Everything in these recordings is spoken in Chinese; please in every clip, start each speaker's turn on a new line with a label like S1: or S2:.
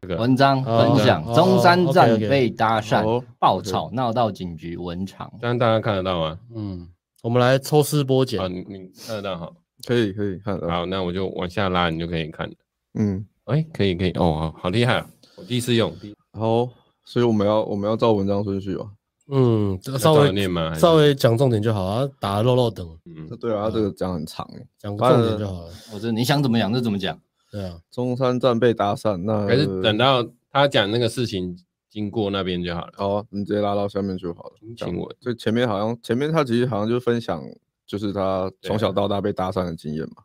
S1: 这个
S2: 文章
S1: 哦
S2: 分享
S1: 哦
S2: 中山站
S1: OK，OK
S2: 被搭讪
S1: 好，
S2: 爆吵闹到警局文场。
S1: 这样大家看得到吗？
S3: 嗯，我们来抽丝剥茧
S1: 啊，。你你看得到好，
S4: 可以可以看啊，
S1: 好，那我就往下拉，你就可以看了。
S4: 嗯，
S1: 哎，可以可以，哦，好好厉害啊！我第一次用，第一次
S4: 好，所以我们要我们要照文章顺序吧。
S3: 嗯，
S1: 要
S3: 稍
S1: 照着
S3: 微
S1: 念吗？还是
S3: 稍微讲重点就好啊，打肉肉等，
S1: 嗯
S4: 那对啊，他这个讲很长哎。
S3: 讲个重点就好了。
S2: 我说你想怎么讲就怎么讲，
S3: 对啊，
S4: 中山站被搭讪，那
S1: 还是等到他讲那个事情经过那边就好了。
S4: 好啊，你直接拉到下面就好了。
S1: 心
S4: 讲
S1: 情我
S4: 就前面好像前面他其实好像就分享，就是他从小到大被搭讪的经验嘛。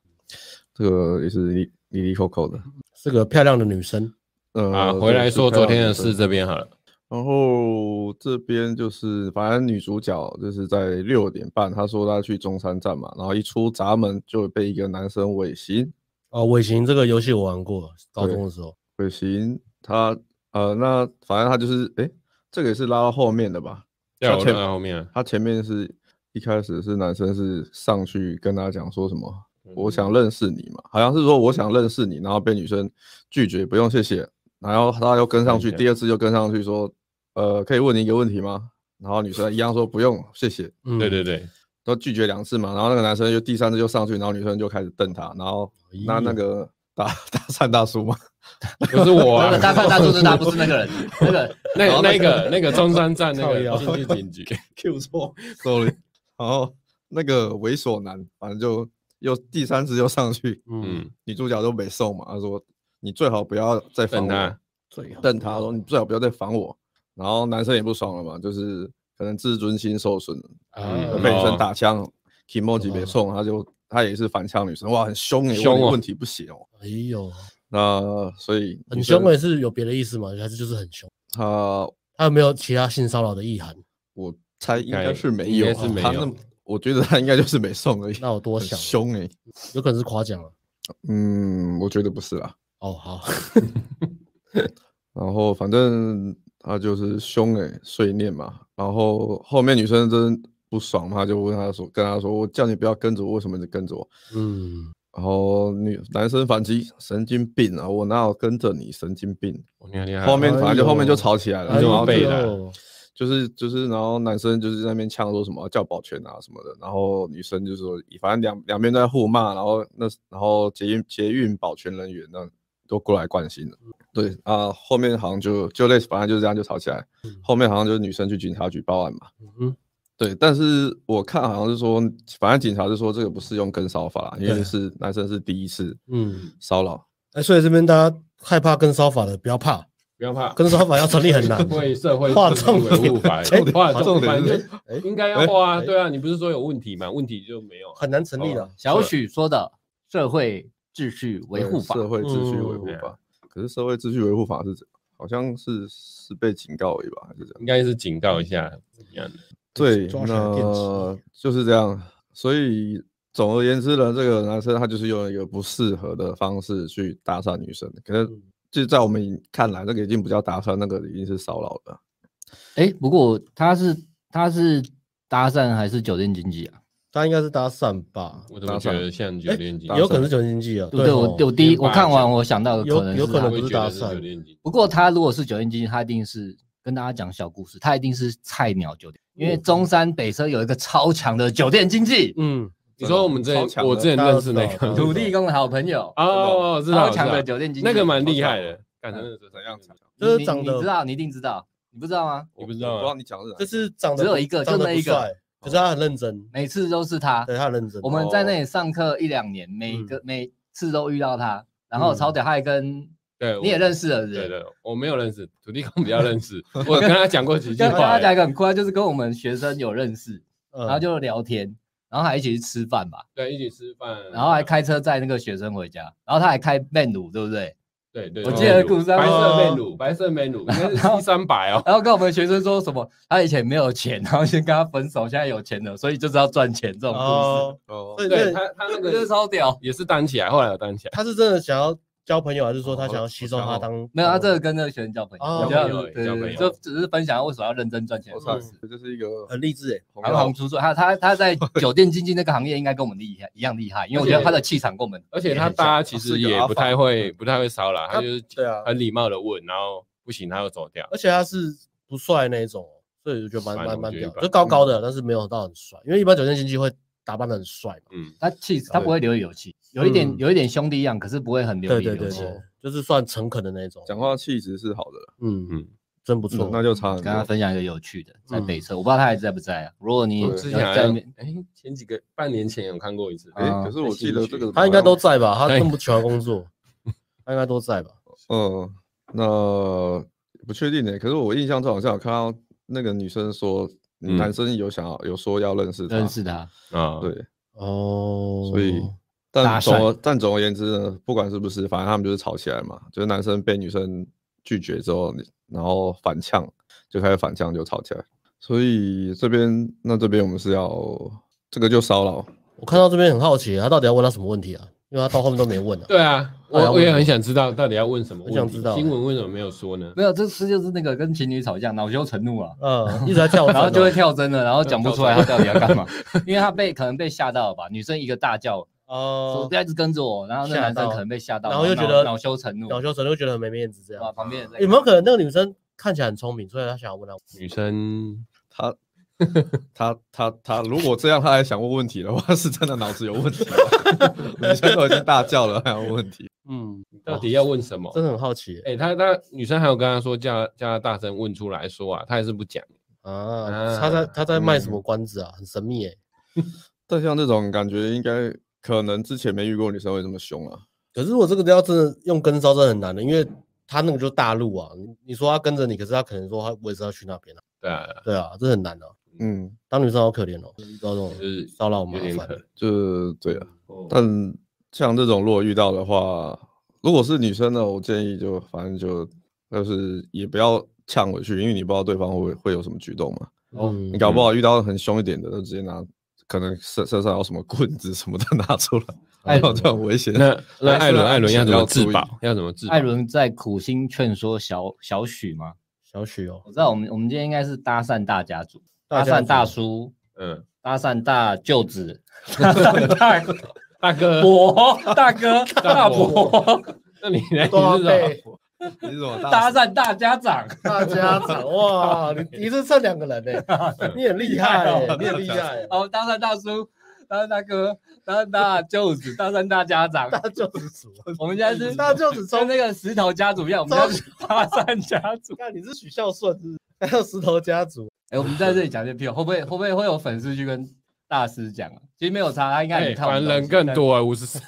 S4: 这个也是离离离扣扣的。
S3: 是个漂亮的女生，
S4: 呃，
S1: 啊，回来说昨天的事
S4: 这。
S1: 这边好了。
S4: 然后这边就是，反正女主角就是在六点半，她说她去中山站嘛，然后一出闸门就被一个男生尾行，
S3: 哦，尾行这个游戏我玩过，高中的时候。
S4: 尾行她呃，那反正她就是，诶，这个也是拉到后面的吧？
S1: 对啊，
S4: 他
S1: 我
S4: 前
S1: 在后面啊。
S4: 她前面是一开始是男生是上去跟她讲说什么，我
S1: 嗯
S4: 想认识你嘛，好像是说我想认识你，然后被女生拒绝，不用谢谢，然后他又跟上去，
S1: 看一下
S4: 第二次又跟上去说，呃，可以问你一个问题吗？然后女生一样说不用，谢谢。
S3: 嗯，
S1: 对对对，
S4: 都拒绝两次嘛，然后那个男生就第三次就上去，然后女生就开始瞪他，然后
S3: 咦
S4: 那那个 大大善大叔嘛，
S1: 不是我
S2: 那
S1: 啊
S2: 个，大范大叔是他，不是那个人，那个
S1: 那个那个那个中山站那
S3: 靠腰
S1: 个进去警局，
S4: ，Q 错，sorry，然后那个猥琐男，反正就又第三次又上去，
S3: 嗯，
S1: 嗯，
S4: 女主角都没送嘛，他说你最好不要再烦
S1: 等
S4: 我
S1: 他，，
S3: 最好
S4: 瞪他说你最好不要再烦我，然后男生也不爽了嘛，就是可能自尊心受损，
S3: 啊，
S4: 被
S1: 嗯
S4: 女
S1: 哦
S4: 生打枪，emoji
S3: 懂
S4: 别
S3: 了
S4: 送，他就他也是反呛女生，哇，很凶诶，
S1: 凶
S4: 问你
S1: 哦
S4: 问题不写哦。
S3: 哎呦，
S4: 那所以
S3: 很
S4: 女生
S3: 凶欸也是有别的意思吗？还是就是很凶？
S4: 他
S3: 他有没有其他性骚扰的意涵？哦
S4: 我猜应该
S1: 该
S4: 是没
S1: 应
S4: 有
S1: 该
S4: 啊，
S1: 是没
S4: 他
S1: 有
S4: 那我觉得他应该就是没送而已。
S3: 那我多
S4: 很
S3: 想了，
S4: 凶哎、
S3: 有可能是夸奖了。
S4: 嗯，我觉得不是啦。
S3: 哦，好，
S4: 然后反正他就是凶哎、碎念嘛。然后后面女生真不爽嘛，她就问他说，跟他说，我叫你不要跟着我，为什么你跟着我？
S3: 嗯，
S4: 然后女男生反击，神经病啊！我哪有跟着你，神经病！
S1: 我厉害厉害。
S4: 后面反正就后面
S3: 哎
S4: 就
S3: 呦
S4: 吵起来了，
S1: 哎
S4: 然
S1: 呦
S4: 后就
S1: 背的
S3: 了，
S4: 就是就是，然后男生就是在那边呛说什么叫保全啊什么的，然后女生就说，反正两两边都在互骂，然后那然后捷运捷运保全人员呢都过来关心了，对啊，后面好像就就类似，反正就是这样就吵起来，后面好像就是女生去警察局报案嘛，
S3: 嗯，
S4: 对，但是我看好像是说，反正警察是说这个不适用跟骚法啦，因为
S3: 对
S4: 是男生是第一次
S3: 嗯，
S4: 骚扰，
S3: 哎，所以这边大家害怕跟骚法的不要怕，
S1: 不要怕，。
S3: 跟骚法要成立很难
S1: 为社会
S3: 划
S1: 正义
S3: 重点
S1: 维护法，
S3: 哎
S1: 画重
S4: 重点
S1: 点
S4: 是
S1: 就应该要画啊，对啊，你不是说有问题吗？问题就没有啊，
S3: 很难成立的。
S2: 小许说的社会秩序维
S4: 对
S2: 护法，
S4: 社会秩序维
S3: 嗯
S4: 护
S1: 对啊
S4: 法。可是社会秩序维护法是怎好像是是被警告而已吧，还是这样？
S1: 应该是警告一下怎么样的？
S4: 对，
S3: 抓起来电池
S4: 那就是这样。所以总而言之呢，这个男生他就是用一个不适合的方式去搭讪女生，可能
S3: 嗯
S4: 就在我们看来，那个已经不叫搭讪，那个已经是骚扰了。
S2: 哎、不过他是他是搭讪还是酒店经济啊？
S3: 他应该是搭讪吧，
S1: 我怎么觉得像酒店警？
S4: 搭讪
S3: 有可能是酒精经济啊。
S2: 对不对？
S3: 吼
S2: 我我第一
S1: 连霸
S2: 我看完
S1: 凌
S2: 我想到的可能
S3: 有
S2: 是
S3: 可
S2: 他
S3: 能
S1: 我也
S3: 不是
S1: 觉
S3: 搭
S1: 得
S3: 讪
S1: 酒店警。
S2: 不过他如果是酒店经济，他一定是跟大家讲小故事，他一定是菜鸟酒店，因为中山北车有一个超强的酒店经济，
S3: 嗯，
S1: 你说我们之
S4: 超强
S1: 前
S4: 的
S1: 我之前认识那
S3: 大家都知
S1: 个
S3: 道
S2: 土地公的好朋友，
S1: 哦，我知道，
S2: 超强
S1: 我知
S2: 的
S1: 道
S2: 酒店经济，
S1: 那个蛮厉害的，干真
S4: 真
S1: 的
S4: 的
S1: 是
S4: 是怎样？
S3: 就是
S2: 哦你
S3: 长
S2: 你
S3: 得
S2: 知道，你一定知道，你不知道吗？
S1: 你不知道
S4: 我不知道
S1: 啊？
S4: 你讲的
S3: 就是是长得
S2: 只有
S3: 不
S2: 一个
S3: 长得
S2: 就那
S3: 不
S2: 一个
S3: 帅，可是他很认真，
S2: 每次都是他，
S3: 对他很认真。
S2: 我们在
S1: 哦
S2: 那里上课一两年，
S1: 嗯
S2: 每个每次都遇到他，然后超屌，他还跟
S1: 对，
S2: 你也
S1: 识。
S2: 认识了，是不
S1: 对
S2: 是？
S1: 对，我没有认识土地公，比较认识。我跟他讲过几句
S2: 跟
S1: 话
S2: 大家
S1: 欸，
S2: 讲一个很快，就是跟我们学生有认识，
S3: 嗯，
S2: 然后就聊天，然后还一起去吃饭吧，
S1: 对，一起吃饭，啊
S2: 然后还开车载那个学生回家，然后他还开曼鲁，对不对？
S1: 对对，
S2: 我
S1: 对
S2: 记得
S1: 对
S2: 古山
S1: 白色
S3: 哦
S1: 面乳，白色面乳，应该是 C 三 百哦。
S2: 然后跟我们学生说什么，他以前没有钱，然后先跟他分手，现在有钱了，所以就是要赚钱这种故事，
S3: 哦，
S4: 哦
S3: 所以
S1: 对
S3: 那
S1: 他他那
S2: 我觉得
S1: 个
S2: 超屌。
S1: 也是单起来，后来有单起来。
S3: 他是真的想要交朋友，还是说他
S4: 哦
S3: 想要吸收
S4: 我想
S3: 他
S4: 要
S3: 当
S2: 没有，他这个跟那个学生交朋友，
S3: 哦
S2: 我觉得
S1: 交朋友
S2: 对
S1: 交
S2: 对
S1: 朋
S2: 对，
S1: 友
S2: 就只是分享为什么要认真赚钱的
S4: 我
S2: 故
S4: 操，
S2: 事。
S4: 这就是一个
S3: 很励志哎，
S4: 朋
S2: 行
S4: 友
S2: 行出状，他他他在酒店经济那个行业应该跟我们厉害一样厉害，因为我觉得他的气场跟我们，
S1: 而且他大
S2: 搭，
S1: 家其
S4: 是
S1: 实
S4: 一个
S1: 也
S4: alpha
S1: 不太会不太会骚扰，
S3: 他
S1: 他就是
S3: 对啊
S1: 很礼貌的问，然后不行他又走掉。
S3: 而且他是不帅那一种哦，所以我觉得蛮
S1: 帅
S3: 蛮
S1: 我
S3: 蛮
S1: 觉得
S3: 屌
S1: 一
S3: 的，
S1: 般
S3: 就高高的，
S2: 嗯
S3: 但是没有到很帅，因为一般酒店经济会打扮的很帅嘛。
S1: 嗯，
S2: 他气他不会流里有气，有一点
S3: 嗯
S2: 有一点兄弟样，可是不会很流
S3: 对
S2: 里
S3: 对
S2: 有哦
S3: 对
S2: 气。
S3: 对，就是算诚恳的那一种。
S4: 讲话气质是好的了，
S3: 嗯嗯
S1: 嗯，
S3: 真不错。
S4: 那就差很
S2: 跟他
S4: 多。
S2: 分享一个有趣的，在
S3: 嗯
S2: 北侧，我不知道他还在不在啊。如果你
S1: 我
S2: 有
S1: 之前好
S2: 在
S1: 像
S2: 面
S1: 哎前几个半年前有看过一次，
S4: 哎、
S2: 啊
S4: 可是我记得这个
S3: 他应该都在吧？他
S1: 对
S3: 那么喜欢 工作，他应该都在吧？
S4: 嗯，那不确定呢、欸可是我印象中好像有看到那个女生说，
S1: 嗯
S4: 男生有想要有说要认识她，
S2: 认识他，
S1: 啊，
S4: 对，
S3: 哦，
S4: 所以
S2: 搭
S4: 但
S2: 讪
S4: 总而但总而言之呢，不管是不是，反正他们就是吵起来嘛，就是男生被女生拒绝之后，然后反呛，就开始反呛就吵起来。所以这边那这边我们是要这个就骚扰，
S3: 我看到这边很好奇，他到底要问他什么问题啊？因为他到后面都没问啊。
S1: 对啊，
S3: 那要
S1: 我我
S3: 问
S1: 也
S3: 什么
S1: 很想知道到底要问什么问
S3: 我想
S1: 题，
S3: 知道
S1: 新闻为什么没有说呢？
S2: 没有，这次就是那个跟情侣吵架，恼羞成怒啊，
S3: 嗯，一直在跳绳啊，
S2: 然后就会跳针了，然后讲不出来他到底要干嘛，因为他被可能被吓到了吧，女生一个大叫，说
S3: 哦
S2: 不，要一直跟着我，然后那
S3: 吓
S2: 男生
S3: 到
S2: 可能被吓到，
S3: 然后又
S2: 恼
S3: 觉得
S2: 恼羞成怒，
S3: 恼羞成怒，觉得很没面子这
S2: 啊，
S3: 样。
S2: 旁边的
S3: 有没有可能那个女生看起来很聪明，所以她想要问他？
S1: 女生
S4: 他他他他如果这样他还想问问题的话，是真的脑子有问题。 人家都已经大叫了，还有问题？
S3: 嗯，
S1: 到底要问什么？
S3: 真的很好奇
S1: 哎、他他女生还有跟他说叫叫他大声问出来说啊，他还是不讲。
S3: 啊！他在他在卖什么关子啊？很神秘哎。
S4: 但像这种感觉，应该可能之前没遇过女生会这么凶啊。
S3: 可是我这个要真的用跟梢真的很难的，因为他那个就大陆啊，你你说他跟着你，可是他可能说他我也是要去那边啊，
S1: 对啊，
S3: 对啊，这很难的、啊。
S4: 嗯，
S3: 当女生好可怜哦，遇到这种
S1: 就是
S3: 骚扰麻
S1: 有点
S3: 烦
S1: 可。
S4: 就是对啊。
S2: 哦
S4: 但像这种如果遇到的话，如果是女生呢，我建议就反正就就是也不要呛回去，因为你不知道对方会会有什么举动嘛。
S3: 嗯
S4: 你搞不好遇到很凶一点的，就直接拿可能身身上有什么棍子什么的拿出来，
S2: 哎
S4: 然后就很危险。
S1: 那那艾伦艾伦要怎么
S4: 注
S1: 自
S4: 意
S1: 保？要怎么自保？
S2: 艾伦在苦心劝说小小许吗？
S3: 小许哦
S2: 我，知道我们我们今天应该是搭讪大家族，搭
S3: 家
S2: 讪大
S3: 族
S2: 叔，
S1: 嗯，
S2: 搭讪大舅 子，搭讪大
S1: 大哥，
S2: 伯大哥大伯，
S1: 那你来你
S3: 多少
S1: 是什
S3: 倍
S1: 么？
S4: 你怎么
S2: 搭讪大家长，
S3: 大家长哇， 你一次蹭两个人呢、你很厉害、欸，你很厉害、欸。
S2: 哦，搭讪大叔，搭讪大哥，搭讪大舅子，搭讪大家长
S3: 大，舅子组，
S2: 我们现在是
S3: 大舅子
S2: 跟
S3: 中
S2: 那个石头家族一样，我们现在是搭讪家族。
S3: 看你是许孝顺是不是，还有石头家族，
S2: 哎，我们在 这里讲这屁话，会不会会不会会有粉丝去跟大师讲啊？其实没有差，他应该
S1: 哎，
S2: 很看我们
S1: 凡人
S2: 东西
S1: 更
S2: 但
S1: 多啊，五十四。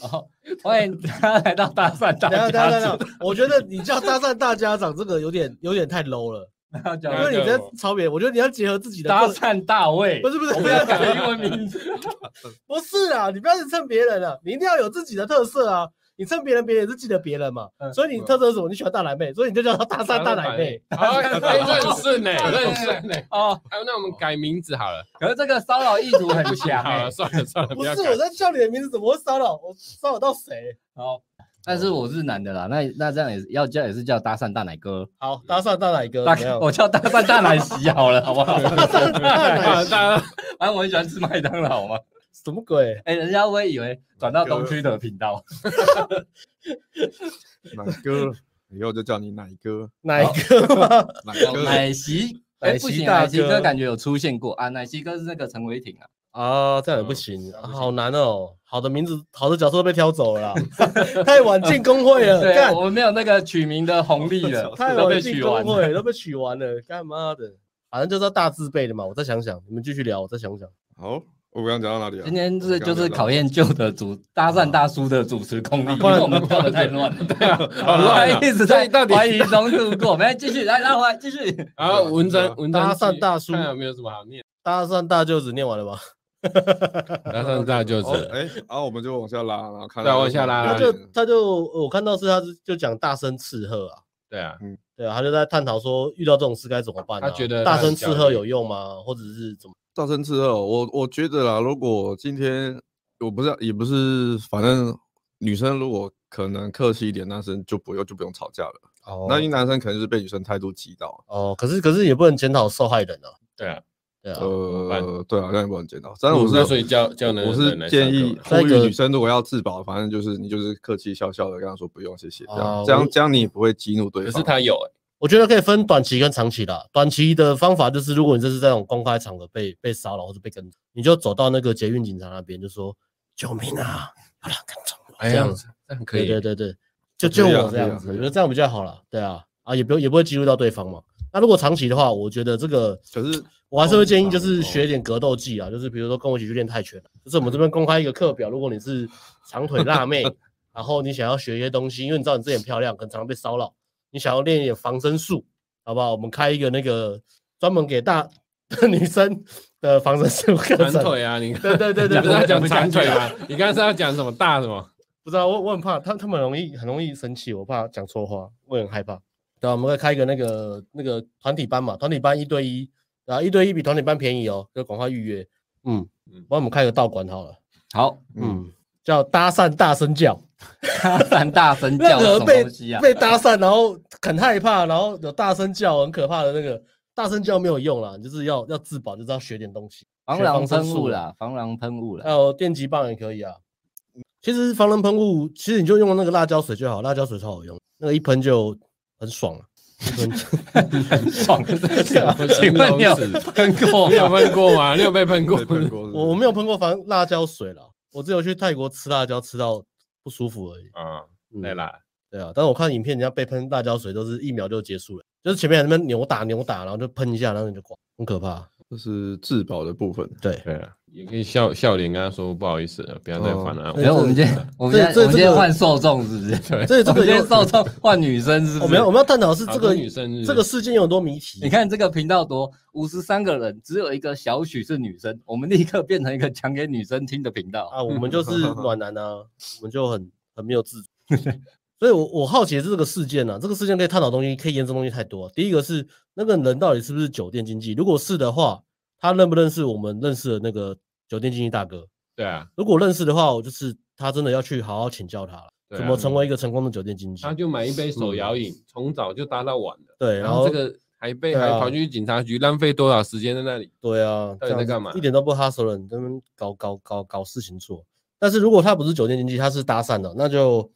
S2: 哦，欢迎大家来到大善大
S3: 等一下等一下
S2: 家
S3: 等
S2: 族。
S3: 一下，我觉得你叫搭讪大家长这个有点有点太 low 了，
S2: 因
S1: 大
S3: 因
S1: 家
S3: 为你在
S1: 长
S3: 超别人，我觉得你要结合自己的
S2: 哦搭
S3: 个人，
S2: 讪大卫，
S3: 不是不是
S2: 我们要讲英文名字。
S3: 不是啊，你不要去蹭别人啊，你一定要有自己的特色啊。你蹭别人，别人也是记得别人嘛，
S2: 嗯
S3: 所以你特色是什么？你喜欢大奶妹，所以你就叫她大三大奶妹。
S1: 好，哎，这很顺呢，这很顺呢。
S2: 哦，
S1: 还有，那我们改名字好了。
S2: 可是这个骚扰意图很
S1: 不行，
S2: 强
S1: 好
S2: 哎
S1: 了，。算了算了，
S3: 不
S1: 不
S3: 是
S1: 要改
S3: 我。在叫你的名字，怎么会骚扰？我骚扰到谁？
S2: 哦，但是我是男的啦，那那这样也是要叫也是叫搭讪大奶哥，
S3: 好，搭讪大奶哥
S2: 大哦
S3: 呃怎么样？
S2: 我叫搭讪大奶媳好了，好不 好？
S1: 好，啊大家
S2: 反正我很喜欢吃麦当劳嘛。
S3: 什么鬼？
S2: 哎，人家会不会以为转到东区的频道，
S4: 奶哥，以后就叫你奶哥，
S3: 奶哥吗？
S4: 奶
S2: 哦
S4: 哥。
S2: 奶媳。哎，
S3: 奶
S2: 不
S3: 昔
S2: 行，
S3: 大
S2: 奶昔哥
S3: 啊哥
S2: 感觉有出现过啊，奶昔哥是那个陈伟霆啊，
S3: 啊，这样也不
S1: 嗯
S3: 行，
S1: 不行
S3: 好难哦。好的名字，好的角色都被挑走 了啦，太晚进工会了，
S2: 对，
S3: 呃
S2: 啊
S3: 干
S2: 我们没有那个取名的红利了，
S3: 太
S2: 都
S3: 晚
S2: 被
S3: 进
S2: 取
S3: 工
S2: 完了。
S3: 会都被取完了，干嘛的？反正就是要大字辈的嘛，我再想想，你们继续聊，我再想想。
S4: 好，我刚刚讲到哪里啊？
S2: 今天
S4: 我
S2: 这
S4: 刚
S2: 就
S4: 刚
S2: 是
S4: 聊到
S2: 考验旧的主搭讪大叔的主持功力，因
S3: 不然
S2: 为我们跳的太乱 了，对啊，
S1: 好乱啊
S2: 一直
S1: 所
S2: 在
S1: 以到底
S2: 怀疑中度过。我们来继续，来，来，我来继续。
S1: 啊，文章文章
S3: 搭讪大叔
S1: 看有没有什么好念。
S3: 大算大舅子念完了吗？
S1: 搭 讪大舅
S4: 哦
S1: 子，
S4: 哎，然后我们就往下拉，然后看
S1: 对
S4: 到有
S1: 往
S4: 什
S1: 下
S4: 么
S1: 拉
S4: 表
S1: 啊
S3: 他
S1: 拉
S4: 演
S3: 就他就呃我看到是他是就讲大声斥喝啊，
S1: 对啊，
S3: 对啊，他就在探讨说遇到这种事该怎么办啊。
S1: 他觉得他
S3: 大声
S1: 很
S3: 斥
S1: 焦
S3: 喝
S1: 虑
S3: 有用吗？或者是怎么？
S4: 大声斥喝，我我觉得啦，如果今天我不是也不是，反正女生如果可能客气一点，男生就不用就不用吵架了。
S3: 哦
S4: 那因为男生可能是被女生态度激到，
S3: 哦，可是可是也不能检讨受害人啊，
S1: 对啊，
S3: 对啊，
S1: 么办
S4: 呃，对啊，那也不能见到。但是我
S1: 嗯那
S4: 是
S1: 所以叫叫男
S4: 我
S1: 生
S4: 是
S1: 来上
S4: 建议
S1: 课
S4: 呼
S3: 啦那
S4: 吁
S3: 个
S4: 女生如果要自保，反正就是你就是客气笑笑的跟她说不用谢谢，这
S3: 啊
S4: 样这样
S3: 我
S4: 这样你也不会激怒对
S1: 可
S4: 方。
S1: 是他有欸
S3: 我觉得可以分短期跟长期啦。短期的方法就是，如果你这是在那种公开场合被被骚扰或者被跟踪，你就走到那个捷运警察那边，就说救命啊，有人跟踪我，
S1: 哎
S3: 这
S1: 呀
S3: 样子，，
S1: 这样可
S3: 对
S1: 以
S3: 对
S1: 欸，
S3: 对对，就
S4: 可
S3: 救
S4: 以啊
S3: 我
S4: 可
S3: 这
S4: 以啊
S3: 样子，
S4: 可
S3: 我
S4: 以
S3: 觉得这样比较好啦。对啊，啊也不用也不会激怒到对方嘛。那如果长期的话，我觉得这个
S4: 可是
S3: 我还是会建议，就
S4: 通
S3: 是
S4: 常哦
S3: 学一点格斗技啊，就是比如说跟我一起去练泰拳啊，就是我们这边公开一个课表，如果你是长腿辣 妹，然后你想要学一些东西，因为你知道你自己很漂亮，很常被骚扰，你想要练一点防身术，好不好？我们开一个那个专门给大 女生的防身术课
S1: 长
S3: 程。
S1: 腿啊，你
S3: 对对对对，
S1: 你不是
S3: 我
S1: 要
S3: 我
S1: 讲
S3: 们
S1: 长
S3: 想
S1: 腿
S3: 讲
S1: 吗？你刚才是要讲什么大什么？
S3: 不知道，我我很怕他，他们很容易很容易生气，我怕讲错话，我也很害怕。对啊，我们会开一个那个那个团体班嘛，团体班一对一，然后一对一比团体班便宜哦，就赶快预约。嗯
S1: 嗯
S3: 帮我们开个道馆好了。
S2: 好，
S4: 嗯
S3: 嗯，叫搭讪大声叫，
S2: 搭讪大声叫
S3: 任
S2: 是什
S3: 何
S2: 么
S3: 被
S2: 东西啊？
S3: 被搭讪，然后很害怕，然后有大声叫，很可怕的那个大声叫没有用啦，你就是要要自保，就是要学点东西。
S2: 防
S3: 学
S2: 狼
S3: 防身
S2: 喷
S3: 术
S2: 雾啦，防狼喷雾啦。
S3: 还有电击棒也可以啊。其实防狼喷雾，其实你就用那个辣椒水就好，辣椒水超好用，那个一喷就很爽啊。一喷就很 爽，对啊
S2: 请问你有
S1: 形容词
S2: 喷过
S1: 你有
S2: 吗？
S1: 喷过吗？你有被喷过
S4: 被？喷过是不
S3: 我我
S4: 是
S3: 没有喷过防辣椒水啦，我只有去泰国吃辣椒吃到不舒服而已。
S1: 啊，
S3: 嗯
S1: 对啦，
S3: 对啊，但是我看影片，人家被喷辣椒水都是一秒就结束了，就是前面在那边扭打扭打，然后就喷一下，然后你就挂，很可怕。啊
S4: 就是自保的部分。
S3: 对，
S1: 对啊，也可以笑笑脸跟他说不好意思啊了，不要再
S4: 哦
S1: 烦了。
S3: 啊
S2: 没有，我们今天我们今天
S3: 这
S2: 我们今
S3: 这
S2: 天
S3: 个
S2: 换受众是不是？对
S3: 这这
S2: 我
S3: 个
S2: 们今
S3: 有
S2: 天受众换女生是不
S3: 我
S2: 是？
S3: 们要我们要探讨的是
S1: 好
S3: 这
S1: 多
S3: 个
S1: 女生是
S3: 这个事件有很多谜题。
S2: 你看这个频道多，五十三个人，只有一个小许是女生，我们立刻变成一个讲给女生听的频道。
S3: 啊，我 们就是暖男啊，我们就很很没有自主。 所以我，我好奇的是这个事件呢、啊，这个事件可以探讨的东西，可以延伸的东西太多了。第一个是那个人到底是不是酒店经济？如果是的话，他认不认识我们认识的那个酒店经济大哥？
S1: 对啊，
S3: 如果认识的话，我就是他真的要去好好请教他了，
S1: 对啊
S3: 怎么成为一个成功的酒店经济？
S1: 他就买一杯手摇饮，从早就搭到晚了，
S3: 对，
S1: 然
S3: 然
S1: 后
S3: 后
S1: 这个还被
S3: 对
S1: 还
S3: 啊
S1: 跑去警察局，浪费多少时间在那里？
S3: 对啊，这
S1: 到底在
S3: 样子
S1: 干嘛
S3: 一点都不哈手人，他们搞搞搞搞事情做。但是如果他不是酒店经济，他是搭讪的，那就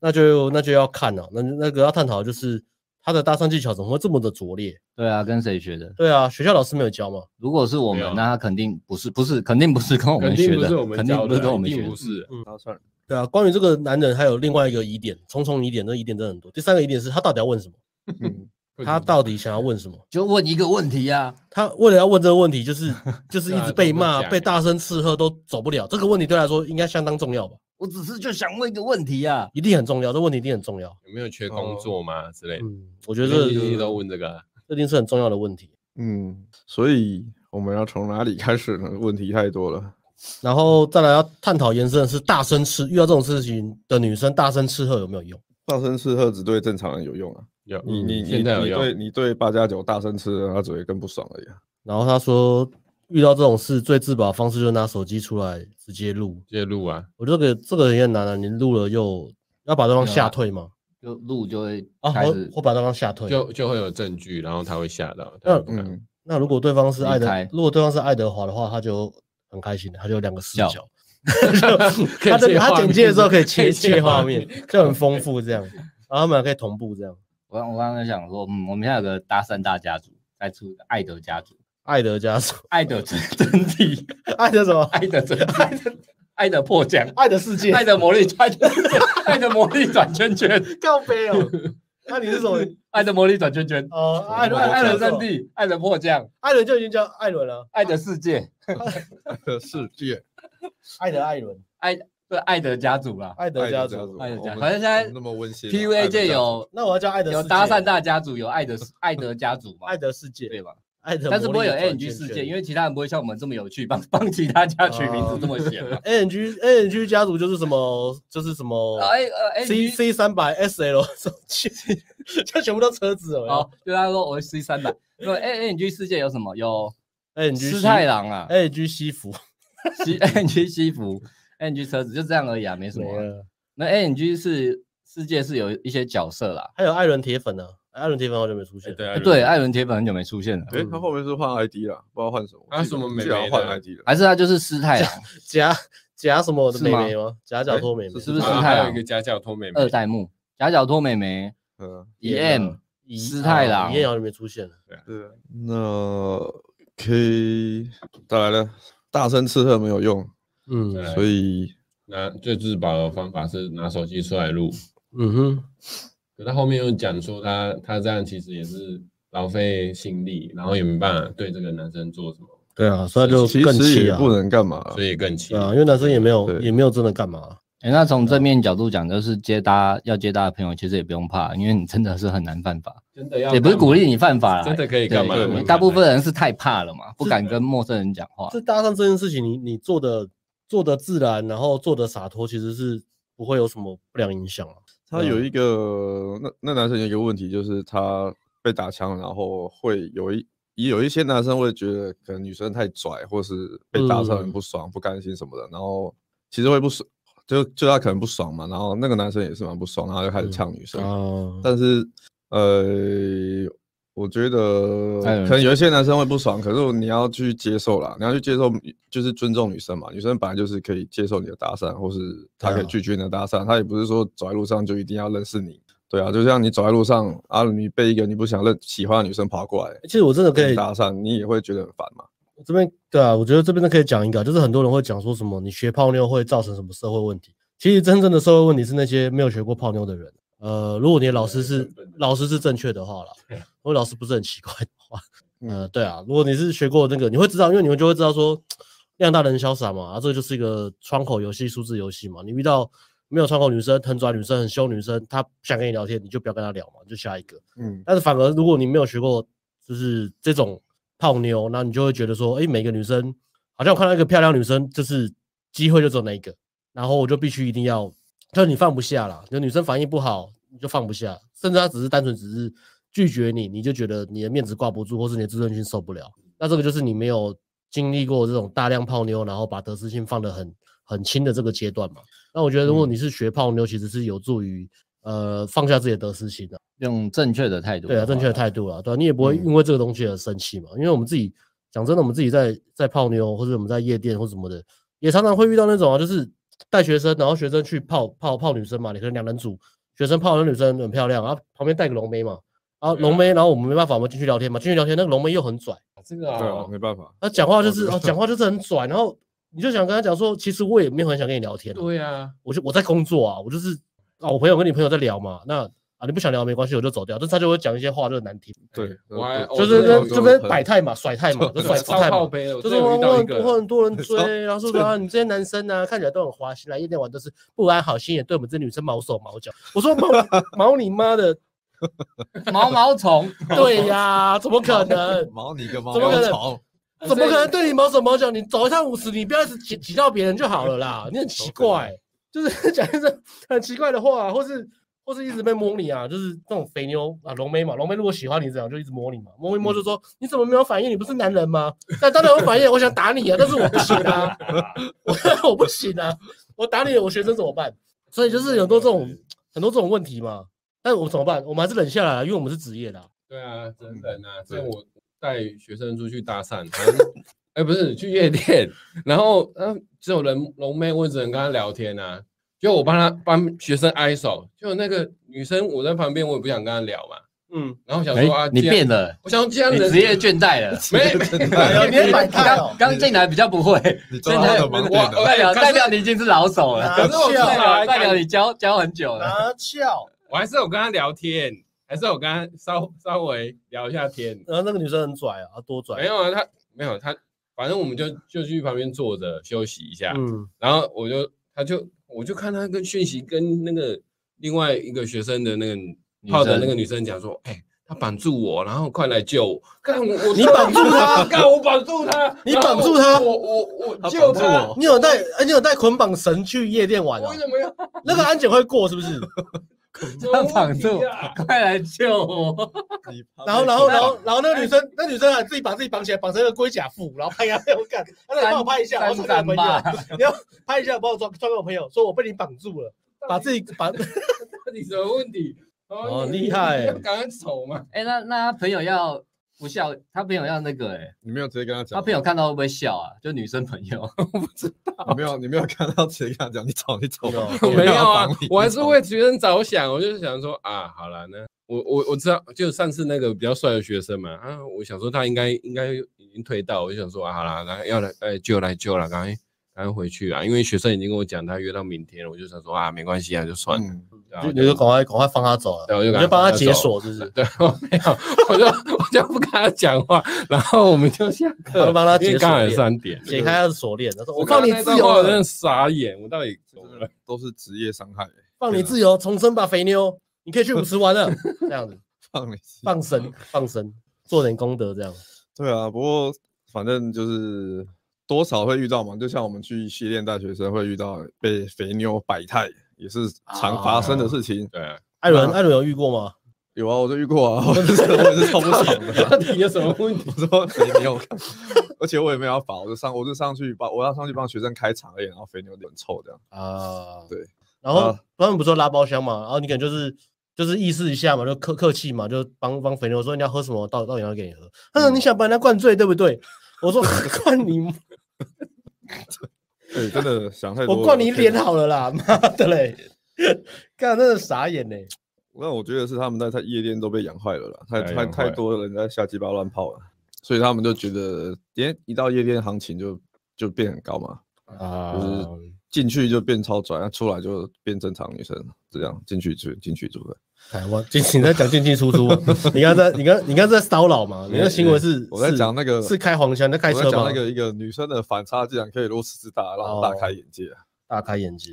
S3: 那就那就要看了、那那个要探讨的就是他的搭讪技巧怎么会这么的拙劣？
S2: 对啊，跟谁学的？
S3: 对啊，学校老师没有教嘛。
S2: 如果是我
S1: 没有
S2: 们，那他肯定不是，不是，肯定不是跟我
S1: 啊肯
S2: 们
S1: 定
S2: 学
S1: 不
S2: 的
S1: 是我，们
S2: 肯定
S1: 教
S2: 不是
S1: 的
S2: 跟
S1: 啊，
S2: 我
S1: 一
S2: 们学
S1: 定
S2: 的
S1: 不。是。
S4: 然后算了，
S3: 对啊，关于这个男人还有另外一个疑点，重重疑点，这疑点真的很多。第三个疑点是他到底要问什么？
S4: 嗯，
S3: 他到底想要问什么？
S2: 就问一个问题啊，
S3: 他为了要问这个问题，就是 就是一
S1: 对啊
S3: 直被
S1: 怎么
S3: 骂、
S1: 讲
S3: 被
S1: 欸
S3: 大声斥喝都走不了。这个问题对他来说应该相当重要吧？
S2: 我只是就想问一个问题啊。
S3: 一定很重要，这问题一定很重要。
S1: 有没有缺工作吗之类的？
S3: 嗯，我觉
S1: 觉
S3: 得这
S1: 都问这个，啊
S3: 这一定是很重要的问题。
S4: 嗯，所以我们要从哪里开始呢？问题太多了。
S3: 然后再来要探讨延伸的是大声吃，遇到这种事情的女生大声吃喝有没有用？
S4: 大声斥喝只对正常人有用啊，
S1: 有
S4: 你你你
S1: 嗯现
S4: 你
S1: 在有
S4: 对
S1: 用，
S4: 你对八加九大声斥喝，他只会更不爽而已啊。
S3: 然后他说，遇到这种事最自保的方式就是拿手机出来直接录。
S1: 介入啊，
S3: 我觉得这个这个也很难啊，你录了又要把对
S1: 啊
S3: 方吓退吗？
S2: 就录就会
S3: 啊，
S2: 开
S3: 或
S2: 始
S3: 或把对方吓退？
S1: 就就会有证据，然后他会吓到，他不敢
S4: 嗯，
S3: 那如果对方是爱
S2: 离
S3: 德
S2: 开，
S3: 如果对方是爱德华的话，他就很开心，他就有两个视
S2: 笑
S3: 角。他
S1: 可以
S3: 这
S1: 切
S3: 他
S1: 画面
S3: 简介的时候可以
S1: 可
S3: 切
S1: 以切
S3: 切
S1: 画
S3: 画
S1: 面
S3: 面，就很丰富这样，然后他们还可以同步这样。
S2: 我刚我刚刚想说，嗯，我们现在有个搭讪大家族，再出个艾德家族，
S3: 爱德加索，
S2: 艾德真真谛，
S3: 爱德什么？
S2: 艾德真 谛，艾德破降，
S3: 爱的世界，
S2: 艾德魔力转圈圈，艾德魔力转圈圈，
S3: 告杯哦。那你是什么？
S2: 艾德魔力转圈圈，
S3: 哦，艾
S2: 艾
S3: 伦，
S2: 艾
S3: 伦
S2: 德
S3: 三
S2: 真
S3: 弟，
S2: 谛，艾德破降，
S3: 艾伦就已经叫艾伦了，
S2: 艾德世界，
S4: 的世界，
S3: 艾德艾伦，
S2: 不是艾德家族啦。
S3: 艾德家族。
S2: 爱德家族
S4: 我们
S2: 反正现在
S4: 我们那么温馨啊。爱
S2: PUA
S4: 德家
S2: 界
S4: 族
S2: 有
S3: 那我要叫艾德世
S2: 有
S3: 界
S2: 搭讪大家族，有艾德艾德家族嘛
S3: 艾，德世界，
S2: 对吧？
S3: 艾德魔
S2: 但
S3: 力转圈圈，
S2: 是不会有 ANG 世界，因为其他人不会像我们这么有趣，帮帮其他家取名字
S4: 哦
S2: 这么闲 嘛。
S3: ANG ANG 家族就是什么，就是什么
S2: 哎呃
S3: C
S2: ，ANG
S3: C 三百 SL 手机， 这全部都车子
S2: 哦
S3: 哦。，
S2: 对他说我是 C 三百。那 ANG 世界有什么？有
S3: ANG
S2: 师太郎啊，
S3: ，ANG 西服
S2: 西 ANG 西服，ANG 车子，就这样而已啊，没什么
S3: 没
S2: 啊。
S3: 了。
S2: 那 ANG 是世界是有一些角色啦，
S3: 还有艾伦铁粉呢、艾伦铁粉好久没出现，
S1: 对
S2: 哎
S1: 啊，
S2: 对，艾伦铁粉很久没出现了，
S4: 哎，他后面是换 ID 了，不知道换什么。
S1: 啊什么
S4: 我记得
S1: 美眉
S4: 我记得
S1: 的
S4: 好像
S1: 啊
S4: 换 ID 了？
S2: 还是他就是师太 郎
S3: 夹夹什么我的
S2: 是
S3: 妹
S2: 吗
S3: 妹吗？夹脚托妹妹
S4: 哎
S2: 是不是
S1: 啊
S2: 师
S1: 还
S2: 太
S1: 有
S2: 郎
S1: 一个家教托妹妹
S2: 二代目夹角托美眉，E
S4: 嗯，
S2: EM 师太郎
S3: 一燕好久没出现了。
S4: 对。那 K 再来了，大声刺喝没有用，
S3: 嗯
S1: 对
S4: 所以
S1: 拿最自保的方法是拿手机出来录，
S3: 嗯哼，
S1: 可他后面又讲说他他这样其实也是浪费心力，然后也没办法对这个男生做什么，
S3: 对啊，所以就
S4: 其
S3: 更
S4: 实
S3: 气
S4: 也
S3: 啊，
S4: 不能干嘛。
S1: 所以更气
S3: 对。啊，因为男生也没有
S4: 对
S3: 也没有真的干嘛，
S2: 哎、那从正面角度讲，就是接搭要接搭的朋友，其实也不用怕，因为你真的是很难犯法，
S1: 真的要
S2: 也不是
S1: 干嘛
S2: 鼓励你犯法啦，
S1: 真的可以干嘛
S2: 对
S1: 干嘛
S2: 大部分人是太怕了嘛，不敢跟陌生人讲话。
S3: 这啊搭上这件事情，你你做的做的自然，然后做的洒脱，其实是不会有什么不良影响啊。
S4: 他有一个那那男生有一个问题，就是他被打枪，然后会有一也有一些男生会觉得可能女生太拽，或是被打伤
S3: 嗯
S4: 很不爽、不甘心什么的，然后其实会不爽，就就他可能不爽嘛，然后那个男生也是蛮不爽，然后就开始
S3: 嗯
S4: 呛女生。
S3: 啊，
S4: 但是呃，我觉得
S2: 哎
S4: 可能有一些男生会不爽，可是你要去接受啦，你要去接受，就是尊重女生嘛。女生本来就是可以接受你的搭讪，或是她可
S3: 对
S4: 以
S3: 啊
S4: 拒绝你的搭讪，她也不是说走在路上就一定要认识你。对啊，就像你走在路上啊，你被一个你不想认喜欢的女生跑过来
S3: 其实我真的可
S4: 跟
S3: 以
S4: 你搭讪，你也会觉得很烦嘛。
S3: 这边对啊，我觉得这边都可以讲一个啊，就是很多人会讲说什么你学泡妞会造成什么社会问题，其实真正的社会问题是那些没有学过泡妞的人。呃，如果你的老师是
S1: 对对对
S3: 老师是正确的话啦，如果老师不是很奇怪的 话，
S4: 嗯
S3: 呃，对啊，如果你是学过那个，你会知道，因为你们就会知道说，量大人潇洒嘛，啊，这就是一个窗口游戏、数字游戏嘛。你遇到没有窗口女生、很拽女生、很凶女生，她不想跟你聊天，你就不要跟她聊嘛，你就下一个。
S4: 嗯，
S3: 但是反而如果你没有学过就是这种泡妞，那你就会觉得说，哎、每个女生好像我看到一个漂亮女生，就是机会就只有那一个，然后我就必须一定要，就是你放不下啦，就女生反应不好你就放不下，甚至她只是单纯只是拒绝你，你就觉得你的面子挂不住，或是你的自尊心受不了，那这个就是你没有经历过这种大量泡妞，然后把得失心放得很很轻的这个阶段嘛。那我觉得如果你是学泡妞，其实是有助于。呃，放下自己的得失心的、
S2: 用正确的态度，
S3: 对啊，正确的态度啦，对啊，你也不会因为这个东西而生气嘛，因为我们自己讲真的，我们自己在在泡妞或者我们在夜店或什么的，也常常会遇到那种啊，就是带学生，然后学生去泡泡泡女生嘛，你可能两人组，学生泡的女生很漂亮，然后旁边带个龙妹嘛，然后
S1: 对啊
S3: 龙妹，然后我们没办法，我们进去聊天嘛，进去聊天那个龙妹又很拽，
S1: 这个
S4: 对啊
S1: 哦，，
S4: 没办法。
S3: 她讲话就是
S4: 哦对
S3: 哦，讲话就是很拽，然后你就想跟她讲说，其实我也没有很想跟你聊天啊、
S1: 对啊，
S3: 我就我在工作啊，我就是啊，我朋友跟你朋友在聊嘛，那啊你不想聊没关系，我就走掉。但是他就会讲一些话就很难听，
S4: 对，
S1: 我还哦
S3: 就是
S1: 这
S3: 那
S1: 种
S3: 这边摆 态嘛，甩态嘛，就甩
S1: 甩
S3: 姿态
S1: 超靠
S3: 嘛。
S1: 背的，我
S3: 就
S1: 真
S3: 是
S1: 的有
S3: 我
S1: 遇到一
S3: 很
S1: 个
S3: 我很多 人
S4: 超
S3: 追，然后说什么啊，你这些男生啊，看起来都很花心，来夜店玩都是不安好心，也对我们这女生毛手毛脚。我说 毛毛你妈的，
S2: 毛毛 虫，
S3: 对呀，怎么可能？
S4: 毛你个毛
S3: 怎么可能
S4: 虫，
S3: 怎么可能对你毛手毛脚？你走一趟五十，你不要一直挤挤到别人就好了啦。你很奇怪，就是 讲一些很奇怪的话、啊或是或是一直被摸你啊，就是这种肥妞啊，龙妹嘛，龙妹如果喜欢你这样，就一直摸你嘛，摸一摸就说、你怎么没有反应？你不是男人吗？那当然有反应，我想打你啊，但是我不行 啊，我我不行啊，我打你，我学生怎么办？所以就是有很多这种很多这种问题嘛，但我们怎么办？我们还是忍下来啊，因为我们是职业的啊、
S1: 对啊，
S2: 嗯
S1: 真人啊，之前我带学生出去搭讪，然后哎、不是去夜店，然后嗯、呃只有人龙妹，我只能跟她聊天啊。就我帮她帮学生挨手，就那个女生我在旁边，我也不想跟她聊嘛。
S3: 嗯，
S1: 然后想
S2: 哎
S1: 说啊，
S2: 你
S1: 既然
S2: 变，了，
S1: 我想既然
S2: 你
S1: 人
S2: 职业倦怠了。
S1: 没没
S3: 哎 呦你也摆态哦
S2: 刚刚进来比较不会，
S4: 你抓
S2: 现
S4: 他
S2: 在
S4: 的
S2: 我
S4: 盲
S1: 我
S4: 点了。
S2: 代表
S1: 可是
S2: 代表你已经是老手了，
S1: 可是我啊
S3: 笑
S1: 后
S2: 代
S1: 来
S2: 表代
S1: 还
S2: 表你教教很久
S1: 啊
S2: 了。
S3: 翘。
S1: 我还是有跟她聊天，还是有跟她稍稍微聊一下天。
S3: 然后那个女生很拽啊，多拽。
S1: 没有啊，她没有她，反正我们就就去旁边坐着休息一下。
S3: 嗯，
S1: 然后我就，他就，我就看他跟讯息跟那个另外一个学生的那个泡的那个女生讲说，哎、他绑住我，然后快来救我！干我，我
S3: 你绑住他
S1: 干我绑住他，
S3: 你绑住他
S1: 然后我我我救他，
S3: 你有带，哎你有带捆绑绳去夜店玩
S1: 我
S3: 啊
S1: 为？什么要
S3: 那个安检会过是不是？
S2: 他绑住
S1: 有问题啊，
S2: 快来救我！
S3: 然后，然后，然后，然后那个女生，那女生还自己把自己绑起来，绑成一个龟甲腹，然后拍给他，我干，那你帮我拍一下，我
S2: 三
S3: 传给
S2: 三
S3: 我朋
S2: 吧
S3: 友，，你要拍一下，帮我传传给我朋友，说我被你绑住了。把自己把
S1: 你什么问题？
S3: 哦厉害
S1: 要赶快走嘛！
S2: 哎、那那他朋友要不笑，他朋友要那个哎、
S4: 你没有直接跟他讲，
S2: 他朋友看到会不会笑啊？就女生朋友，
S4: 你没有你没有看到直接跟他讲，你走你走，
S3: 没有
S4: 我
S1: 没有啊
S4: 帮你，
S1: 我还是为学生着想，我就是想说啊，好了，那我我我知道，就上次那个比较帅的学生嘛，啊，我想说他应该应该已经退到，我就想说啊，好了，然后要来，哎，就来就来，赶快赶快回去啊，因为学生已经跟我讲他约到明天了，我就想说啊，没关系啊，就算了，
S4: 嗯，
S1: 然 后
S3: 就你就赶快赶快放他走
S1: 对
S3: 了，
S1: 我就
S3: 你
S1: 赶快
S3: 就帮
S1: 放
S3: 他
S1: 他
S3: 解
S1: 走
S3: 锁，是不是？
S1: 对，我没有，我就我就不跟他讲话，然后我们就下
S3: 我
S1: 课
S3: 就，帮他
S1: 因
S3: 解
S1: 为
S3: 锁
S1: 刚好
S3: 链
S1: 也三点，
S3: 解开他的锁链，他说：“我
S1: 看
S3: 放你自
S1: 我
S3: 由
S1: 真
S3: 了
S1: 的，傻眼，我到底怎么了？
S4: 都是职业伤害欸，
S3: 放你自由，重生吧，肥妞，你可以去舞池玩了。”这样 子，
S4: 放你自己
S3: 放生，放生，做点功德，这样。
S4: 对啊，不过反正就是多少会遇到嘛，就像我们去训练大学生会遇到被肥妞百态，也是常发生的事情。
S1: 对啊，
S3: 艾伦，艾伦有遇过吗？
S4: 有啊，我就遇过啊，我就是我也是超不爽的。
S1: 到底有什么问题？
S4: 我说肥妞，而且我也没有要罚，我就上我就上去帮我要上去帮学生开场而已，然后肥妞脸臭这样。
S3: 啊，
S4: 对。
S3: 然后
S4: 啊
S3: 他们不是说拉包厢嘛，然后你可能就是就是意思一下嘛，就客客气嘛，就帮帮肥牛说你要喝什么，倒倒饮料给你喝。他
S4: 嗯
S3: 说你想把人家灌醉对不对？我 说灌你，
S4: 对，真的想太多了。
S3: 我灌你
S4: 可以
S3: 脸好了啦，妈的嘞！看真的傻眼嘞，
S4: 那我觉得是他们在他夜店都被养坏了啦，太
S1: 哎
S4: 太
S1: 养坏
S4: 太
S1: 了
S4: 多人在瞎鸡巴乱泡了，所以他们就觉得，连一到夜店行情就就变很高嘛，
S1: 啊
S4: 就是进去就变超拽，出来就变正常女生，这样进去就进去就会。
S3: 台湾进你在讲进进出出吗， 你刚才在你刚你刚才在骚扰嘛？你的行为是
S4: 我在
S3: 是
S4: 讲那个
S3: 是开黄腔，你在开
S4: 我
S3: 车
S4: 在讲
S3: 吗
S4: 那？个一个女生的反差竟然可以如此之大，让我大
S3: 哦
S4: 开眼界啊。
S3: 大开眼界，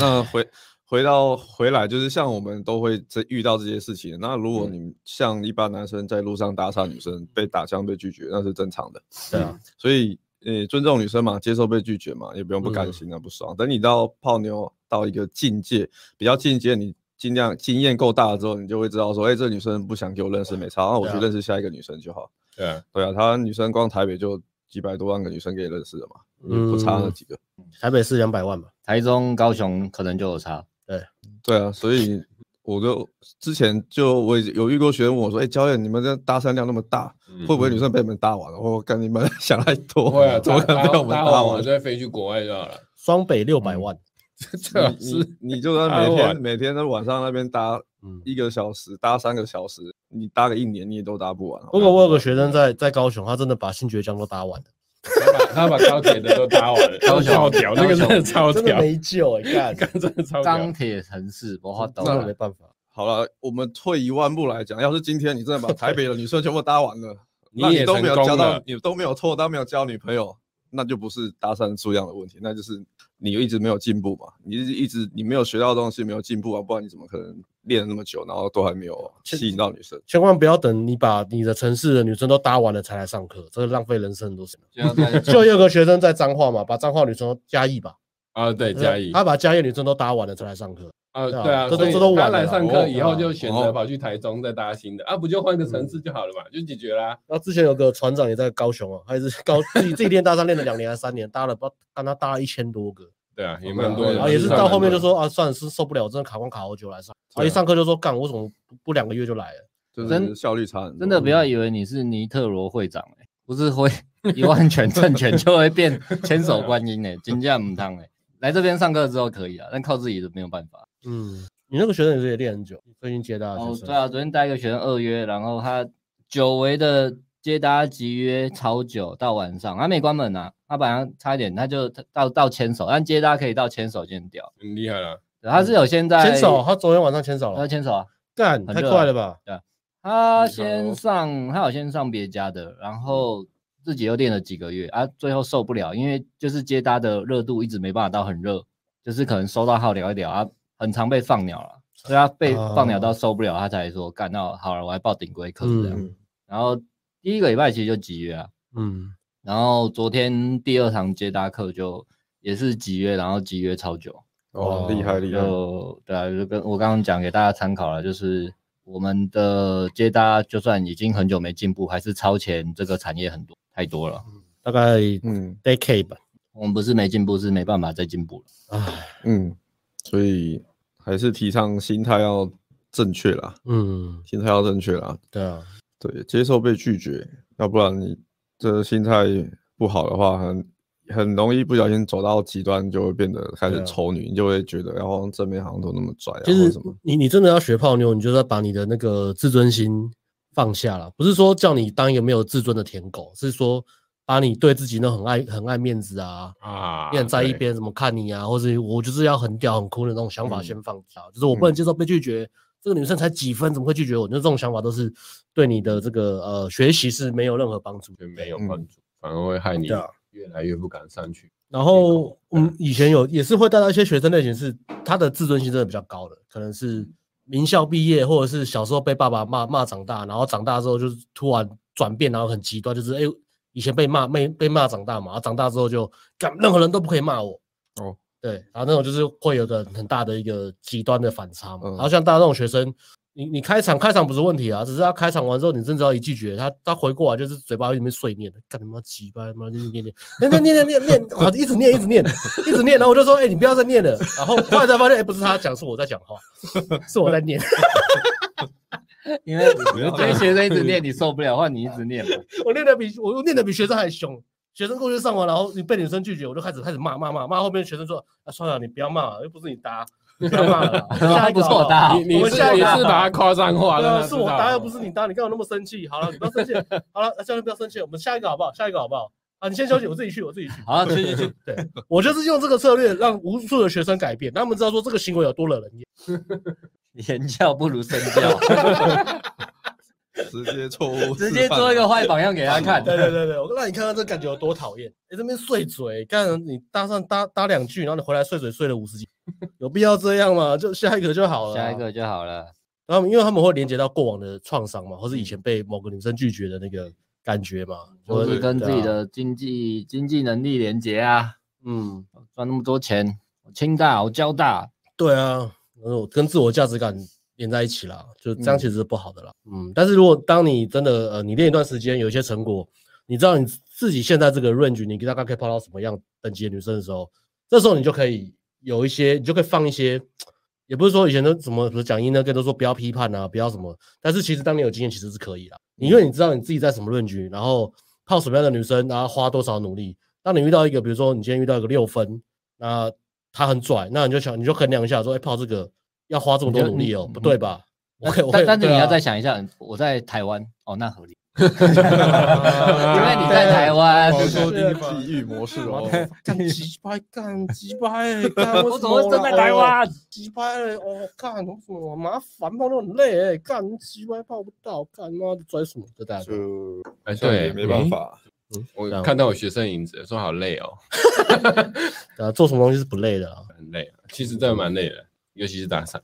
S4: 那回回到回来，就是像我们都会这遇到这些事情。那如
S3: 嗯
S4: 果你像一般男生在路上搭讪女生被打枪被拒绝，那是正常的。
S3: 对啊，
S4: 所以，呃，尊重女生嘛，接受被拒绝嘛，也不用不甘
S3: 嗯
S4: 心啊，不爽。等你到泡妞到一个境界，比较境界，你尽量经验够大了之后，你就会知道说，哎、这女生不想给我认识，没差，那我去
S3: 对啊
S4: 认识下一个女生就好。
S1: 对啊，
S4: 对啊，她女生光台北就几百多万个女生给你认识了嘛，
S3: 嗯
S4: 不差那几个。
S3: 台北市两百万嘛，
S2: 台中、高雄可能就有差。
S4: 对啊，所以我就之前就我也有遇过学生问我说，哎、教练，你们这搭讪量那么大，
S1: 嗯
S4: 会不会女生被你们搭完了？我跟你们 想太多，
S1: 不会啊，
S4: 怎么可能被
S1: 搭
S4: 我们
S1: 搭
S4: 搭
S1: 完
S4: 完
S1: 我？就会飞去国外就好了。
S3: 双北六百万，
S1: 这
S4: 你
S1: 啊是
S4: 你你就 算
S1: 搭
S4: 每
S1: 完
S4: 天每天都晚上那边搭
S3: 嗯，
S4: 一个小时，搭三个小时，你搭个一年你也都搭不完。哦
S3: 不过我有个学生在在高雄，他真的把新爵江都搭完了，
S1: 他把他把高铁的都搭完了，
S2: 高
S1: 超
S2: 雄
S1: 超屌，那个真的超屌，
S3: 救哎、干，
S1: 干真的超
S2: 钢
S1: 屌。
S2: 铁城市，我话懂
S3: 真的没办法。
S4: 好了，我们退一万步来讲，要是今天你真的把台北的女生全部搭完 了，那
S1: 你也
S4: 都没有
S1: 成功
S4: 交到
S1: 了，
S4: 你都没有脱单，没有交女朋友，那就不是搭讪数量的问题，那就是你一直没有进步嘛，你一直你没有学到东西，没有进步啊，不然你怎么可能练了那么久，然后都还没有吸引到女生？
S3: 千万不要等你把你的城市的女生都搭完了才来上课，这个浪费人生很多时间。
S1: 就像在
S3: 就有个学生在彰化嘛，把彰化女生都嘉义吧，
S1: 啊，对
S4: 呃
S1: 嘉义
S3: 他把嘉义女生都搭完了才来上课。
S1: 啊，
S3: 对啊
S1: 对啊，
S3: 这都
S1: 所以
S3: 这都晚
S1: 他
S3: 了
S1: 来
S3: 啦
S1: 上课以后
S3: 哦
S1: 就选
S4: 哦
S1: 择跑去台中再搭新的啊，不就换个城市就好了嘛，就解决啦。
S3: 那之前有个船长也在高雄啊，他也是高自己自己练大三练了两年还是三年，搭了不知道看他搭了一千多个，
S1: 对啊，也
S4: 哦
S1: 蛮
S4: 对
S1: 多
S4: 啊
S1: 的。
S3: 然后也是到后面就
S1: 算
S3: 说啊，算了，是受不了，真的卡关卡好久来上，然后
S4: 对
S3: 一
S4: 啊
S3: 上课就说干，我怎么不不两个月就来了？
S4: 就
S2: 真
S4: 是效率差很多嗯
S2: 真的不要以为你是尼特罗会长、欸，不是会 一万拳正拳就会变千手观音哎、欸，金价母汤哎。来这边上课之后可以啊，但靠自己都没有办法。
S3: 嗯，你那个学生也是也练很久，最近接搭的
S2: 哦
S3: 学，生。
S2: 对啊，嗯昨天带一个学生二约，然后他久违的接搭集约超久，到晚上他没关门啊，他晚上差一点他就到到牵手，但接搭可以到牵手间掉。
S1: 很厉害了，
S2: 对他是有先在
S3: 牵手，，他昨天晚上牵手
S2: 他
S3: 了，
S2: 牵手啊，
S3: 干
S2: 很
S3: 太
S2: 热
S3: 快
S2: 啊
S3: 了吧？
S2: 他
S1: 你
S2: 先
S1: 好
S2: 上，他有先上别家的，然后自己又练了几个月啊，最后受不了，因为就是接搭的热度一直没办法到很热，就是可能收到号聊一聊啊，很常被放鸟了，所以他被放鸟到受不了，他才说干到好了，我还报顶规课这样。
S3: 嗯
S2: 然后第一个礼拜其实就集约啊，
S3: 嗯，
S2: 然后昨天第二堂接搭课就也是集约，然后集约超久，
S4: 哦，厉害厉害，
S2: 就对啊，就跟我刚刚讲给大家参考了，就是我们的接搭就算已经很久没进步，还是超前这个产业很多太多了。
S3: 大概
S4: 嗯
S3: decade 吧。
S2: 我们不是没进步，是没办法再进步了。
S3: 唉，
S4: 嗯，所以还是提倡心态要正确啦，
S3: 嗯，
S4: 心态要正确啦，
S3: 对啊，
S4: 对，接受被拒绝，要不然你这心态不好的话，很很容易不小心走到极端，就会变得开
S3: 对
S4: 始
S3: 啊
S4: 丑女，你就会觉得，然后正面好像都那么拽、啊，
S3: 其
S4: 或者
S3: 实
S4: 什 么，
S3: 你你真的要学泡妞，你就是要把你的那个自尊心放下了，不是说叫你当一个没有自尊的舔狗，是说把你对自己那种很爱很爱面子啊，
S1: 啊，
S3: 你很在意
S1: 对
S3: 别人怎么看你啊，或者我就是要很屌很酷的那种想法
S4: 嗯
S3: 先放下，就是我不能接受被拒绝。这个女生才几分，怎么会拒绝我？那这种想法都是对你的这个呃学习是没有任何帮助的
S1: 就。没有帮助，反而会害你
S3: 对啊
S1: 越来越不敢上去。
S3: 然后我
S1: 对
S3: 们以前有也是会带到一些学生类型，是他的自尊心真的比较高的，可能是名校毕业，或者是小时候被爸爸骂骂长大，然后长大之后就是突然转变，然后很极端，就是哎、以前被骂被被骂长大嘛，然后长大之后就干任何人都不可以骂我。
S4: 哦，
S3: 对，然后那种就是会有个很大的一个极端的反差嘛。
S4: 嗯
S3: 然后像大家这种学生，你你开场开场不是问题啊，只是他开场完之后，你真只要一拒绝他，他回过来就是嘴巴里面碎念，干他妈鸡巴，他妈就是念念念念念念念， 我一直念一直念一直念，然后我就说，哎、你不要再念了。然后后来才发现，哎、不是他讲，是我在讲话，是我在念。
S2: 因为这些学生一直 念你受不了，换你一直念嘛。
S3: 我念的比我念的比学生还凶。学生过去上完，然后你被女生拒绝，我就开始开始骂骂骂骂。后面学生说：“啊，算了，你不要骂了，又不是你搭，你不要骂 了啦。下一
S2: 不
S3: 个
S2: 是
S3: 好
S2: 我
S3: 不好
S2: 搭好
S1: 你你
S3: 我们
S1: 是
S3: 下一
S1: 你
S3: 个
S1: 是把它夸张化，
S3: 对
S1: 让
S3: 啊，
S1: 他
S3: 是我
S1: 知道哦
S3: 搭又不是你搭，你干嘛那么生气？好了，你不要生气，好了，教练不要生气，我们下一个好不好？下一个好不好？啊，你先休息，我自己去，我自己去。
S2: 好，去去去，
S3: 对我就是用这个策略让无数的学生改变，让他们知道说这个行为有多惹人厌。
S2: 言教不如身 教，
S4: 啊直接错误，啊
S2: 直接做一个坏榜样给他看。
S3: 对对对对，我让你看看这感觉有多讨厌。你、这边碎嘴，看你搭上搭搭两句，然后你回来碎嘴碎了五十几，有必要这样吗？就下一个就
S4: 啊
S3: 好了、啊
S2: 下一，个就好了。
S3: 然后因为他们会连接到过往的创伤嘛，或是以前被某个女生拒绝的那个感觉嘛，
S2: 嗯或
S3: 或
S2: 者
S3: 者啊
S2: 是跟自己，的经济经济能力连结啊，
S3: 嗯，
S2: 赚那么多钱，我清大我交大，
S3: 对啊，然后跟自我价值感连在一起啦，就这样
S4: 嗯
S3: 其实是不好的啦。嗯，但是如果当你真的呃，你练一段时间，有一些成果，你知道你自己现在这个 range，你大概可以泡到什么样等级的女生的时候，这时候你就可以有一些，你就可以放一些，也不是说以前都怎么，比如讲英那个都说不要批判啊，不要什么，但是其实当你有经验，其实是可以啦。你
S2: 嗯
S3: 因为你知道你自己在什么 range，然后泡什么样的女生，然后花多少努力。当你遇到一个，比如说你今天遇到一个六分，那他很拽，那你就想，你就衡量一下，说，哎、泡这个要花这么多
S2: 你就
S3: 努力哦，
S2: 你
S3: 不对吧？我会我
S2: 但
S3: 会
S2: 但是
S3: 对
S2: 你
S3: 啊
S2: 要 再想一下，我在台湾哦，那合理，
S3: 啊
S2: 因为你在台湾，
S4: 黄
S3: 说
S4: 秋丁地狱模式哦，
S3: 干鸡巴，干鸡 巴欸，干
S2: 我怎么会生在台？
S3: 为什么啦哦
S2: 湾？
S3: 鸡巴欸，哦，干，我怎么麻烦泡都很累欸，干鸡巴泡不到，干妈的拽什么的，大家
S4: 就
S1: 哎，
S4: 对
S1: 对，
S4: 没办。法，
S1: 我看到我学生影子，说好累哦，
S3: 啊，做什么东西是不累的啊？
S1: 很累啊，其实真的蛮累的，尤其是打伞。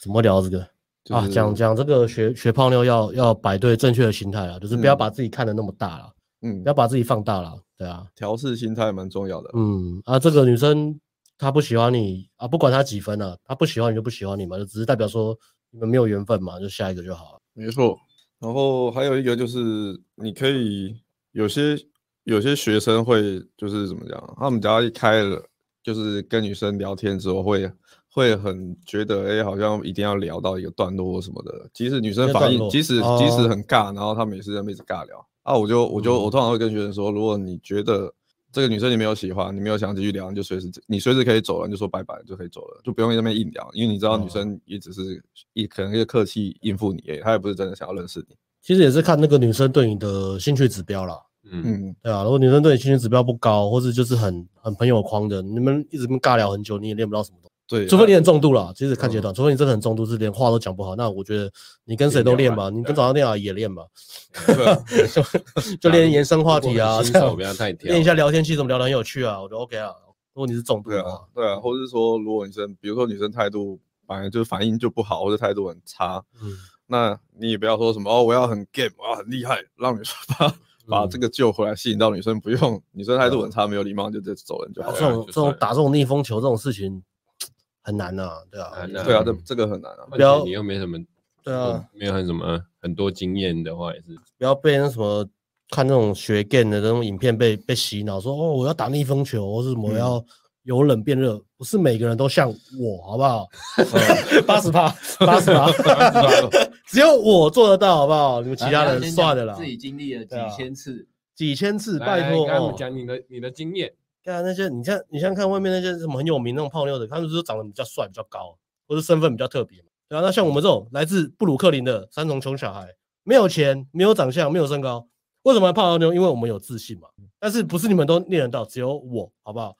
S3: 怎么聊这个啊？
S4: 就是
S3: 讲讲这个学学泡妞要要摆对正确的心态啊，就是不要
S4: 嗯
S3: 把自己看得那么大了，
S4: 嗯
S3: 不，要把自己放大了，对啊，
S4: 调试心态蛮重要的，
S3: 嗯啊，这个女生她不喜欢你啊，不管她几分啊，她不喜欢你就不喜欢你嘛，就只是代表说你们没有缘分嘛，就下一个就好了。
S4: 没错。然后还有一个就是，你可以有些有些学生会就是怎么讲，他们只要一开了，就是跟女生聊天之后会会很觉得，哎、好像一定要聊到一个段落或什么的。即使女生
S3: 一个
S4: 反
S3: 段
S4: 应，
S3: 落
S4: 即使即使
S3: 哦
S4: 很尬，然后他们也是在那边一直尬聊啊。我就我就
S3: 嗯
S4: 我通常会跟学生说，如果你觉得这个女生你没有喜欢，你没有想继续聊，你就随时你随时可以走了，你就说拜拜就可以走了，就不用在那边硬聊，因为你知道女
S3: 哦
S4: 生也只是一可能一个客气应付你而已，她也不是真的想要认识你。
S3: 其实也是看那个女生对你的兴趣指标啦，
S1: 嗯，
S4: 嗯，
S3: 对啊，如果女生对你兴趣指标不高，或是就是很很朋友框的，你们一直跟尬聊很久，你也练不到什么东西。
S4: 对，
S3: 除非你
S4: 啊
S3: 很重度啦，其实看
S1: 嗯
S3: 阶段，除非你真的很重度，是连话都讲不好，那我觉得你跟谁都练吧，你跟早上练啊也练吧，
S4: 对
S1: 嗯
S4: 啊
S3: 就就练延伸话题啊，
S1: 新手不要太挑
S3: 练一。下聊天气怎么聊得很有趣啊，我觉得 OK 啊。如果你是重度
S4: 对
S3: 的
S4: 啊
S3: 话，，
S4: 对啊，或是说，如果女生，比如说女生态度本来就反应就不好，或者态度很差，
S3: 嗯。
S4: 那你也不要说什么哦，我要很 game，我要很厉害，让女生把把这个救回来，吸引到女生，不用女生态度很差，没有礼貌就直接走人就好
S3: 这
S1: 对啊
S4: 了。
S3: 种
S1: 就
S3: 这种
S1: 算
S3: 打这种逆风球这种事情很难呐，对啊，
S1: 很难
S4: 对啊，这
S3: 嗯
S4: 这个很难啊。
S1: 而
S3: 不要
S1: 且你又没什么，
S3: 对啊，
S1: 没有很什么很多经验的话，也是
S3: 不要被那什么看那种学 game 的那种影片被被洗脑，说哦我要打逆风球，或是什么
S4: 嗯
S3: 我要由冷变热，不是每个人都像我，好不好？八十趴，八十趴， 只有我做得到，好不好？你们其他人算了啦
S2: 自，己经历了几
S3: 对啊
S2: 千次，
S3: 几千次，
S1: 来
S3: 拜托
S1: 来跟我
S3: 哦
S1: 们。讲你的你的经验，
S3: 看啊那些，你像你像看外面那些什么很有名那种泡妞的，他们就是长得比较帅、比较高，或是身份比较特别嘛。对啊，那像我们这种来自布鲁克林的三重穷小孩，没有钱、没有长相、没有身高，为什么要泡到妞？因为我们有自信嘛。
S1: 嗯
S3: 但是不是你们都练得到，只有我，好不好？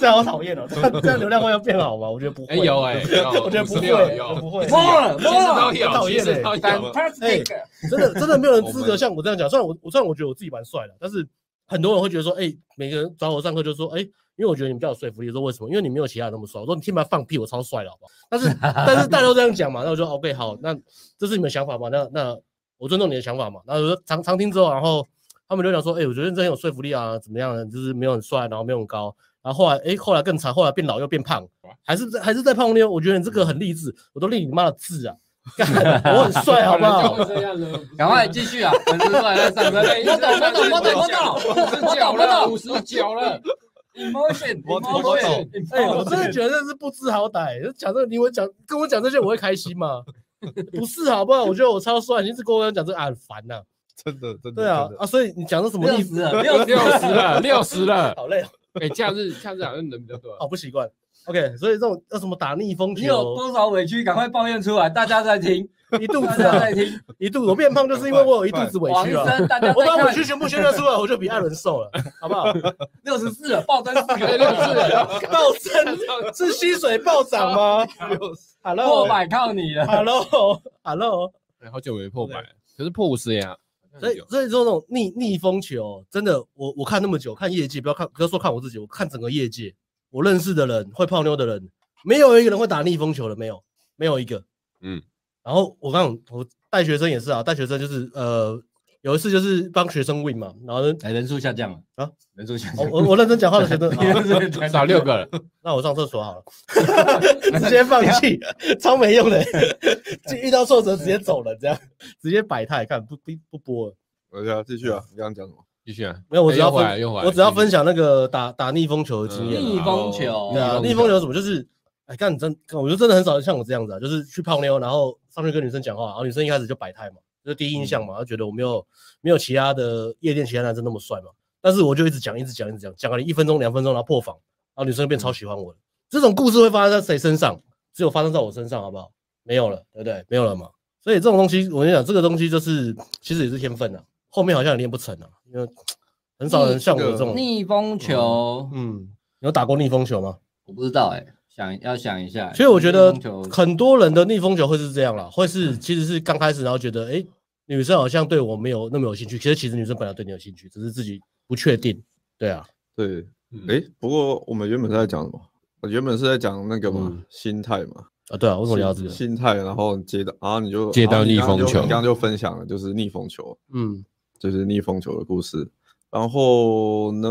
S3: 这样好讨厌哦，这样这样流量会要变好吗？我觉得不会，
S1: 哎有哎，
S3: 我
S1: 我
S3: 觉得不会，
S1: 有
S3: 我不会，
S1: 其实都有，
S3: 讨厌
S1: 其实
S3: 欸
S1: 都
S2: 但
S1: 有，
S3: 哎
S2: fantastic，
S3: 真的真的没有人资
S4: 我
S3: 格
S4: 们
S3: 像我这样讲。虽然我我虽然我觉得我自己蛮帅的，但是很多人会觉得说，哎、每个人找我上课就说，哎、因为我觉得你比较有说服力，说为什么？因为你没有其他人那么帅。我说你听吧，放屁，我超帅的，好不好？但 是但是大家都这样讲嘛，那我就 OK 好，那这是你们想法嘛？那那我尊重你的想法嘛。然后我就常常听之后，然后他们就讲说，哎、我觉得你这很有说服力啊，怎么样呢？就是没有很帅，然后没有很高。然后后来，哎，后来更惨，后来变老又变胖，还是在还是在胖妞。我觉得你这个很励志，我都立你妈的志 啊！干我很帅，好不好？
S1: 本来就会这样了？
S2: 赶快继续啊！粉丝过来上车，我懂，我懂，我懂，我懂，
S1: 五十九了，五十九了，
S2: emotion，
S4: 我懂
S1: 我
S2: emotion，
S1: 懂
S3: 哎、我真的觉得是不知好歹。讲这个，你我讲跟我讲这些，我会开心吗？不是，好不好？我觉得我超帅，你一直跟我讲这个啊，很烦呐、
S4: 真的真的，
S3: 对啊
S4: 真，的
S3: 啊，所以你讲的什么
S2: 六
S3: 逆
S2: 十了，六十
S1: 六十了，六十了。
S3: 好累哦，
S1: 哎，假日假日好像人比较多
S3: 哦
S1: 啊。
S3: 好不习惯。OK，所以这种要什么打逆风
S2: 你有
S3: 球，
S2: 多少委屈，赶快抱怨出来，大家在听，
S3: 一肚
S2: 大
S3: 子
S2: 家
S3: 啊，
S2: 在听，
S3: 一肚子我变胖就是因为我有一肚 子委
S2: 王
S3: 屈
S2: 医
S3: 啊。
S2: 生，大家
S3: 我
S2: 在
S3: 把委
S2: 看
S3: 屈，全部宣泄出来，我就比艾伦瘦了，好不好？
S2: 六十四了，暴增四
S1: 哎
S2: 个，六
S1: 六十
S2: 十四了，
S1: 了，
S3: 暴增是薪水暴涨吗
S2: 破
S3: ？Hello，Hello，Hello。
S2: 百靠你了。
S3: Hello，Hello
S1: 哎好久没破百了，可是破五十啊呀。
S3: 所以所以说那种逆逆风球，哦真的，我我看那么久，看业界，不要看不要说看我自己，我看整个业界，我认识的人会泡妞的人，没有一个人会打逆风球的，没有，没有一个。
S1: 嗯，
S3: 然后我刚刚我带学生也是啊，带学生就是呃，有一次就是帮学生 win 嘛，然后呢
S2: 哎，人数下降了
S3: 啊，
S2: 人数 下
S3: 我
S2: 降
S3: 我我认真讲话的学 生，好
S2: 了，
S1: 少六个了，
S3: 那我上厕所好了，直接放弃，超没用的， 就遇到挫折直接走了，这样直接摆态，看不不不播了。
S4: 我下继续啊，你刚刚讲什么？
S1: 继续啊。
S3: 没有，我只要
S1: 哎又回
S3: 分，
S1: 来又回来嗯
S3: 我只要分享那个打打逆风球的经验啊。
S2: 逆风球
S3: 对啊，
S1: 嗯
S3: 逆风流什么？就是，哎，干你真，干我就真的很少像我这样子啊，就是去泡妞，然后上去跟女生讲话，然后女生一开始就摆态嘛，就是第一印象嘛，她觉得我没有没有其他的夜店其他男生那么帅嘛，但是我就一直讲，一直讲，一直讲，讲了一分钟两分钟，然后破防，然后女生就变超喜欢我了。这种故事会发生在谁身上？只有发生在我身上，好不好？没有了，对不对？没有了嘛。所以这种东西，我跟你讲，这个东西就是其实也是天分啊，后面好像也练不成啊，因为很少
S2: 嗯
S3: 人像我这种。
S2: 逆风球，
S3: 嗯，你有打过逆风球吗？
S2: 我不知道哎，想要想一下。
S3: 所以我觉得
S2: 逆风球嗯
S3: 很多人的逆风球会是这样啦，会是其实是刚开始，然后觉得哎、诶女生好像对我没有那么有兴趣。其实其实女生本来对你有兴趣，只是自己不确定。对啊，
S4: 对，
S1: 嗯
S4: 哎、不过我们原本是在讲什么？我原本是在讲那个嘛，
S3: 嗯
S4: 心态嘛，
S3: 啊对啊，为什么聊这
S4: 心
S3: 个？
S4: 心态，然后你接到，然后你就啊
S1: 接到
S4: 然后你
S1: 逆风
S4: 刚刚就
S1: 球
S4: 你刚刚就分享了，就是逆风球，
S3: 嗯
S4: 就是逆风球的故事。然后呢，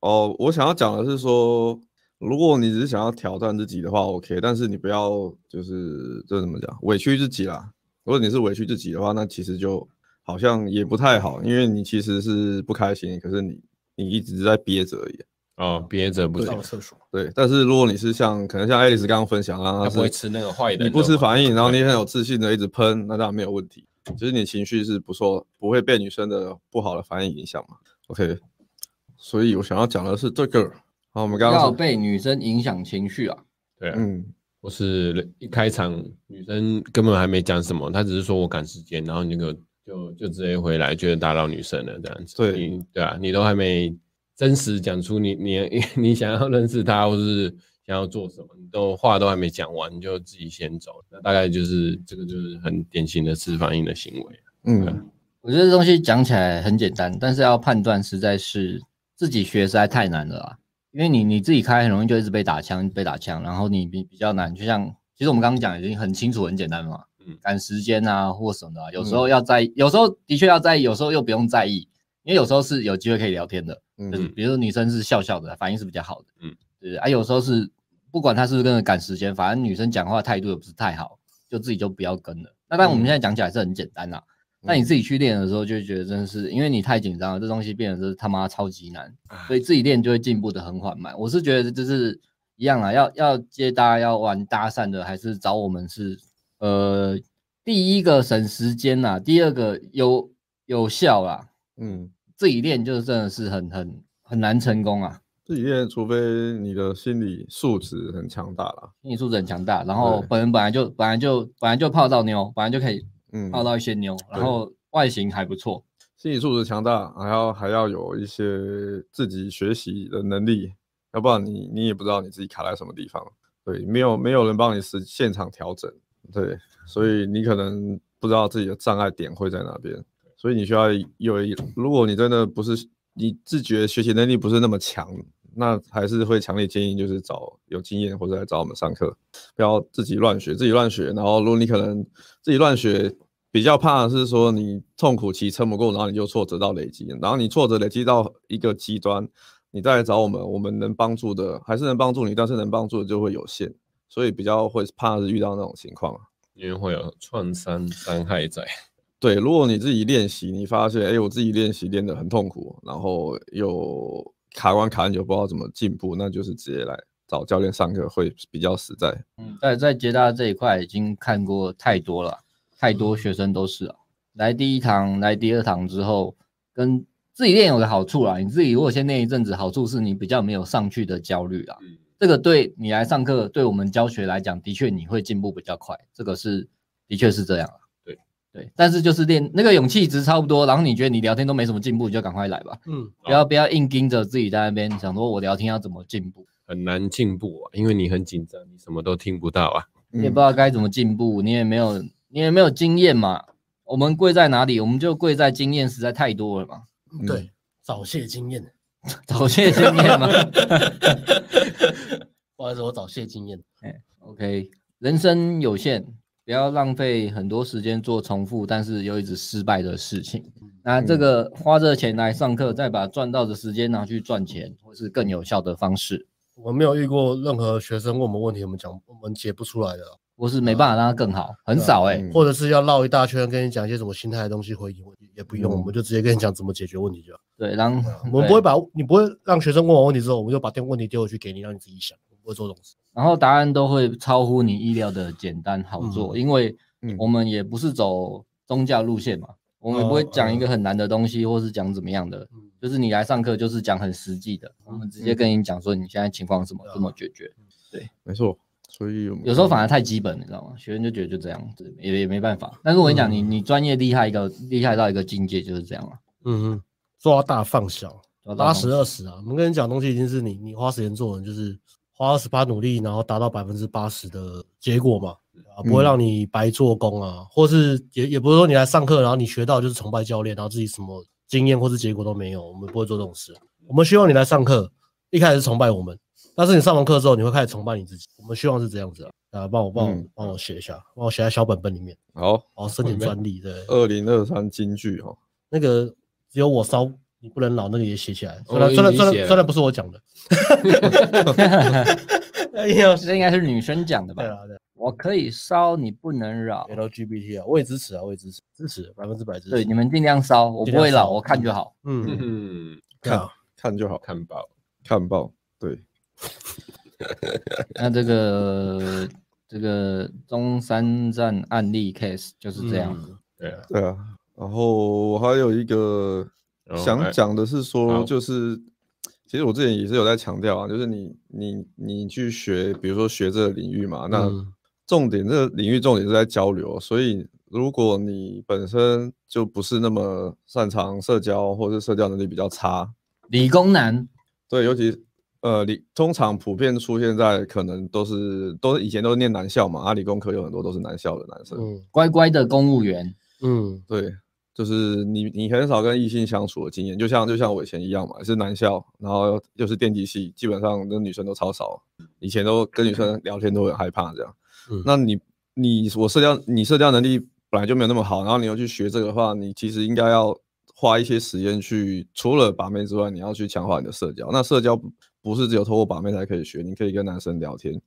S4: 哦，我想要讲的是说，如果你只是想要挑战自己的话，OK，但是你不要就是这怎么讲，委屈自己啦。如果你是委屈自己的话，那其实就好像也不太好，因为你其实是不开心，可是你你一直在憋着而已。
S1: 哦，憋着不
S3: 上
S1: 行
S3: 个，厕所。
S4: 对，但是如果你是像可能像爱丽丝刚刚分享啊，
S1: 他
S4: 她
S1: 不会
S4: 是
S1: 吃那个坏的。
S4: 你不吃反应，然后你很有自信的一直喷，那当然没有问题。其实你情绪是不错，不会被女生的不好的反应影响嘛。OK，所以我想要讲的是这个。好，我们刚
S2: 要
S4: 刚说，
S2: 被女生影响情绪啊，
S1: 对啊，
S4: 嗯，
S1: 我是一开场女生根本还没讲什么，她只是说我赶时间，然后你就给我就就直接回来，觉得打扰女生了这样子。
S4: 对
S1: 你对啊，你都还没真实讲出你你 你想要认识她，或是想要做什么，你都话都还没讲完，你就自己先走，那大概就是这个就是很典型的吃反应的行为。啊
S4: 嗯，
S2: 我觉得这东西讲起来很简单，但是要判断实在是自己学实在太难了啊。因为你你自己开很容易就一直被打枪，被打枪，然后你比比较难，就像其实我们刚刚讲已经很清楚很简单了嘛，
S1: 嗯
S2: 赶时间啊或什么的啊、有时候要在意，有时候的确要在意，有时候又不用在意，因为有时候是有机会可以聊天的，
S4: 嗯
S2: 就是比如说女生是笑笑的，反应是比较好的，
S1: 嗯
S2: 嗯，对啊，有时候是不管她是不是跟着赶时间，反正女生讲话态度也不是太好，就自己就不要跟了。那但我们现在讲起来是很简单啦、那
S4: 嗯
S2: 你自己去练的时候，就觉得真的是，因为你太紧张了，这东西变得是他妈超级难，所以自己练就会进步的很缓慢。我是觉得就是一样啊，要要接搭要玩搭讪的，还是找我们是呃第一个省时间啦，第二个有有效啦，
S4: 嗯，
S2: 自己练就真的是很很很难成功啊，
S4: 自己练，除非你的心理素质很强大啦。
S2: 心理素质很强大，然后
S4: 对
S2: 本人本来就本来就本来就泡到妞，本来就可以
S4: 嗯，
S2: 泡到一些妞，然
S4: 对
S2: 后外形还不错，
S4: 心理素质强大，还要还要有一些自己学习的能力，要不然你你也不知道你自己卡在什么地方。对，没有没有人帮你实现场调整，对，所以你可能不知道自己的障碍点会在哪边，所以你需要有一，如果你真的不是你自觉学习能力不是那么强，那还是会强烈建议就是找有经验或者来找我们上课，不要自己乱学，自己乱学，然后如果你可能自己乱学，比较怕的是说你痛苦期撑不过，然后你就挫折到累积，然后你挫折累积到一个极端，你再来找我们，我们能帮助的还是能帮助你，但是能帮助的就会有限，所以比较会怕是遇到那种情况啊。
S1: 因为会有创伤伤害在。
S4: 对，如果你自己练习，你发现，哎、我自己练习练得很痛苦，然后又卡关卡很久，不知道怎么进步，那就是直接来找教练上课会比较实在。
S2: 嗯，在在捷达这一块已经看过太多了，太多学生都是啊。来第一堂，来第二堂之后，跟自己练有个好处啦。你自己如果先练一阵子，好处是你比较没有上去的焦虑啊。
S1: 嗯，
S2: 这个对你来上课，对我们教学来讲，的确你会进步比较快，这个是的确是这样啊。
S1: 对
S2: 对，但是就是练那个勇气值差不多，然后你觉得你聊天都没什么进步，你就赶快来吧，
S3: 嗯，
S2: 不要不要硬盯着自己在那边想说我聊天要怎么进步。
S1: 很难进步啊，因为你很紧张，你什么都听不到啊。
S2: 你也
S4: 嗯
S2: 不知道该怎么进步，你也没有，你也没有经验嘛。我们贵在哪里？我们就贵在经验实在太多了嘛，
S4: 嗯
S3: 对，早泄 经验。
S2: 早泄经 验嘛。
S3: 不好意思，我早泄经验。
S2: OK，人生有限，不要浪费很多时间做重复但是又一直失败的事情。
S3: 嗯
S2: 那这个花这钱来上课，再把赚到的时间拿去赚钱，或是更有效的方式，
S3: 我没有遇过任何学生问我们问题，我们讲我们解不出来的哦，
S2: 或是没办法让它更好，
S3: 啊
S2: 很少哎、
S4: 嗯
S3: 或者是要绕一大圈跟你讲一些什么心态的东西回应问题，也不用，
S4: 嗯
S3: 我们就直接跟你讲怎么解决问题就好。
S2: 对，然后
S3: 我们不会把你不会让学生问完问题之后，我们就把电问题丢回去给你，让你自己想，我们不会做这种事。
S2: 然后答案都会超乎你意料的简单好做，因为
S4: 嗯
S2: 我们也不是走宗教路线嘛，我们也不会讲一个很难的东西，或是讲怎么样的，
S3: 嗯，
S2: 就是你来上课就是讲很实际的，我们直接跟你讲说你现在情况是怎么
S3: 对啊
S2: 怎么解决，
S4: 没错，所以我们
S2: 有时候
S4: 可
S2: 反
S4: 能
S2: 而太基本，你知道吗？学生就觉得就这样，也也没办法。但是我跟你讲，你你专业厉害一个厉害到一个境界就是这样了、
S3: 嗯哼，抓大放小，
S2: 啊，
S3: 八十二十啊！我们跟你讲的东西已经是你你花时间做的，就是花二十八努力，然后达到百分之八十的结果嘛，啊，不会
S4: 嗯
S3: 让你白做工啊，或是也也不是说你来上课，然后你学到就是崇拜教练，然后自己什么经验或是结果都没有，我们不会做这种事。啊我们希望你来上课，一开始是崇拜我们，但是你上完课之后，你会开始崇拜你自己。我们希望是这样子啊，啊，帮我帮我
S4: 嗯
S3: 帮我写一下，帮我写在小本本里面，
S4: 好，
S3: 然后申请专利，对，
S4: 二零二三哦金句哈，
S3: 那个只有我烧。你不能老那个也写起来，虽
S1: 哦
S3: 然虽然虽
S1: 已经
S3: 然
S1: 写了
S3: 虽然不是我讲的，哎呀，
S2: 这应该是女生讲的吧
S3: 对？啊，对啊
S2: 我可以烧，你不能扰。
S3: ，LGBT 啊，我也支持啊，我也支持，支持百分之百支持。
S2: 对，你们尽量烧，我
S3: 尽
S2: 不
S3: 量
S2: 会老，
S3: 烧
S2: 我看就好。
S3: 嗯，
S1: 嗯，
S3: 对啊，
S4: 看就好，
S1: 看报
S4: 看报。对，
S2: 那这个这个中山站案例 case 就是这样。
S3: 嗯
S1: 对啊，
S4: 对啊。然后我还有一个
S1: 然后
S4: 想
S1: 哎
S4: 讲的是说，
S1: 好
S4: 就是其实我之前也是有在强调啊，就是你你你去学，比如说学这个领域嘛，那
S3: 嗯
S4: 重点这个领域重点是在交流，所以如果你本身就不是那么擅长社交，或是社交能力比较差，
S2: 理工男，
S4: 对，尤其呃理通常普遍出现在可能都是都是以前都是念男校嘛，啊理工科有很多都是男校的男生，
S3: 嗯
S2: 乖乖的公务 员，
S3: 嗯
S4: 对，就是你你很少跟异性相处的经验，就像就像我以前一样嘛，是男校，然后又是电机系，基本上那女生都超少，以前都跟女生聊天都很害怕这样。
S3: 嗯
S4: 那你你我社交你社交能力本来就没有那么好，然后你又去学这个的话，你其实应该要花一些时间去，除了把妹之外，你要去强化你的社交。那社交不不是只有透过把妹才可以学，你可以跟男生聊天，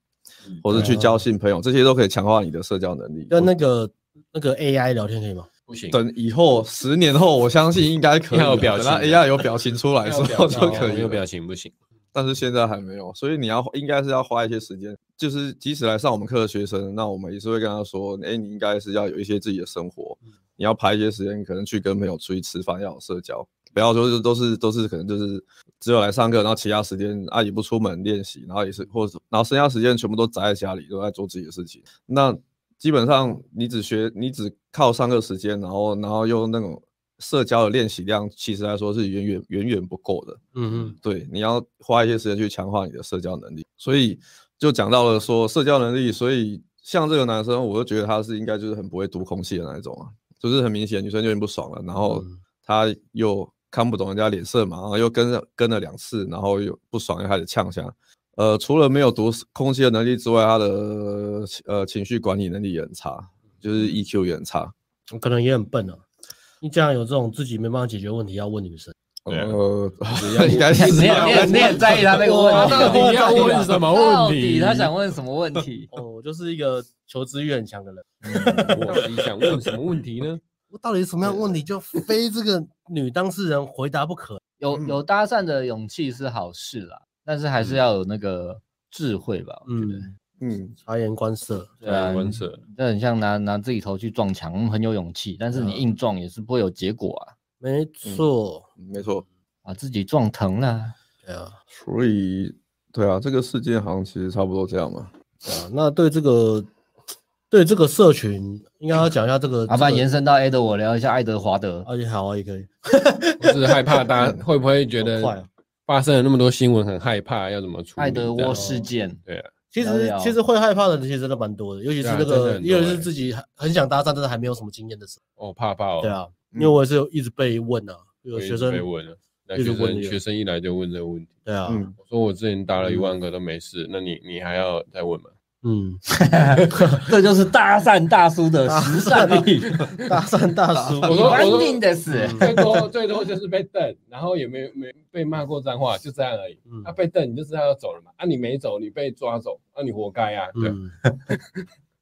S4: 或者去
S3: 对啊
S4: 交新朋友，这些都可以强化你的社交能力。
S3: 跟那个那个 AI 聊天可以吗？
S1: 不行，啊
S4: 等以后十年后，我相信应该可以
S1: 要有
S4: 了。
S1: 表
S4: 等到
S1: 情
S4: AI 有表情出来
S1: 要
S4: 之
S1: 有表
S4: 后就
S1: 情哦
S4: 可以
S1: 没有
S4: 了
S1: 表情不行。
S4: 但是现在还没有，所以你要应该是要花一些时间，就是即使来上我们课的学生，那我们也是会跟他说，哎、你应该是要有一些自己的生活，你要排一些时间，可能去跟朋友出去吃饭，要有社交，不要就是都是都是可能就是只有来上课，然后其他时间啊也不出门练习，然后也是或者然后剩下时间全部都宅在家里，都在做自己的事情，那基本上你只学你只靠上课时间，然后然后用那种社交的练习量，其实来说是远远远远不够的。
S3: 嗯
S4: 对，你要花一些时间去强化你的社交能力。所以就讲到了说社交能力，所以像这个男生，我就觉得他是应该就是很不会读空气的那一种啊，就是很明显女生就很不爽了，然后
S3: 嗯
S4: 他又看不懂人家脸色嘛，然后又跟了跟了两次，然后又不爽又开始呛下。呃，除了没有读空气的能力之外，他的呃情绪管理能力也很差，就是 EQ 也很差。
S3: 哼，可能也很笨啊。你这样有这种自己没办法解决问题要问女生，？
S5: 对啊
S4: 呃， 应 该是
S2: 你也你
S1: 啊
S2: 也你也在意他那个问题
S1: 哇到
S2: 啊？
S1: 底要问什么
S2: 到
S1: 问
S2: 底
S1: 题？
S2: 他想问什么问题
S3: 哦，我就是一个求知欲很强的人，
S1: 嗯我到底想问什么问题 呢？
S3: 我到底是什么样的问题就非这个女当事人回答不可。
S2: 有
S1: 嗯
S2: 有搭讪的勇气是好事啦，但是还是要有那个智慧吧。我觉得，
S3: 嗯，
S4: 嗯，
S3: 察言观色，
S2: 对啊，
S1: 温扯，
S2: 这很像拿拿自己头去撞墙，嗯很有勇气，但是你硬撞也是不会有结果啊，
S3: 没
S1: 嗯
S3: 错。
S4: 没错。
S2: 把自己撞疼了。
S3: 对啊，
S4: 所以，对啊，这个世界好像其实差不多这样嘛。
S3: 对啊。那对这个对这个社群，应该要讲一下这个。
S1: 呃
S2: 麻啊烦延
S3: 色，
S2: 伸到 A 的我聊一下爱德华德，
S1: 哦
S3: 而且好啊，也可以。
S1: 我是害怕大 家会不会觉
S3: 好快哦
S1: 得发生了那么多新闻很害怕，要怎么处理？
S2: 爱德
S1: 这样
S2: 沃事件。
S1: 对啊，
S3: 其
S2: 聊
S3: 实
S2: 聊
S3: 其实会害怕的人其实真的蛮多的，尤其是
S1: 对啊
S3: 那
S1: 真的
S3: 个，
S1: 很多
S3: 尤其是
S1: 欸
S3: 自己很很想搭讪，但是还没有什么经验的时候。
S1: 哦，怕怕哦。
S3: 对，啊，因为我也是有一直被问啊，有学生
S1: 被问了，那
S3: 一直
S1: 学
S3: 问
S1: 生
S3: 这个
S1: 学生一来就问这个问题。
S3: 对啊，
S4: 嗯，
S1: 我说我之前打了一万个都没事，那你你还要再问吗？
S3: 嗯，
S2: 这就是搭讪大叔的时尚力，
S3: 大三大叔，
S1: 欸我说我说
S2: 的是
S3: 嗯
S1: 最多最多就是被瞪，然后也没没被骂过脏话，就这样而已。
S3: 嗯
S1: 他、被瞪你就知道要走了嘛，啊你没走，你被抓走，那、你活该啊。对、
S3: 嗯，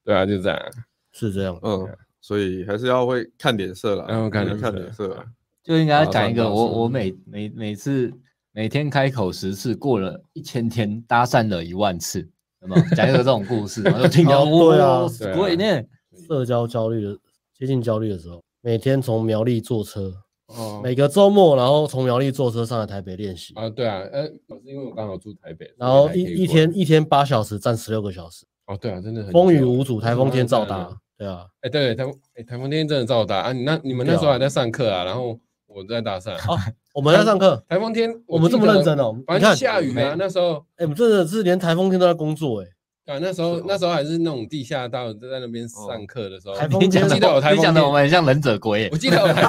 S1: 对啊，就这样啊。
S3: 是这样，
S4: 嗯，所以还是要会看脸色啦，
S1: 要哎看
S4: 对
S1: 脸
S4: 看
S1: 色
S4: 脸色啦。
S2: 就应该讲一
S4: 搭讪大
S2: 个
S4: 叔
S2: 我我每每每次每天开口十次，过了一千天搭讪了一万次，有没有？讲一个这种故事，我就听到
S3: 哦对啊
S2: 哇すごいね，
S3: 社交焦虑的接近焦虑的时候，每天从苗栗坐车，
S1: 哦
S3: 每个周末然后从苗栗坐车上来台北练习，
S1: 啊对啊，呃，是因为我刚好住台北，
S3: 然后
S1: 所
S3: 一
S1: 以还可以过
S3: 一天一天八小时站十六个小时，
S1: 哦对啊，真的很
S3: 风雨
S1: 久嗯
S3: 无阻，台风天照。
S1: 真的很久
S3: 搭，对啊，
S1: 哎、对，台风哎台风天真的照打啊！你那你们那时候还在上课啊，然后我在搭讪。
S3: 哦，我们在上课，
S1: 台风天
S3: 我们这么认真
S1: 哦，
S3: 哦，
S1: 反
S3: 你
S1: 正
S3: 看
S1: 下雨啊，那时候
S3: 哎，我们真的是连台风天都在工作哎，
S1: 啊那时候那时候还是哦那种地下道，就在那边上课的时候，
S3: 台风
S2: 你讲
S1: 我
S2: 的
S1: 记得有台
S2: 你
S1: 风
S2: 讲的我
S1: 天。
S2: 们很像忍者龟耶
S1: 我，记得我还，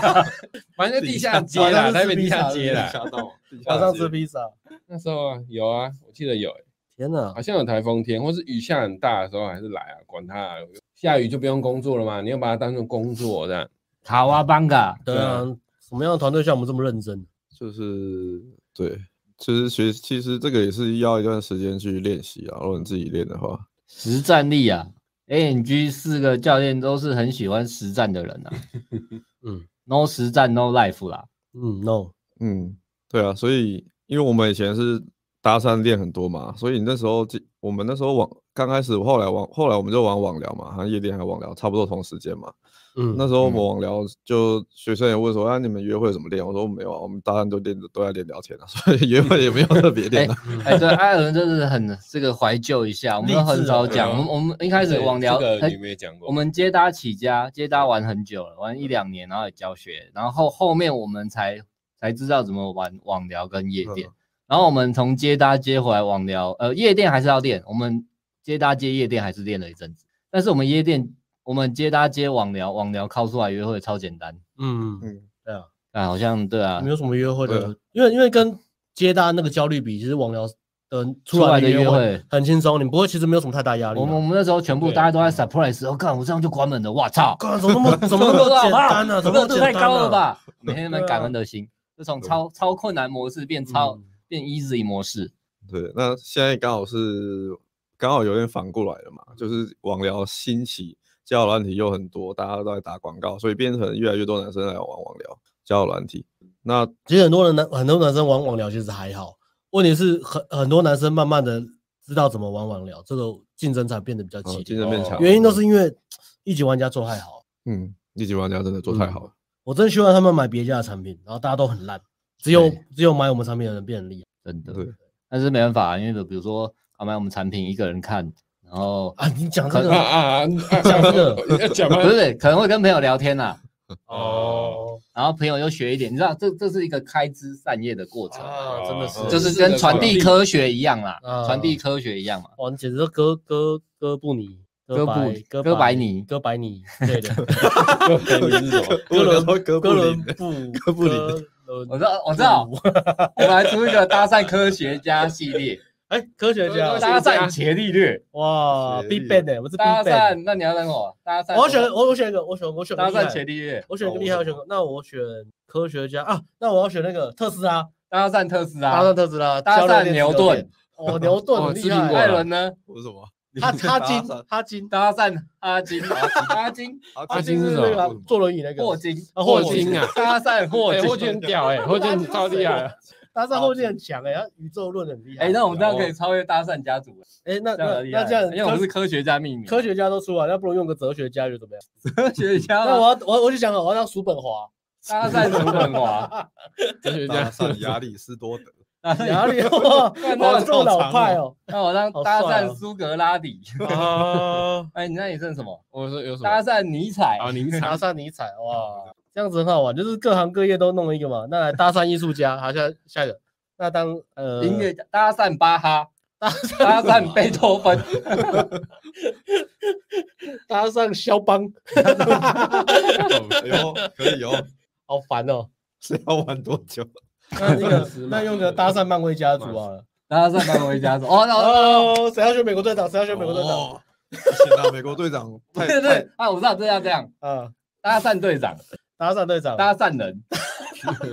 S1: 反正就地下街
S3: 好像
S1: 啦，
S3: 是
S1: 台北地
S3: 吃
S1: 下
S3: 披萨
S1: 街啦。
S3: 晚上吃披萨，
S1: 那时候啊，有啊，我记得有、
S3: 天哪
S1: 好，像有台风天，或是雨下很大的时候，还是来啊，管它、啊，下雨就不用工作了嘛，你要把它当成工作这样。
S2: 卡哇邦嘎，
S3: 对啊，什么样的团队像我们这么认真？
S4: 就是对，其实学其实这个也是要一段时间去练习啊。如果你自己练的话，
S2: 实战力啊！ANG 四个教练都是很喜欢实战的人啊，
S3: 嗯
S2: ，no 实战 no life 啦，
S3: 嗯，no，
S4: 嗯，对啊，所以因为我们以前是搭讪练很多嘛，所以你那时候记我们那时候网刚开始，后来网后来我们就玩网聊嘛，好像夜店还有网聊差不多同时间嘛。
S3: 嗯，
S4: 那时候我们网聊就学生也问说，啊你们约会怎么练？我说没有啊，我们搭讪都练都在练聊天啊， 所以约会也没有特别 练啊。
S2: 哎，对，艾伦真的是很这个怀旧一下，我们
S3: 励志
S2: 很早
S3: 哦
S2: 讲，我们我们一开始
S1: 对
S2: 网聊
S1: 这个
S2: 很
S1: 你没讲过，
S2: 我们接搭起家，接搭玩很久了，玩一两年，然后也教学，然后后面我们才才知道怎么玩网聊跟夜店。然后我们从接搭接回来网聊，呃，夜店还是要练，我们接搭接夜店还是练了一阵子，但是我们夜店，我们接搭接网聊，网聊靠出来约会超简单，
S3: 嗯，
S4: 嗯，
S3: 对啊，
S2: 啊，好像对啊
S3: 没，有什么约会
S4: 对
S3: 的
S4: 啊，
S3: 因为因为跟接搭那个焦虑比，其实网聊的出
S2: 出来
S3: 来
S2: 的
S3: 的
S2: 约
S3: 约会
S2: 会。
S3: 很轻松，你不会其实没有什么太大压力啊。
S2: 我们我们那时候全部
S1: 对
S2: 大家都在 surprise，哦，干，我这样就关门了，哇操！
S3: 干怎么那么怎么那么简单呢？怎么那
S2: 热度
S3: 么简
S2: 太
S3: 单
S2: 高了
S3: 啊？
S2: 吧？ 每天们感恩的心，就从超超困难模式变超
S3: 嗯
S2: 变 easy 模式。
S4: 对，那现在刚好是刚好有点反过来了嘛，就是网聊兴起，交友软体又很多，大家都在打广告，所以变成越来越多男生来玩网聊交友软体。那
S3: 其实很多人男很多男生玩网聊其实还好，问题是很很多男生慢慢的知道怎么玩网聊，这个竞争才变得比
S2: 哦
S3: 较激
S4: 嗯
S3: 烈。
S4: 竞争变强，
S3: 哦原因都是因为一级玩家做太好，
S4: 嗯，一级玩家真的做太
S3: 嗯
S4: 好了。
S3: 我真希望他们买别家的产品，然后大家都很烂，只有
S2: 对
S3: 只有买我们产品的人变得厉
S2: 真的
S4: 对。
S3: 嗯
S2: 但是没办法，因为比如说他买我们产品一个人看，然后
S3: 害啊！你讲这
S1: 啊
S3: 个
S1: 啊啊！
S3: 讲 真的
S1: 要讲吗
S2: 不？是可能会跟朋友聊天啦、
S3: 哦
S2: 然后朋友又学一点，你知道这这是一个开枝散叶的过程，
S3: 啊，真的是
S2: 就是跟传递科学一样啦，
S3: 啊
S2: 传递科学一样嘛。
S3: 哇，哦你简直是哥哥哥布尼。
S2: 哥布
S3: 白哥
S2: 哥白尼
S3: 哥白 尼之类的，
S1: 你啊是什么？
S3: 哥伦
S4: 哥
S3: 哥
S4: 布
S3: 伦
S4: 林，
S3: 布
S4: 哥布林
S3: 伦
S2: 我知道，我知道，
S3: 嗯
S2: 我们来出一个搭讪科学家系列，
S3: 哎，科学家
S1: 科学
S2: 搭
S1: 家
S2: 讪伽利略，
S3: 哇
S4: 学历
S3: ，Big Bang 哎，我是 Big
S2: 搭
S3: Bang，
S2: 讪，那你要让我搭讪，
S3: 我选我我选一个，我选我 选个
S2: 搭
S3: 厉害
S2: 讪伽利略，
S3: 我选一个
S4: 哦
S3: 厉害，
S4: 我
S3: 我选个那我选科学家啊，那我要选那个特斯拉，
S2: 搭讪特斯
S3: 搭
S2: 拉
S3: 讪，特斯拉，
S2: 搭
S3: 交流
S2: 讪
S3: 电
S2: 牛
S3: 池流
S2: 顿
S3: 电，，哦，牛顿
S1: 哦
S3: 很
S1: 吃
S3: 厉
S1: 苹
S3: 害
S1: 果
S2: 艾
S3: 哎，
S1: 了
S2: 伦呢？
S4: 我是什么？
S3: 他他
S4: 搭
S3: 金
S4: 讪
S3: 他金
S2: 搭讪哈 金，哈金，
S1: 他
S4: 他
S1: 金
S4: 今
S1: 是
S3: 是
S1: 什
S4: 是
S1: 么
S3: 那个啊坐轮椅那个
S2: 霍金，
S3: 啊
S1: 霍
S3: 霍
S1: 金
S3: 金
S1: 啊，
S2: 搭讪霍
S1: 哎，霍
S2: 金。
S1: 金很屌哎，霍金超厉害啊，
S3: 搭讪后劲很强哎，他宇宙论很厉害。
S2: 哎，那我们这样可以超越搭讪家族，
S3: 哎那
S2: 这样
S3: 哦那
S2: 很厉害
S3: 那这样
S2: 因为我们
S3: 科
S2: 是科学家命名，
S3: 科学家都出来，那不如用个哲学家又怎么样？
S2: 科学家
S3: 那
S2: 嘛，
S3: 我要我我就想好，我要当叔本 华，
S2: 搭讪叔 本华，
S1: 科学
S4: 搭
S1: 家
S4: 讪亚里士多德，
S2: 搭
S3: 哪
S2: 讪
S3: 里？啊 哇，我这么老派哦。
S2: 那我让
S3: 好
S2: 搭
S3: 帅
S2: 讪
S3: 哦
S2: 苏格拉底，
S3: 啊，
S2: 哎，你那你剩什么？
S1: 我说有什
S2: 搭
S1: 么？
S2: 讪尼采，
S1: 啊，您
S3: 搭
S1: 查
S3: 讪尼采 哇，这样子很好玩，就是各行各业都弄一个嘛。那来搭讪艺术家，好，下下一个，那当呃
S2: 音乐家，搭讪巴哈，搭讪贝多芬，
S3: 搭讪肖邦，
S4: 哎呦，可以哦，
S3: 好烦哦。
S4: 是要玩多久？
S3: 那那个
S1: 是
S3: 那用个搭讪漫威家族好 了。
S2: 搭讪漫威家族。哦，那我
S3: 哦，谁要选美国队长？谁要选美国队长？
S4: 哦，不行啊，美国队长 太
S2: 对
S4: 太
S2: 对啊，我知道这要这样，
S3: 啊，
S2: 搭讪队长，
S3: 搭讪队长，
S2: 搭讪 人，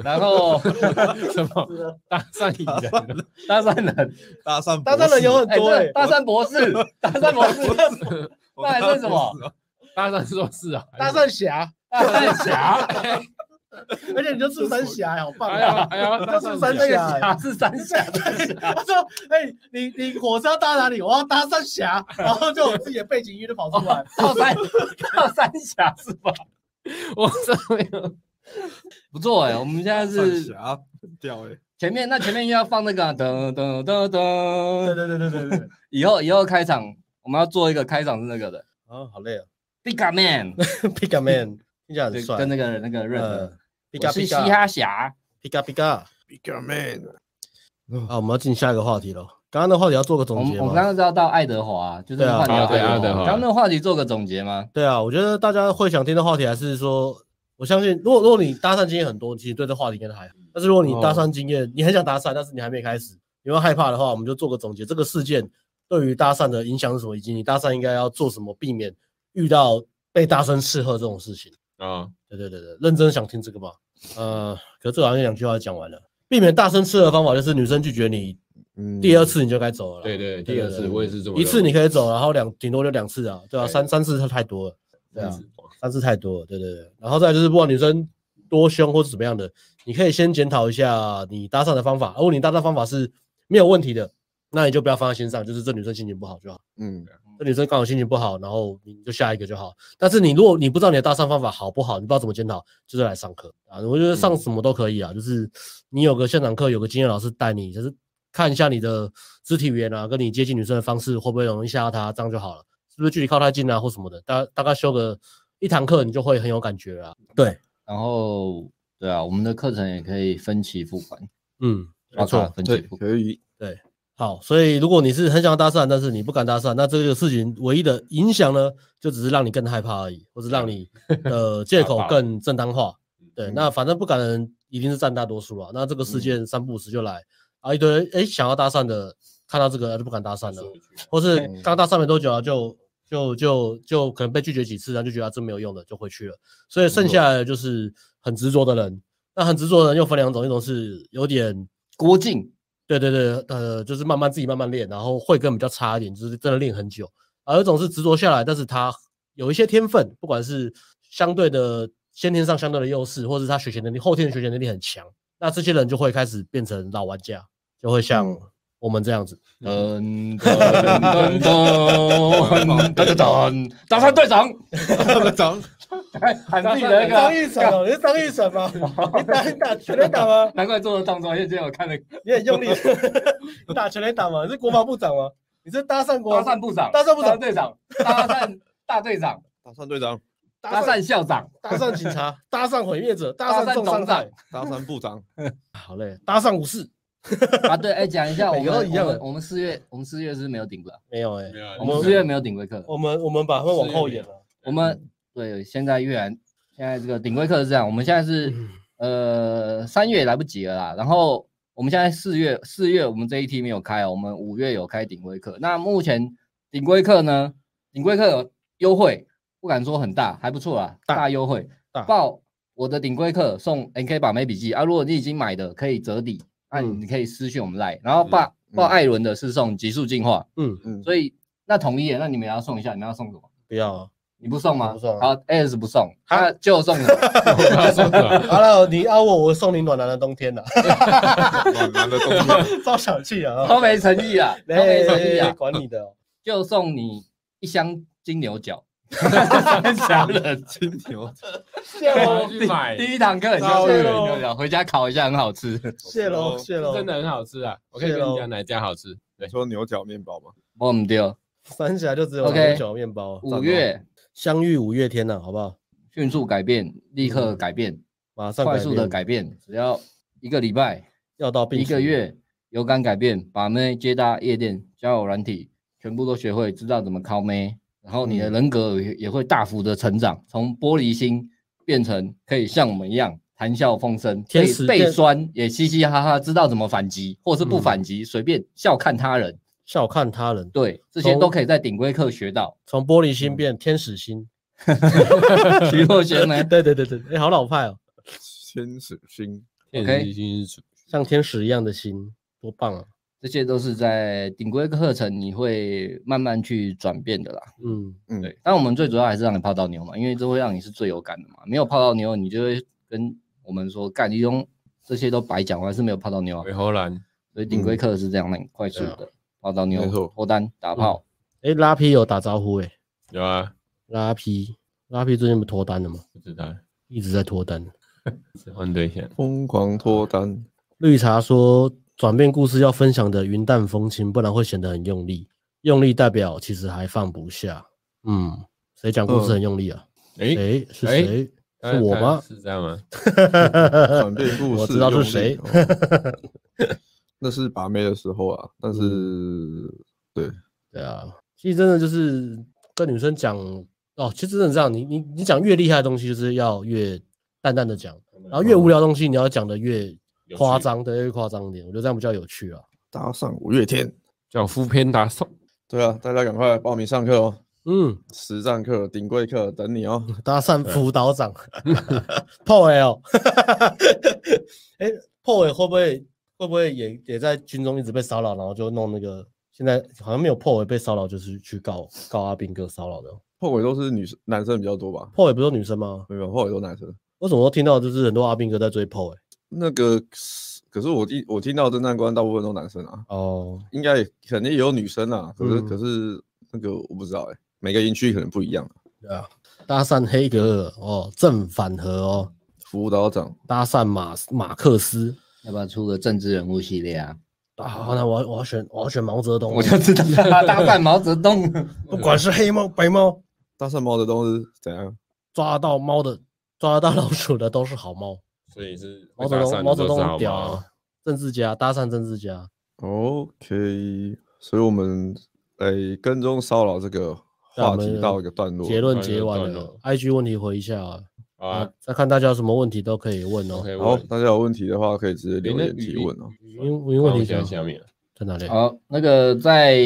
S2: 然后
S1: 什
S3: 啊
S1: 么？搭讪蚁人啊，
S2: 搭讪人，
S4: 搭讪
S3: 搭讪人有很
S2: 哎，
S3: 多
S2: 这
S3: 哎，
S2: 搭讪博士，搭讪博士，那还剩什 么？
S1: 搭讪硕士啊，
S3: 搭讪侠，
S2: 搭讪侠，
S3: 而且你就刺三侠，哎好棒
S1: 哎呀
S3: 啊！
S1: 哎呀，搭
S3: 这是三
S1: 讪
S3: 个
S1: 侠
S3: 侠， 哎
S2: 侠是三峡，
S3: 他说：“哎、你你火车要搭哪里？我要搭三峡。”然后就我自己的背景音乐就跑出 来。
S2: 到三到三峡是吧？
S1: 我这没有，
S2: 不错哎，我们现在
S4: 是
S2: 是
S4: 侠，很屌哎，
S2: 前面那前面又要放那个啊噔噔噔
S3: 对
S2: 噔，
S3: 对对对对对。
S2: 以后以后开场我们要做一个开场是那个的
S3: 啊，好累啊
S2: Big Man，
S3: ！Pick up man，听起来 很
S2: 对，
S3: 帅。
S2: 跟那个那个 rap，的
S3: 嗯，Pick
S2: 我
S3: up
S2: 是嘻
S3: pick up
S2: 哈侠，
S3: pick up pick up。
S4: bigger man，
S3: 啊，我们要进下一个话题了。刚刚那话题要做个
S2: 我
S3: 总
S2: 们
S3: 结
S2: 我们
S3: 吗
S2: 刚？刚是要到爱德华，就是
S3: 对啊
S2: 话题要
S1: 啊对
S2: 爱
S1: 爱德
S2: 德
S1: 华
S2: 华，刚刚那个话题做个总结吗？
S3: 对啊，我觉得大家会想听的话题还是说，我相信，如果如果你搭讪经验很多，其实对这话题应该还好。但是如果
S2: 哦
S3: 你搭讪经验，你很想搭讪，但是你还没开始，你会害怕的话，我们就做个总结，这个事件对于搭讪的影响是什么，以及你搭讪应该要做什么，避免遇到被搭讪斥喝这种事情。
S1: 啊，
S3: 对对对对，认真想听这个吧。呃，可是这好像两句话就讲完了。避免大声斥喝的方法就是女生拒绝你，
S4: 嗯
S3: 第二次你就该走了啦。
S1: 对对，第二次我也是这么
S3: 一次你
S1: 看
S3: 可以走，然后两顶多就两次啊，对啊，
S1: 对
S3: 三三次太多了，对啊，
S1: 啊。
S3: 三次太多了，对对对。然后再来就是，不管女生多凶或是怎么样的，你可以先检讨一下你搭讪的方法。如果你搭讪方法是没有问题的，那你就不要放在心上，就是这女生心情不好就好，
S4: 嗯，
S3: 这女生刚好心情不好，然后你就下一个就好。但是你如果你不知道你的搭讪方法好不好，你不知道怎么检讨，就是来上课啊。我觉得上什么都可以啊，就是你有个现场课，有个经验老师带你，就是看一下你的肢体语言啊，跟你接近女生的方式会不会容易吓到她，这样就好了。是不是距离靠太近啊，或什么的？大大概修个一堂课，你就会很有感觉了啊。对，
S2: 然后对啊，我们的课程也可以分期付款，
S3: 嗯，
S2: 刷卡
S3: 没错。
S2: 分期
S4: 对，
S2: 付款。
S4: 可 以，
S3: 好，所以如果你是很想要搭讪，但是你不敢搭讪，那这个事情唯一的影响呢，就只是让你更害怕而已，或是让你 的借口更正当化。对，那反正不敢的人一定是占大多数啊了。那这个事件三不五时就来，啊，一堆哎想要搭讪的，看到这个就不敢搭讪了，或是
S4: 嗯
S3: 刚搭讪没多久啊，就就就就可能被拒绝几次，然后就觉得、啊、这没有用的，就回去了。所以剩下来的就是很执着的人。那很执着的人又分两种，一种是有点
S2: 郭靖，
S3: 对对对，呃，就是慢慢自己慢慢练，然后会更比较差一点，就是真的练很久。而有一种是执着下来，但是他有一些天分，不管是相对的先天上相对的优势，或者是他学习能力后天的学习能力很强，那这些人就会开始变成老玩家，就会像我们这样子。
S2: 噔噔噔噔噔
S3: 啊
S2: 噔，打算队长，
S4: 长
S2: 喊自己啊的那个，
S3: 一成哦，你是张一成吗？你打你打全垒打吗？
S2: 难怪做得动作，因为今天我看了
S3: 你很用力，你打全垒打吗？你是国防部长吗？你是搭讪国
S2: 搭讪部长、
S3: 搭讪部长
S2: 队长、搭讪大队长、
S4: 打算队长，
S2: 搭讪校 长，
S3: 搭讪警察，搭讪毁灭者，搭
S2: 搭
S3: 讪
S2: 讪
S3: 重伤
S2: 总长
S3: 害，
S4: 搭讪部长，
S3: 好嘞，搭讪武士
S2: 啊，对，哎、讲一下，我
S3: 每个都
S2: 们
S3: 一
S2: 我
S3: 样
S2: 们我们四月我们四月是没有顶规啊，
S3: 没有哎、
S1: 没有啊
S2: 我
S3: 我
S2: 们
S3: 们
S2: 四月没有顶规课，
S3: 我们我们把他们往后延了，
S2: 我
S3: 嗯
S2: 们对现在越南现在这个顶规课是这样，我们现在是
S3: 嗯
S2: 呃三月也来不及了啦，然后我们现在四月四月我们这一批没有开哦，我们五月有开顶规课，那目前顶规课呢，顶规课有优惠，不敢说很大，还不错啦，
S3: 大
S2: 大优惠
S3: 大，
S2: 报我的顶规课送 NK 把妹笔记啊，如果你已经买的可以折抵，那、
S3: 嗯
S2: 你可以私讯我们来，然后报、报
S4: 嗯
S2: 艾伦的是送极速进化，
S3: 嗯，
S4: 嗯，
S2: 所以那统一耶，那你们也要送一下，你们要送什么？
S3: 不要啊。
S2: 你不送吗？
S3: 我不送啊
S2: 好，AS 不送，他
S3: 啊
S2: 就 送什么
S1: 他说的，
S3: 好了，你凹我，我送你暖男的冬天了，
S4: 暖男的冬天，
S3: 超小气 啊！
S2: 都没诚意 啊，都没诚意
S3: 来
S2: 啊，
S3: 管你的 哦，
S2: 就送你一箱金牛角。
S3: 吓人！
S4: 金牛，
S3: 谢喽，
S1: 去买，
S2: 第一堂课你就送金牛角，回家烤一下，很好吃。
S3: 谢喽，谢喽，
S1: 真的很好吃啊！我可以
S3: 是
S1: 跟你
S3: 咯
S1: 讲哪一家好吃。对
S4: 你，说牛角面包吗？
S2: 我们丢
S3: 三起来就只有
S2: OK
S3: 小面包啊。
S2: 五月
S3: 相遇五月天呐，好不好？
S2: 迅速改变，立刻改变，
S3: 马上
S2: 快
S3: 改
S2: 速
S3: 变
S2: 的改变，只要一个礼拜、
S3: 要到病
S2: 一个
S3: 情
S2: 月，有感改变，把妹、接搭、夜店、交友软体，全部都学会，知道怎么靠妹，然后
S3: 嗯
S2: 你的人格也也会大幅的成长，从玻璃心变成可以像我们一样谈笑风生，
S3: 天
S2: 被
S3: 使
S2: 被
S3: 变嗯
S2: 酸也嘻嘻哈哈，知道怎么反击，或是不反击，随便笑看他人。
S3: 笑看他人，
S2: 对，这些
S3: 从
S2: 都可以在顶规课学 到。
S3: 从玻璃心变天使心。
S2: 徐若瑄呢？
S3: 对对对对，哎，好老派哦，
S4: 天使星，
S1: 现
S2: OK
S1: 实金是
S3: 像天使一样的心，多棒啊！
S2: 这些都是在顶规课程你会慢慢去转变的啦。
S3: 嗯，
S4: 嗯，
S2: 对，但我们最主要还是让你泡到妞嘛，因为这会让你是最有感的嘛。没有泡到妞，你就会跟我们说，干，你用这些都白讲，我还是没有泡到妞啊
S1: 韦。侯兰，
S2: 所以顶规课是这样，让你快速
S3: 对啊
S2: 的泡到妞
S4: 没错，
S2: 脱单打炮。
S3: 哎，拉皮有打招呼哎，
S1: 有啊，
S3: 拉皮，拉皮最近不脱单了吗？
S1: 不知道，
S3: 一直在脱单。
S1: 是换对象。
S4: 疯狂脱单，
S3: 绿茶说，转变故事要分享的云淡风轻，不然会显得很用力。用力代表其实还放不下。嗯，谁讲故事很用力啊？
S1: 哎，
S3: 谁是
S1: 哎
S3: 谁？
S1: 他
S3: 是我
S1: 他
S3: 吗？
S1: 是这样吗？
S4: 转变故事，
S3: 呃我知道是谁。
S4: 用力哦 嗯那是把妹的时候啊，但是对，
S3: 对啊，其实真的就是跟女生讲哦，其实真的这样，你你你讲越厉害的东西，就是要越淡淡的讲，然后越无聊的东西，你要讲的越
S1: 有趣
S3: 夸张，对，越夸张一点，我觉得这样比较有趣啊。
S4: 搭上五月天。
S1: 叫敷偏打手，
S4: 对啊，大家赶快报名上课哦，
S3: 嗯，
S4: 实战课、顶规课等你 哦。
S3: 搭讪辅导长 破尾哦， 哎，破尾会不会会不会也也在军中一直被骚扰，然后就弄那个？现在好像没有破尾被骚扰，就是去告告阿兵哥骚扰的哦。
S4: 后尾都是女生，男生比较多吧？
S3: 破尾不是女生吗？
S4: 没有，后尾都男生。
S3: 我怎么都听到就是很多阿兵哥在追破尾
S4: 那个是，可是我听我听到侦探官大部分都男生啊，
S3: 哦。
S4: 应该也肯定也有女生啊。可是、
S3: 嗯
S4: 可是那个我不知道哎、每个营区可能不一样、啊。
S3: 对啊，搭讪黑格尔哦，正反合哦，
S4: 辅导长
S3: 搭讪马斯马克思
S2: 要不要出个政治人物系列啊？
S3: 啊，那我要我要选我要选毛泽东，
S2: 我就知道他搭讪毛泽东。
S3: 不管是黑猫白猫，
S4: 搭讪猫的都是怎样？
S3: 抓得到猫的抓得到老鼠的都是好猫。
S1: 所以是
S3: 毛泽
S1: 搭讪
S3: 东
S1: 的
S3: 毛泽东
S1: 都是
S3: 很
S1: 好
S3: 屌
S1: 猫
S3: 啊，政治家搭讪政治家，
S4: OK，所以我们诶、跟踪骚扰这个
S3: 那我
S4: 话题
S3: 们
S4: 到一个段落，
S3: 结论
S1: 断
S3: 结
S1: 了
S3: 完
S1: 断
S3: 了
S1: 了
S3: ，IG 问题回一下啊，
S1: 好啊
S3: 啊再看大家有什么问题都可以问哦。
S1: ，OK，
S4: 好，
S1: 我
S4: 大家有问题的话可以直接留
S1: 诶那
S4: 言
S1: 语
S4: 提
S1: 音
S4: 问哦。
S1: 语
S3: 因为
S1: 音
S3: 因为问
S1: 放
S3: 题
S1: 下
S3: 在
S1: 下面，
S3: 在哪里？
S2: 好，那个在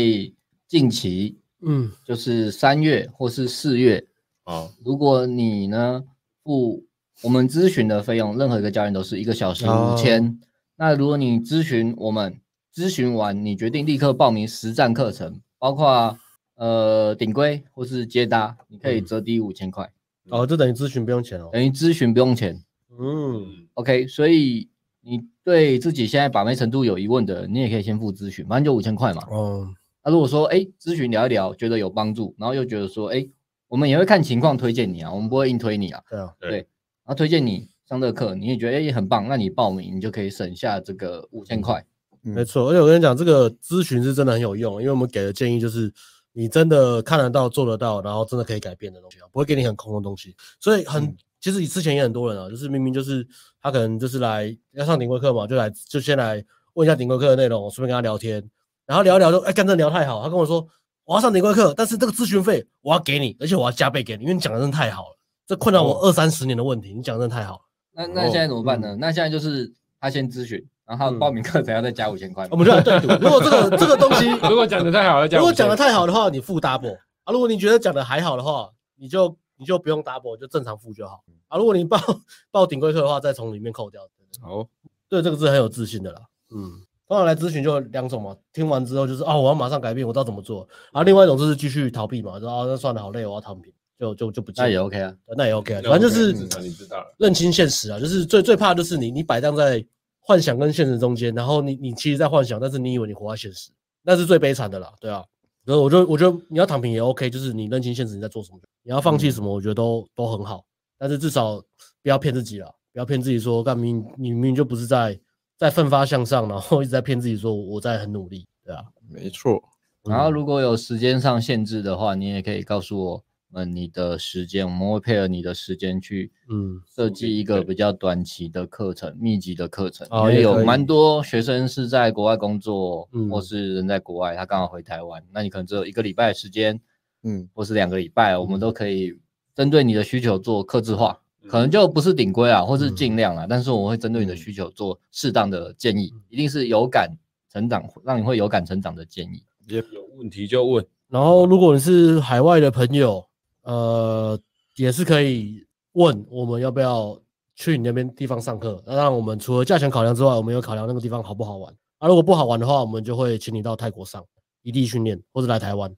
S2: 近期
S3: 嗯，
S2: 就是三月或是四月，
S1: 好，
S2: 如果你呢付我们咨询的费用，任何一个教练都是一个小时
S3: 哦
S2: 五千、那如果你咨询我们，咨询完你决定立刻报名实战课程，包括呃顶规或是接搭，你可以折抵五千块，
S3: 哦，就等于咨询不用钱哦。
S2: 等于咨询不用钱。
S3: 嗯，
S2: OK，所以你对自己现在把妹程度有疑问的人，你也可以先付咨询，反正就五千块嘛。
S3: 哦，
S2: 那、如果说哎咨询聊一聊，觉得有帮助，然后又觉得说哎我们也会看情况推荐你啊，我们不会硬推你啊，
S3: 对啊，
S2: 然后推荐你上这个课，你也觉得哎也很棒，那你报名你就可以省下这个五
S3: 嗯
S2: 千块。
S1: 嗯
S3: 没错。而且我跟你讲，这个咨询是真的很有用，因为我们给的建议就是你真的看得到、做得到，然后真的可以改变的东西啊，不会给你很空的东西。所以
S1: 嗯
S3: 很，其实之前也很多人啊，就是明明就是他可能就是来要上顶规课嘛，就来就先来问一下顶规课的内容，顺便跟他聊天，然后聊一聊就哎，干这聊太好，他跟我说我要上顶规课，但是这个咨询费我要给你，而且我要加倍给你，因为你讲的真的太好了，这困扰我
S1: 哦
S3: 二三十年的问题，你讲的真的太好了。
S2: 那
S3: 哦
S2: 那现在怎么办呢？
S3: 嗯
S2: 那现在就是他先咨询，然后他报名课程要再加五千块嘛。
S1: 哦
S3: 我们就来对赌。 如果这 个这个东西，
S1: 啊如果讲的太好了，
S3: 如果讲的太好的话，你付 double 啊；如果你觉得讲的还好的话，你就你就不用 double，就正常付就好啊。如果你报 报顶规课的话，再从里面扣掉。
S4: 好，
S3: 对，这个是很有自信的啦。嗯，通常来咨询就两种嘛，听完之后就是哦，我要马上改变，我知道怎么做。然后另外一种就是继续逃避嘛，说啊那算了，好累，我要躺平，就就就不
S2: 那
S3: 见
S2: 也 OK 啊，
S3: 那也 OK，啊反正就是
S1: 至少你知道了。
S3: 认清现实啊，就是最最怕就是你你摆荡在幻想跟现实中间，然后你你其实在幻想，但是你以为你活在现实，那是最悲惨的啦，对啊。所以我就我觉得你要躺平也 OK，就是你认清现实你在做什么，你要放弃
S2: 嗯
S3: 什么，我觉得都、都很好，但是至少不要骗自己了，不要骗自己说干明你明明就不是在在奋发向上，然后一直在骗自己说我我在很努力，对啊。
S4: 没错，
S3: 嗯
S2: 然后如果有时间上限制的话，你也可以告诉我们你的时间，我们会配合你的时间去
S3: 嗯
S2: 设计一个比较短期的课程、密集的课程，因
S3: 哦
S2: 为
S3: 也
S2: 有
S3: 可以
S2: 蛮多学生是在国外工作，
S3: 嗯
S2: 或是人在国外，他刚好回台湾，那你可能只有一个礼拜的时间，
S4: 嗯，
S2: 或是两个礼拜，我们都可以针对你的需求做客制化，
S1: 嗯
S2: 可能就不是顶规啊，或是
S3: 嗯
S2: 尽量啊，但是我会针对你的需求做适当的建议，一定是有感成长，让你会有感成长的建议。
S1: 有问题就问，
S3: 然后，如果你是海外的朋友，呃，也是可以问我们要不要去你那边地方上课。那让我们除了价钱考量之外，我们有考量那个地方好不好玩。啊，如果不好玩的话，我们就会请你到泰国上异地训练，或者来台湾。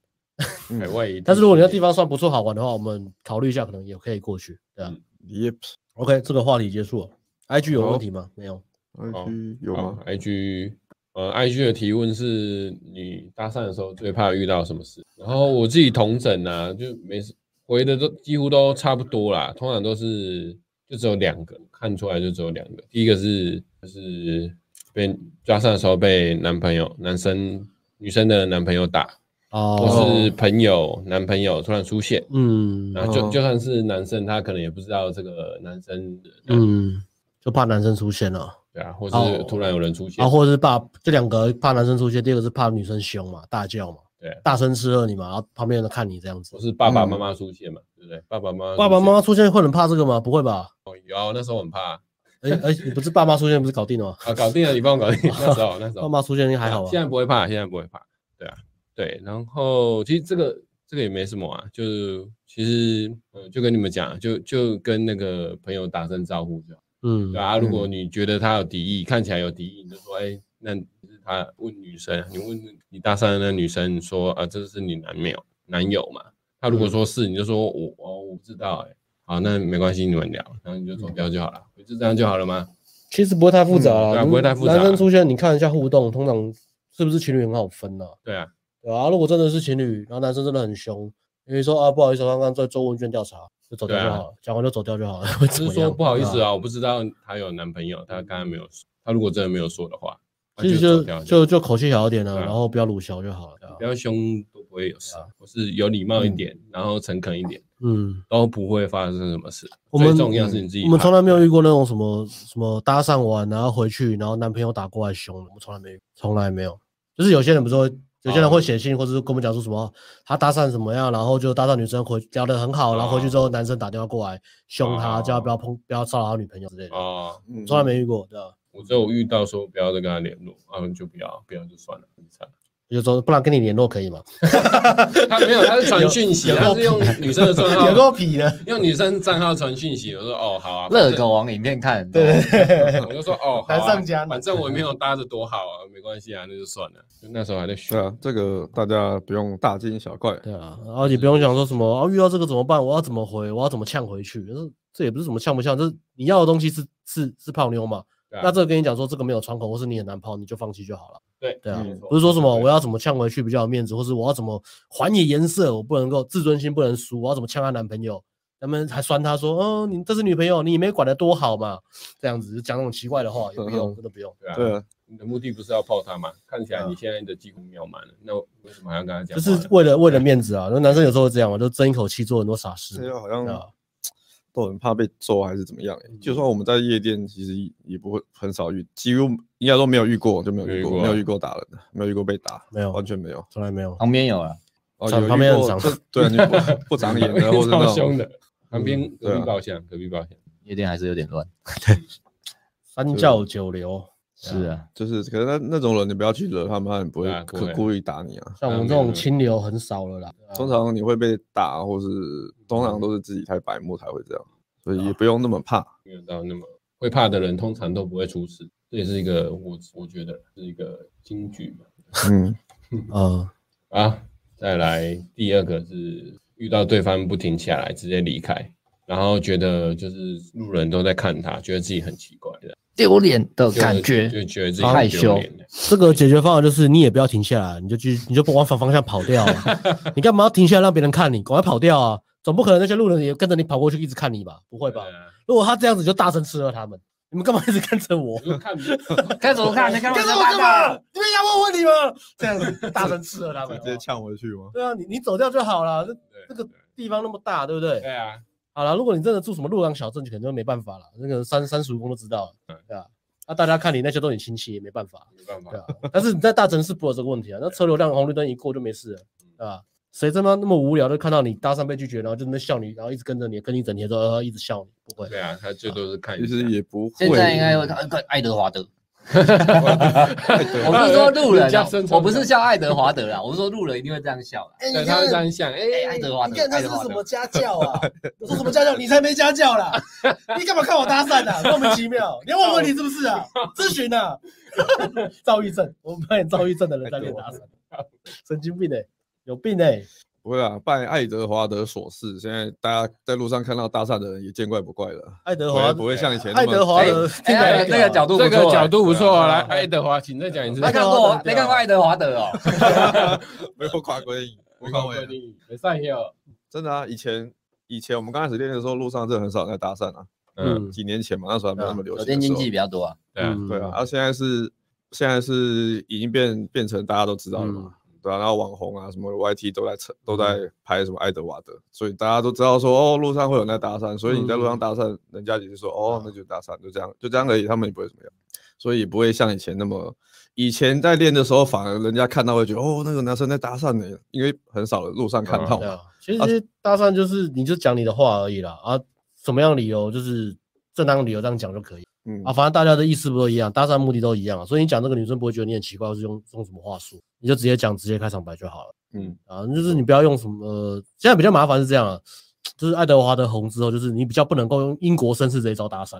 S1: 海外一定。
S3: 嗯但是如果你那地方算不错好玩的话，我们考虑一下，可能也可以过去，对啊。
S1: 嗯
S4: Yep，
S3: OK，这个话题结束了。IG 有
S4: 好
S3: 问题吗？没有。
S1: 好
S4: IG 有
S1: 好
S4: 吗？
S1: ，IG，呃，IG 的提问是你搭讪的时候最怕遇到什么事？然后我自己同整啊，就没事，回的都几乎都差不多啦，通常都是就只有两个，看出来就只有两个。第一个是就是被搭讪的时候被男朋友、男生、女生的男朋友打，或
S3: 哦，
S1: 是朋友、男朋友突然出现。
S3: 嗯
S1: 然后就
S4: 哦
S1: 就算是男生，他可能也不知道这个男生的，
S3: 嗯，就怕男生出现了。
S1: 对啊，或
S3: 哦
S1: 是突然有人出现
S3: 啊，，或者是怕这两个怕男生出现，第二个是怕女生凶嘛，大叫嘛，
S1: 对
S3: 大声斥喝你嘛，然后旁边人看你这样子
S1: 我。是爸爸妈妈出现嘛，对不对？爸爸妈妈，
S3: 嗯爸爸妈妈出现会很怕这个吗？不会吧？
S1: 哦有啊，我那时候很怕
S3: 哎、哎、你不是爸妈出现不是搞定了吗？
S1: 啊，搞定了，你帮我搞定。那时候那时
S3: 爸
S1: 候
S3: 妈出现应该还好吧？啊
S1: 现在不会怕，现在不会怕，对啊，对。然后其实这个这个也没什么啊，就是其实呃，就跟你们讲，就就跟那个朋友打声招呼就好，
S3: 嗯
S1: 对，啊。如果你觉得他有敌意，看起来有敌意，你就说，哎，那你是他问女生，你问你大三的那女生说啊，这是你男朋友男友嘛？他
S3: 嗯
S1: 如果说是，你就说我哦我不知道哎、好，那没关系，你们聊，然后你就
S3: 嗯
S1: 走掉就好了，就这样就好了吗？
S3: 其实不会太复杂
S1: 嗯对
S3: 啦，
S1: 啊不会太复杂
S3: 男生出现，你看一下互动，通常是不是情侣很好分呐、
S1: 对啊，
S3: 对啊，如果真的是情侣，然后男生真的很凶，因为说啊不好意思，我刚刚在做问卷调查，就走掉就好了，讲、完就走掉就好了，会怎
S1: 啊只
S3: 么
S1: 是说
S3: 样？
S1: 不好意思
S3: 对啊，
S1: 啊，我不知道她有男朋友，她刚才没有说。她如果真的没有说的话，那
S3: 其实
S1: 走
S3: 就
S1: 掉啊就
S3: 就就口气小一点啊，
S1: 对啊
S3: 然后不要鲁小就好了。对啊
S1: 好不要凶都不会有事。
S3: 啊
S1: 我是有礼貌一点，然后诚恳一点，
S3: 嗯，
S1: 都不会发生什么事。
S3: 我们
S1: 最重要是你自己怕。
S3: 我们从来没有遇过那种什么什么搭讪完然后回去，然后男朋友打过来凶的，我们从来没有，从来没有。就是有些人不是会，有
S1: 哦
S3: 些人会写信，或者是跟我们讲说什么他搭讪什么样，然后就搭讪女生回聊得很好，然后回去之后男生打电话过来凶他，
S1: 哦
S3: 叫他不要碰，不要骚扰他女朋友之类的，
S1: 哦，
S4: 嗯
S3: 从来没遇过，对吧？
S1: 啊我只有遇到说不要再跟他联络，啊，就不要，不要就算了，很惨
S3: 我就说不然跟你联络可以吗？
S1: 他没有，他是传讯息，啊
S3: 有有
S1: 他是用女生的账
S3: 有
S1: 号，
S3: 够痞 的，
S1: 用女生账号传讯息。我说哦，好啊，
S2: 热狗王影片看很多，
S3: 对对对。
S1: 反正，我就说哦，好啊
S3: 难上加难
S1: 反正我没有搭着多好啊，没关系啊，那就算了。就那时候还在学
S4: 对，啊，这个大家不用大惊小怪。
S3: 对啊，而且不用想说什么啊，遇到这个怎么办？我要怎么回？我要怎么呛回去？就是这也不是什么呛不呛，这是你要的东西是是是泡妞嘛？
S1: 对啊
S3: 那这个跟你讲说这个没有窗口，或是你很难泡，你就放弃就好了。
S1: 对
S3: 对啊，
S1: 没错
S3: 不是说什么
S1: 对
S3: 我要怎么呛回去比较有面子，或是我要怎么还你颜色，我不能够自尊心不能输，我要怎么呛她男朋友？他们还酸她说，哦，你这是女朋友，你也没管得多好嘛，这样子就讲那种奇怪的话也不用，真的不用。
S1: 对啊，
S4: 对啊，
S1: 你的目的不是要泡他吗？看起来你现在的几乎秒满了，那为什么还要跟他讲
S3: 啊就
S1: 话呢？
S3: 是为了为了面 子啊，那男生有时候会这样嘛，就争一口气做很多傻事
S4: 这
S3: 嘛。
S1: 哦
S4: 个好像
S3: 对啊
S4: 都很怕被揍还是怎么样、
S1: 嗯
S4: 欸。就算我们在夜店，其实也不会很少遇，几乎应该说没有遇过，就没有
S1: 没
S4: 遇
S1: 遇
S4: 过，
S1: 过啊哦
S4: 没有遇过打人的，没有遇过被打，
S3: 没有
S4: 完全没有。
S3: 从来没有。
S2: 旁边有了，
S4: 哦，
S3: 长
S4: 有
S3: 旁
S4: 遇
S3: 边很
S4: 过
S3: 长
S4: 这对啊，你 不不长眼的或者那
S1: 超
S4: 种
S1: 凶的，
S3: 嗯
S1: 旁边
S3: 啊
S1: 隔壁包厢，隔壁包厢。
S2: 夜店还是有点乱。
S3: 三教九流，
S2: 是啊，
S4: 就是，可是那那种人你不要去惹他们，他们不
S1: 对啊不
S4: 会故
S1: 会
S4: 故意打你啊。
S3: 像我们这种清流很少了啦。
S4: 通常你会被打，或是通常都是自己太白目才会这样，所以也不用那么怕。
S1: 没有到那么会怕的人，通常都不会出事。这也是一个我我觉得是一个金句嘛。
S4: 嗯，
S3: 嗯，
S1: 啊，再来第二个是遇到对方不停下来，直接离开，然后觉得就是路人都在看他，觉得自己很奇怪的
S2: 丢脸的
S1: 就
S2: 感
S1: 就
S2: 觉，
S1: 觉得自己
S2: 好害
S1: 很丢
S2: 羞
S1: 脸的
S3: 这个解决方法就是你也不要停下来，你就去，你就不往反方向跑掉 啊。你干嘛要停下来让别人看你？赶快跑掉啊！总不可能那些路人也跟着你跑过去一直看你吧？不会吧？
S1: 对啊
S3: 如果他这样子，就大声斥喝他们。你们干嘛一直跟着 我？
S1: 我就看
S2: 该怎么看？你看
S3: 跟着我干嘛？你们要问问题吗？这样子大声斥喝他们。哦
S4: 呛回去吗？
S3: 对啊，你你走掉就好了。这
S1: 对啊
S3: 这个地方那么大，对不对
S1: 对？啊，
S3: 好了，如果你真的住什么鹿港小镇，可能就没办法了。那个三三十五公都知道了，对啊。那、大家看你那些都很亲戚，也没办法，
S1: 没办
S3: 对
S1: 法，
S3: 啊。但是你在大城市不会有这个问题啊，那车流量红绿灯一过就没事了，
S1: 嗯
S3: 对吧？谁他妈那么无聊，就看到你搭讪被拒绝，然后就在那边笑你，然后一直跟着你，跟你一整天都、呃、一直笑你，不会。
S1: 对啊，他最多是看
S4: 其
S1: 一下
S4: 实。也不会。
S2: 现在应该会看看爱德华德。
S4: 对
S2: 我不是说路人
S1: 人家
S2: 啊
S1: 身，材
S2: 我不是笑爱德华德啦，我是说路人一定会这样笑啦。
S1: 对，他会这样想，哎、
S2: 哎，爱德华德，爱德华 德，
S3: 家教啊？我说什么家教？你才没家教啦！你干嘛看我搭讪啊？莫名其妙，你要问问题是不是啊？咨询 啊？躁郁症，我们扮演躁郁症的人在练搭讪，神经病哎、有病哎、
S4: 不会啊，拜爱德华德所赐。现在大家在路上看到搭讪的人也见怪不怪了，
S3: 爱德
S4: 不
S3: 华
S4: 会，不会像以前那
S3: 爱
S4: 么
S3: 德华的听起来
S2: 哎，
S3: 很
S2: 这个角
S3: 屌
S2: 度，
S1: 这个角度不错啊。
S3: 对
S1: 来，
S3: 啊
S1: 爱德华，请再讲一次。
S2: 没看过，没看过爱德华德哦。
S4: 没有跨规定，没跨啊规定。
S1: 没上有。
S4: 真的啊，以前以前我们刚开始练的时候，路上真的很少人在搭讪啊。
S1: 嗯，
S3: 嗯
S4: 几年前嘛，那时候还没有那么流
S2: 酒
S4: 行。
S2: 店经济比较多啊，
S1: 对 啊，
S3: 嗯
S4: 对啊，然后现在是现在是已经变变成大家都知道了嘛，
S3: 嗯
S4: 对啊，然后网红啊什么 YT 都在扯都在拍什么爱德华德，所以大家都知道说哦，路上会有人在搭讪，所以你
S3: 嗯
S4: 在路上搭讪，人家也是说哦，那就搭讪，就这样就这样而已，他们也不会怎么样，所以也不会像以前那么。以前在练的时候，反而人家看到会觉得哦，那个男生在搭讪呢，因为很少人路上看到
S3: 对
S4: 嘛。
S3: 啊，其实搭讪就是你就讲你的话而已啦啊，什么样理由就是正当理由这样讲就可以
S4: 嗯
S3: 啊，反正大家的意思不都一样，搭讪目的都一样啊，所以你讲这个女生不会觉得你很奇怪，或是用用什么话术，你就直接讲直接开场白就好了
S4: 嗯，
S3: 啊，就是你不要用什么，呃现在比较麻烦是这样啊。就是爱德华德红之后，就是你比较不能够用英国绅士这一招搭讪，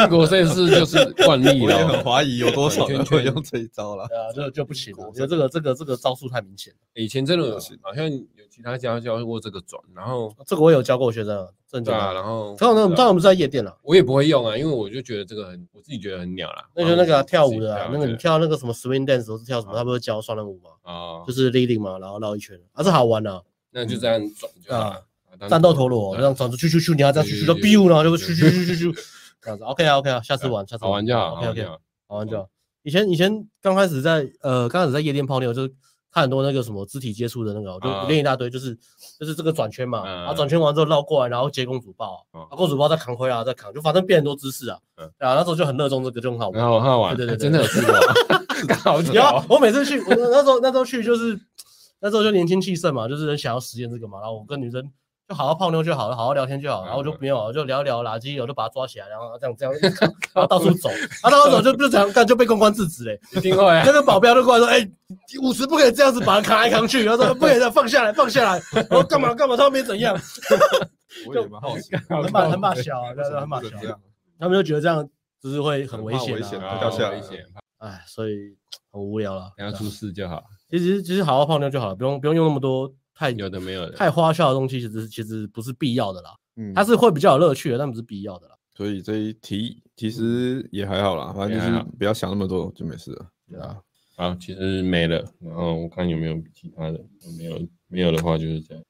S1: 英国绅士就是惯例
S4: 我也很
S1: 了。
S4: 怀疑有多少人会
S1: 圈圈
S4: 用这一招 了。
S3: 对啊，就就不行了。
S4: 英
S3: 我
S4: 国
S3: 觉得这个这个这个招数太明显了，
S1: 以前真的有好像有其他家教过这个转，然后
S3: 这个我也有教过我学生啊，正经
S1: 对
S3: 的
S1: 啊，然后
S3: 当然我们当然我们是在夜店了，
S1: 我也不会用啊，因为我就觉得这个很，我自己觉得很鸟啦。
S3: 那就那个啊、跳舞的、
S1: 啊
S3: 啊，，那个你跳那个什么 swing dance 都是跳什
S1: 嗯
S3: 么，他不是教双人舞嘛，
S1: 啊
S3: 就，是 leading 嘛，然后绕一圈，啊，这好玩啊，
S1: 那就这样转就好啊了。
S3: 啊战斗陀螺这
S1: 啊
S3: 样转出去去去，你要这样去去到 biu，然后就去去去去去，这样子，OK 啊 OK 啊，下次玩下次
S1: 好玩就好，
S3: ，OK
S1: 好玩
S3: OK，
S1: 就好。嗯
S3: 好玩就好。以前以前刚开始在呃刚开始在夜店泡妞，就是看很多那个什么肢体接触的那个，我就练一大堆，就是就是这个转圈嘛，
S1: 啊嗯
S3: 啊转圈完之后绕过来，然后接公主抱啊，
S1: 哦
S3: 啊公主抱再扛回来啊再扛，就反正变很多姿势啊，
S1: 嗯
S3: 对啊，那时候就很热衷这个，就很好玩
S1: 然。后很好玩，
S3: 对对对对
S1: 真的有试 过，好
S3: 有
S1: 屌
S3: 啊，我每次去，我那时候那时候去就是那时候就年轻气盛嘛，就是很想要实验这个嘛，然后我跟女生就好好泡妞就好了，好好聊天就好
S4: 嗯
S3: 了。然后我就没有啊，就聊一聊垃圾，我就把他抓起来，然后这样 这样，然后到处走，啊然后到处走就就这样干，就被公关制止嘞。
S1: 一定会啊
S3: 那个保镖就过来说：“哎、舞池不可以这样子把他扛来 扛去。”然后说：“不可以这样，放下来，放下来。”然后干嘛干嘛，他们没怎 样，
S4: 我也蛮好奇的，
S3: 很马很马小啊，对对，很马
S4: 为什
S3: 小
S4: 么这。样
S3: 他们就觉得这样就是会很危
S4: 怕
S3: 险、啊，
S4: 危险
S1: 啊
S4: 掉下来
S1: 危险，
S3: 哎，所以很无聊了。
S1: 等下出事就好，
S3: 其实其实好好泡妞就好了，不用不用用那么多太
S1: 有的没有的。
S3: 太花哨的东西，其实其实不是必要的啦。
S4: 嗯，
S3: 它是会比较有乐趣的，但不是必要的啦。
S4: 所以这一题其实也还好啦，反正就
S1: 也还好
S4: 是不要想那么多就没事了。对啊，
S1: 好，其实没了。然后我看有没有其他的，没有没有的话就是这样。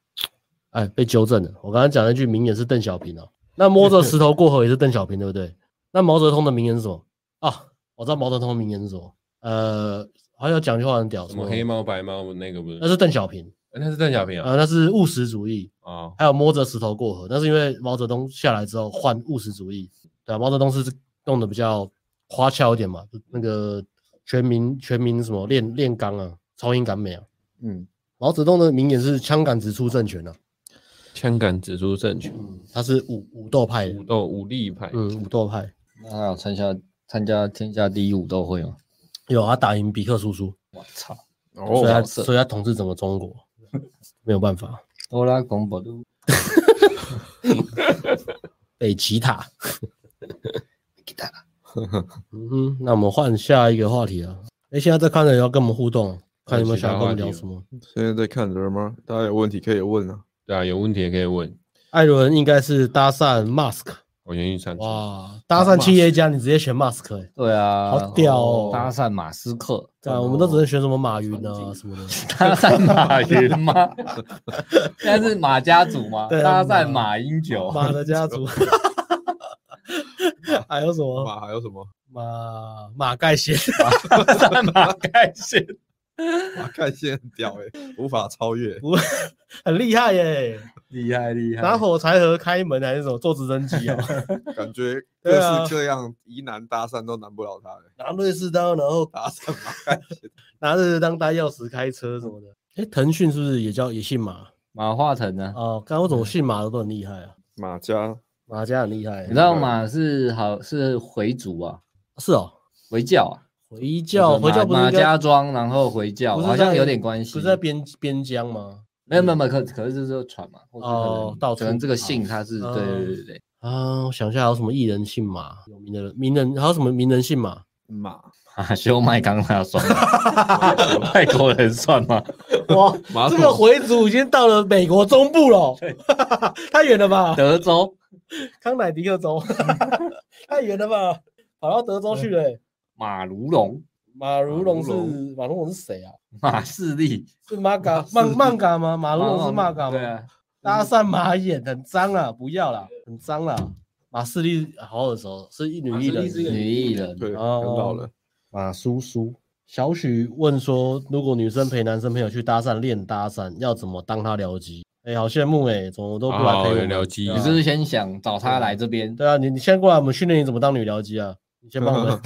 S3: 哎，被纠正了。我刚才讲那句名言是邓小平哦，那摸着石头过河也是邓小平，对不 对？那毛泽东的名言是什么啊？我知道毛泽东的名言是什么，呃，好像讲句话很屌，
S1: 什么黑猫白猫那个不是
S3: 那？是邓呃小平
S1: 哎那是邓小平
S3: 啊、
S1: 啊。
S3: 那是务实主义，
S1: 哦，
S3: 还有摸着石头过河，那是因为毛泽东下来之后换务实主义，对啊，毛泽东是弄得比较花俏一点嘛，那个全民全民什么炼炼钢啊，超英赶美啊，
S4: 嗯，
S3: 毛泽东的名言是枪杆子出政权啊，
S1: 枪杆指出政权，
S3: 他是武武斗派的
S1: 武，斗武力派。
S3: 嗯，武斗派
S2: 那他有参加参加天下第一武斗会吗？
S3: 有啊他打赢比克叔叔，
S2: 我操，
S3: 所以
S4: 哦，
S3: 他
S2: 角色
S3: 所以他统治整个中国，没有办法，
S2: 欧拉贡博都
S3: 北极塔，北极塔，嗯哼，那我们换下一个话题啊，哎，现在在看的人要跟我们互动，看有没有想要跟我们聊什么。
S4: 现在在看着吗？大家有问题可以问啊。
S1: 对啊，有问题也可以问。
S3: 艾伦应该是搭讪 Mask，
S1: 我先去上厕所。
S3: 哇，搭讪企业家，你直接选 Mask，、欸、
S2: 对啊，
S3: 好屌哦
S2: 搭讪马斯克，
S3: 对啊，我们都只能选什么马云啊什么的，
S2: 搭讪 马云吗？现在是马家族吗？
S3: 对啊
S2: 搭讪马英九，
S3: 马的家族， 还有什么
S4: 马还有什么？
S3: 马马盖先，
S2: 搭讪马盖先，
S4: 马盖先很屌哎，无法超越。
S3: 不很厉害耶、
S2: 厉害厉害，
S3: 拿火柴盒开门还是什么，坐直升 机啊，
S4: 感觉
S3: 对啊
S4: 各式各样疑难搭讪都难不了他欸。
S3: 拿瑞士刀，然后
S4: 搭讪马盖先，
S3: 拿着当当钥匙开车什么 的。哎、腾讯是不是也叫也姓马？
S2: 马化腾呢？
S3: 哦，刚刚我怎么姓马的都很厉害啊？
S4: 马家
S3: 马家很厉害、
S2: 你知道马是好是回族啊，
S3: 是哦，
S2: 回教啊，
S3: 回教，回教不是
S2: 马
S3: 应该
S2: 家庄，然后回教，
S3: 不是
S2: 好像
S3: 在
S2: 有点关系
S3: 不是。在边边疆吗？
S2: 没有没有没有，可可是就是说传嘛，或者
S3: 嗯哦
S2: 可
S3: 到
S2: 能
S3: 处
S2: 可能这个
S3: 跑嗯
S2: 姓他是对对对对对，
S3: 啊，我想一下，还有什么艺人姓马？有名的人，名人，还有什么名人姓马？
S4: 马
S2: 马修麦康纳算 吗？外国人算吗？
S3: 哇，
S4: 马
S3: 这个回族已经到了美国中部了，太远了吧？
S2: 德州
S3: 康乃狄克 州，太远了吧？跑到德州去了欸、
S2: 马如龙、
S3: 马如龙是
S4: 马如龙
S3: 马如龙是谁啊？
S2: 马士利，
S3: 是马嘎曼曼嘎吗？马如龙是马嘎
S2: 对
S3: 吗？
S2: 啊，
S3: 搭讪马眼很脏啊，不要啦，很脏啦。马士利好耳熟，是一女艺
S1: 马士利是一个
S3: 人。
S2: 女艺人，
S4: 对，很
S3: 哦
S4: 老了。
S3: 马叔叔，小许问说，如果女生陪男生朋友去搭讪练搭讪，要怎么当他僚机？哎、好羡慕哎、怎么都不来陪
S1: 哦
S3: 我
S1: 有
S3: 们
S1: 僚机
S3: 对
S2: 你
S3: 啊
S2: 是不是先想找他来这边？
S3: 对啊，你你先过来，我们训练你怎么当女僚机啊？你先帮我 们。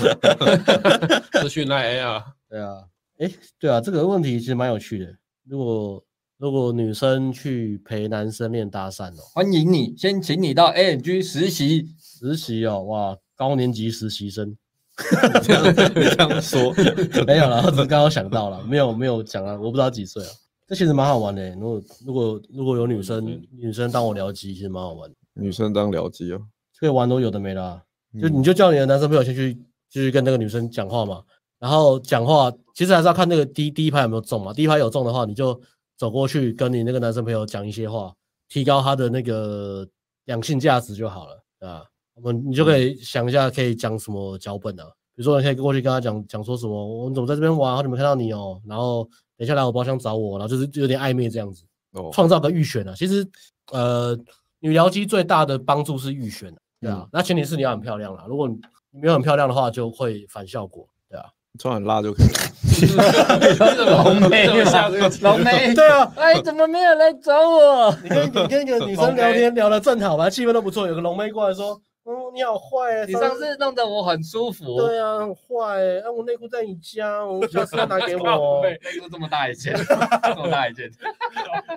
S1: 资讯来 A 啊，
S3: 对啊，哎，对啊，这个问题其实蛮有趣的。如果如果女生去陪男生练搭讪哦，
S2: 欢迎你，先请你到 ANG 实习。
S3: 实习哦，哇，高年级实习生
S4: 这样这样说，
S3: 没有了，我只是刚刚想到了，没有没有讲啊，我不知道几岁啊。这其实蛮好玩的。如果如果如果有女生女生当我僚机，其实蛮好玩的，
S4: 女生当僚机哦。
S3: 可以玩都有的没的、啊。就
S4: 嗯
S3: 你就叫你的男生朋友先去，就去跟那个女生讲话嘛。然后讲话其实还是要看那个第一第一排有没有中嘛。第一排有中的话，你就走过去跟你那个男生朋友讲一些话，提高他的那个两性价值就好了啊。我们你就可以想一下可以讲什么脚本啊。比如说，你可以过去跟他讲讲说什么，我们怎么在这边玩，好久没看到你哦。然后等一下来我包厢找我，然后就是有点暧昧这样子。
S4: 哦，
S3: 创造个预选啊。其实，呃，女僚机最大的帮助是预选、啊，对啊。那前提是你要很漂亮啦，如果你没有很漂亮的话，就会反效果，对啊。
S4: 穿很辣就可以了。
S2: 龙 妹
S1: 这么
S2: 啊
S1: 下这个结，
S2: 龙妹，
S3: 对啊，
S2: 哎，怎么没有来找我？
S3: 你跟你跟一个女生聊 天聊得正好吧，气氛都不错，有个龙妹过来 说，嗯，你好坏、欸，
S2: 你上次弄得我很舒服。
S3: 对啊，很坏、欸，啊，我内裤在你家，我下次要拿给我
S1: 靠
S3: 哦。
S1: 背
S2: 内裤这么大一件，这么大一件，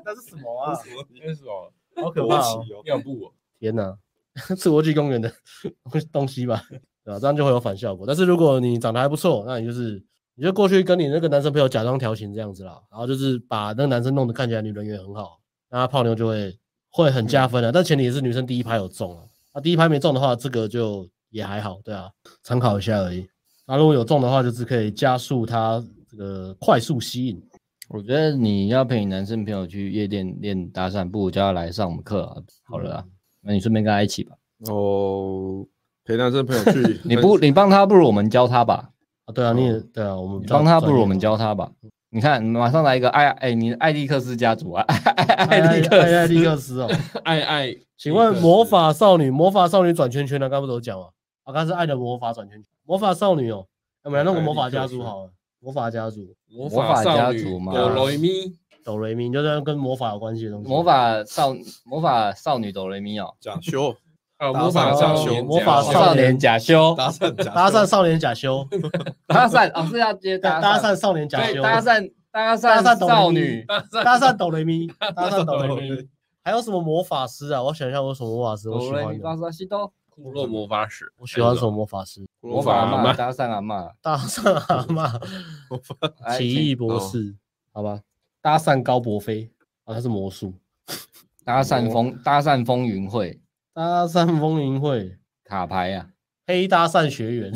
S3: 那是什么啊？
S1: 那是什么？
S3: 好可怕哦！
S1: 尿布哦，
S3: 天哪， 是国际公园的 东西吧？对吧、这样就会有反效果。但是如果你长得还不错，那你就是你就过去跟你那个男生朋友假装调情这样子啦，然后就是把那个男生弄得看起来女人缘很好，那他泡妞就会会很加分的、啊
S2: 嗯
S3: 但前提也是女生第一拍有中啊，那第一拍没中的话，这个就也还好，对啊，参考一下而已。那如果有中的话，就是可以加速他这个快速吸引。
S2: 我觉得你要陪你男生朋友去夜店练搭讪，不如叫他来上我们课啊，好了
S3: 嗯
S2: 啊，那你顺便跟他一起吧。，
S4: 哦，陪男生朋友去
S2: 你不你帮他，不如我们教他吧。
S3: 啊，对啊，你也对啊，我
S2: 哦
S3: 们
S2: 你
S3: 比较
S2: 帮他，不
S3: 专
S2: 如
S3: 业嗯
S2: 我们
S3: 嘛
S2: 教他吧。你看，马上来一个艾哎，你艾利克斯家族啊，艾
S3: 艾
S2: 利克
S3: 艾艾
S2: 斯，
S3: 利克斯哦。
S1: 爱爱，
S3: 请问魔法少女，魔法少女转圈圈呢？刚不都有讲了？啊，刚才是爱的魔法转圈圈，魔法少女哦。我们来弄个魔法家族好了，魔法家族，
S1: 魔
S2: 法
S1: 少
S2: 家
S1: 女
S2: 族嘛
S1: 哆瑞咪，
S3: 哆瑞咪，就是跟魔法有关系的东西。
S2: 魔法少魔法少女哆瑞咪哦，
S4: 假修
S1: 啊，
S4: 打
S1: 魔法
S4: 赏
S1: 少
S4: 少
S1: 年，
S4: 女魔
S3: 法啊少
S2: 少
S3: 年
S2: 年假修
S4: 搭讪假
S3: 搭讪
S4: 修
S3: 少年假修，
S2: 搭讪哦，是要接
S3: 搭
S2: 搭
S3: 讪少年假
S2: 对
S3: 修，
S2: 搭讪搭
S3: 搭讪
S2: 讪
S3: 哆
S2: 少
S3: 瑞咪
S2: 女，
S3: 搭讪哆瑞 咪，搭讪哆
S4: 哆
S3: 瑞
S4: 瑞
S3: 咪。还有什么魔法师啊？我想一下，我有什么魔法师我喜
S2: 哆瑞
S3: 欢
S2: 咪巴
S3: 的？
S2: 萨西哆，
S1: 库洛魔法使，
S3: 我喜
S2: 哎
S3: 欢什么魔法师？
S2: 魔
S1: 魔
S2: 法
S1: 法
S2: 阿
S1: 阿
S2: 妈
S1: 嬷
S2: 搭讪阿妈，
S3: 搭讪 阿妈，
S2: 哎
S3: 奇
S2: 请
S3: 异博士，好吧？搭讪高博飞啊，他是魔术。
S2: 搭讪风搭讪风云会
S3: 搭讪风云会，
S2: 卡牌啊，
S3: 黑搭讪学员，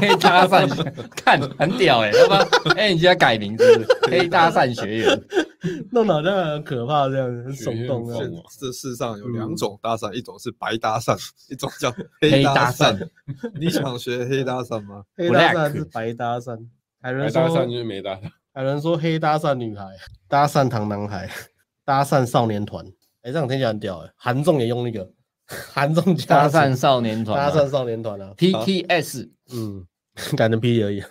S2: 黑搭 讪看很屌哎，要不 然哎，你就要改名字， 黑哎搭讪学员，
S3: 弄得好像很可怕这样，很
S1: 学
S3: 耸
S1: 院
S3: 动这
S1: 风
S3: 样。
S1: 哦
S4: 这世上有两种搭讪，一种是白搭讪，一种 叫
S2: 黑
S4: 黑
S2: 搭
S4: 搭
S2: 讪
S4: 讪。你想学黑搭讪吗？
S3: 黑搭讪是白搭讪，还有
S1: 白
S3: 人
S1: 搭讪
S3: 说
S1: 就是没搭讪，
S3: 还有人说黑搭讪女孩，搭讪糖男孩，搭讪少年团。哎，这样听起来很屌哎。韩综也用那个 韩综
S2: 搭
S3: 家族
S2: 讪少年团啊，
S3: 搭讪少年团啊，
S2: TTS
S3: 嗯， 改成 P 而已，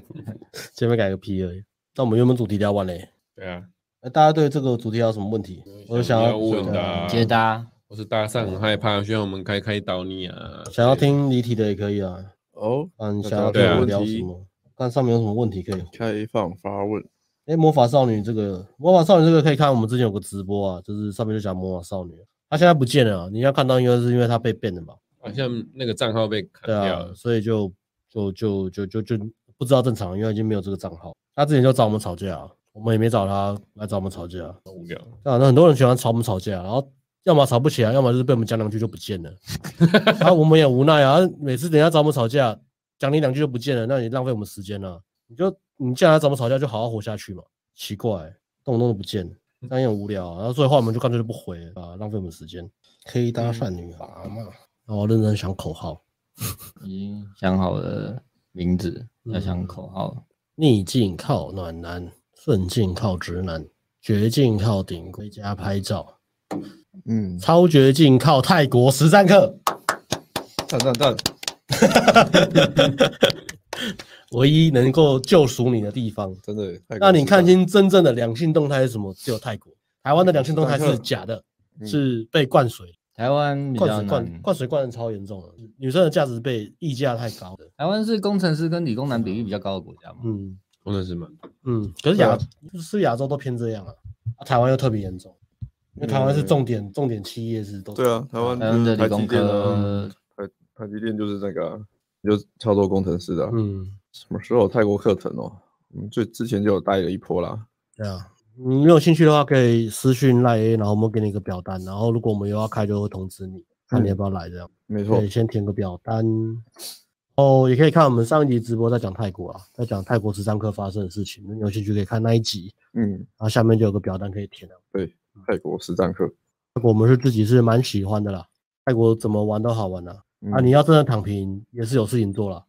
S3: 前面改个 P 而已。那我们原本主题聊完嘞，
S1: 对啊，
S3: 哎大家对这个主题还有什么问题？我想要
S1: 要问的啊
S2: 接搭。
S1: 我是搭讪很害怕，需要我们开开导你啊，
S3: 想要听离题的也可以啊。
S4: 哦，
S3: 啊，你
S4: 大
S3: 想
S4: 家
S3: 要
S1: 都
S3: 跟
S1: 有
S3: 我
S4: 问
S3: 聊什
S4: 题
S3: 么？看上面有什么问题可以？
S4: 开放发问。
S3: 哎，魔法少女这个，魔法少女这个可以看我们之前有个直播啊，就是上面就讲魔法少女，她现在不见了啊、你要看到应该是因为她被变了嘛，
S1: 好像那个账号被砍
S3: 对
S1: 掉
S3: 啊
S1: 了，，
S3: 所以就就就就就就不知道正常了，因为已经没有这个账号。她之前就找我们吵架啊，我们也没找她来找我们吵架啊，
S1: 无聊，
S3: 对啊，那很多人喜欢吵我们吵架，然后要么吵不起来，要么就是被我们讲两句就不见 了，然后我们也无奈啊，每次人家找我们吵架，讲你两句就不见了，那你浪费我们时间了、啊你就你既然要找我们吵架，就好好活下去嘛。奇怪、动不动就不见了，那也很无聊啊。然后所以后来我们就干脆就不回了啊，浪费我们时间。黑搭讪女孩嘛，然后我认真想口号，
S2: 已经想好了名字，要想口号了。
S3: 逆境靠暖男，顺境靠直男，绝境靠顶规家拍照，
S4: 嗯，
S3: 超绝境靠泰国实战课。
S4: 赞赞赞！
S3: 唯一能够救赎你的地方。
S4: 真的耶，泰国
S3: 让你
S4: 是
S3: 看
S4: 这样
S3: 清真正的两性动态是什么？只有泰国，台湾的两性动态是假的，
S4: 嗯
S3: 是被灌水、
S2: 台湾比
S3: 灌
S2: 较
S3: 水、灌
S2: 难，
S3: 灌水灌的超严重了。女生的价值被溢价太高了。
S2: 台湾是工程师跟理工男比例比较高的国家嘛。
S3: 嗯
S1: 工程师们，
S3: 嗯，可是
S4: 啊
S3: 亚是亚洲都偏这样啊，啊台湾又特别严重，因为台湾是重点重点企业是都
S4: 嗯对啊，台湾
S2: 嗯台湾的
S4: 就是
S2: 理
S4: 台
S2: 工
S4: 积电啊，
S2: 科
S4: 台积电就是那个啊，就是操作工程师的啊。
S3: 嗯
S4: 什么时候有泰国课程哦？我们最之前就有带了一波啦。
S3: 对啊。你有兴趣的话，可以私讯赖 A，然后我们给你一个表单，然后如果我们有要开，就会通知你，看你要不要来这样。
S4: 嗯没错
S3: 对，，先填个表单。哦，也可以看我们上一集直播在讲泰国啊，在讲泰国十三课发生的事情，有兴趣可以看那一集，
S4: 嗯，
S3: 然后下面就有个表单可以填了。
S4: 泰国实战课。
S3: 泰国我们是自己是蛮喜欢的啦，泰国怎么玩都好玩啦、啊，
S4: 嗯
S3: 你要真的躺平也是有事情做 啦，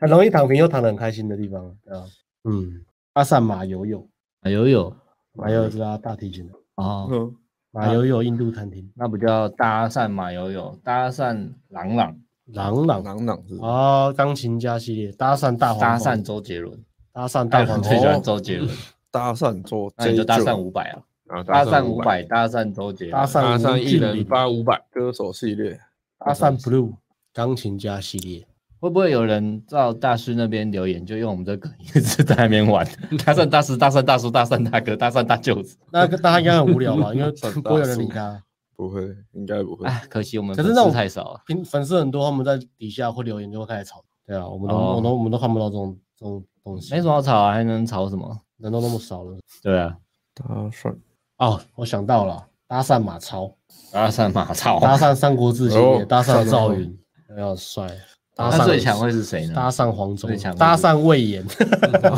S3: 很容易躺平又躺得很开心的地方，对啊，嗯，阿萨马友友，
S2: 啊游泳
S3: 马友友是拉大提琴的，
S2: 哦，
S4: 嗯
S3: 马友友印度餐厅，
S2: 那不叫搭讪马友友，搭讪朗朗，
S3: 朗朗
S4: 囊囊是
S3: 啊，钢琴家系列，搭讪大黄
S2: 搭
S3: 蜂
S2: 讪周杰伦，
S3: 搭讪
S2: 大哦
S3: 大
S2: 我
S3: 黄
S2: 最
S3: 蜂哦
S2: 喜。欢周杰伦，
S4: 搭讪做，
S2: 那你就搭讪
S4: 五
S2: 五百啊，
S1: 啊，
S2: 搭讪五百，搭讪周杰
S3: 搭
S2: 伦，
S3: 讪
S1: 搭讪
S3: 吴
S1: 一
S3: 敬
S1: 人
S3: 礼
S1: 发五百，
S4: 歌手系列。
S3: 搭讪 Blue 钢琴家系列，
S2: 会不会有人到大师那边留言，就用我们这个梗一直在那 边玩？搭讪大师、搭讪大叔、搭讪大哥、搭讪大舅 子。
S3: 那大家应该很无聊 吧？因为
S4: 算
S3: 不会有
S4: 大
S3: 人
S4: 叔
S3: 理他。
S4: 不会，应该不会。
S2: 哎，可惜我们
S3: 可
S2: 粉
S3: 是
S2: 丝
S3: 那种
S2: 太少了。啊
S3: 平粉丝很多，他们在底下会留言，就会开始吵。对啊，我们都、
S2: 哦
S3: 我都我们都看不到这种这种东西，
S2: 没什么好吵啊，还能吵什么？
S3: 人都那么少了。
S2: 对啊，
S4: 搭讪，
S3: 哦，我想到了，搭讪马超，
S2: 搭讪马超，
S3: 搭讪三国志系
S4: 哦
S3: 列，搭讪赵
S4: 上
S3: 云，有没有很帅？搭
S2: 那
S3: 讪
S2: 最强会是谁呢？
S3: 搭讪黄忠
S2: 最强，会
S3: 搭
S2: 是
S3: 讪魏延，
S4: 搭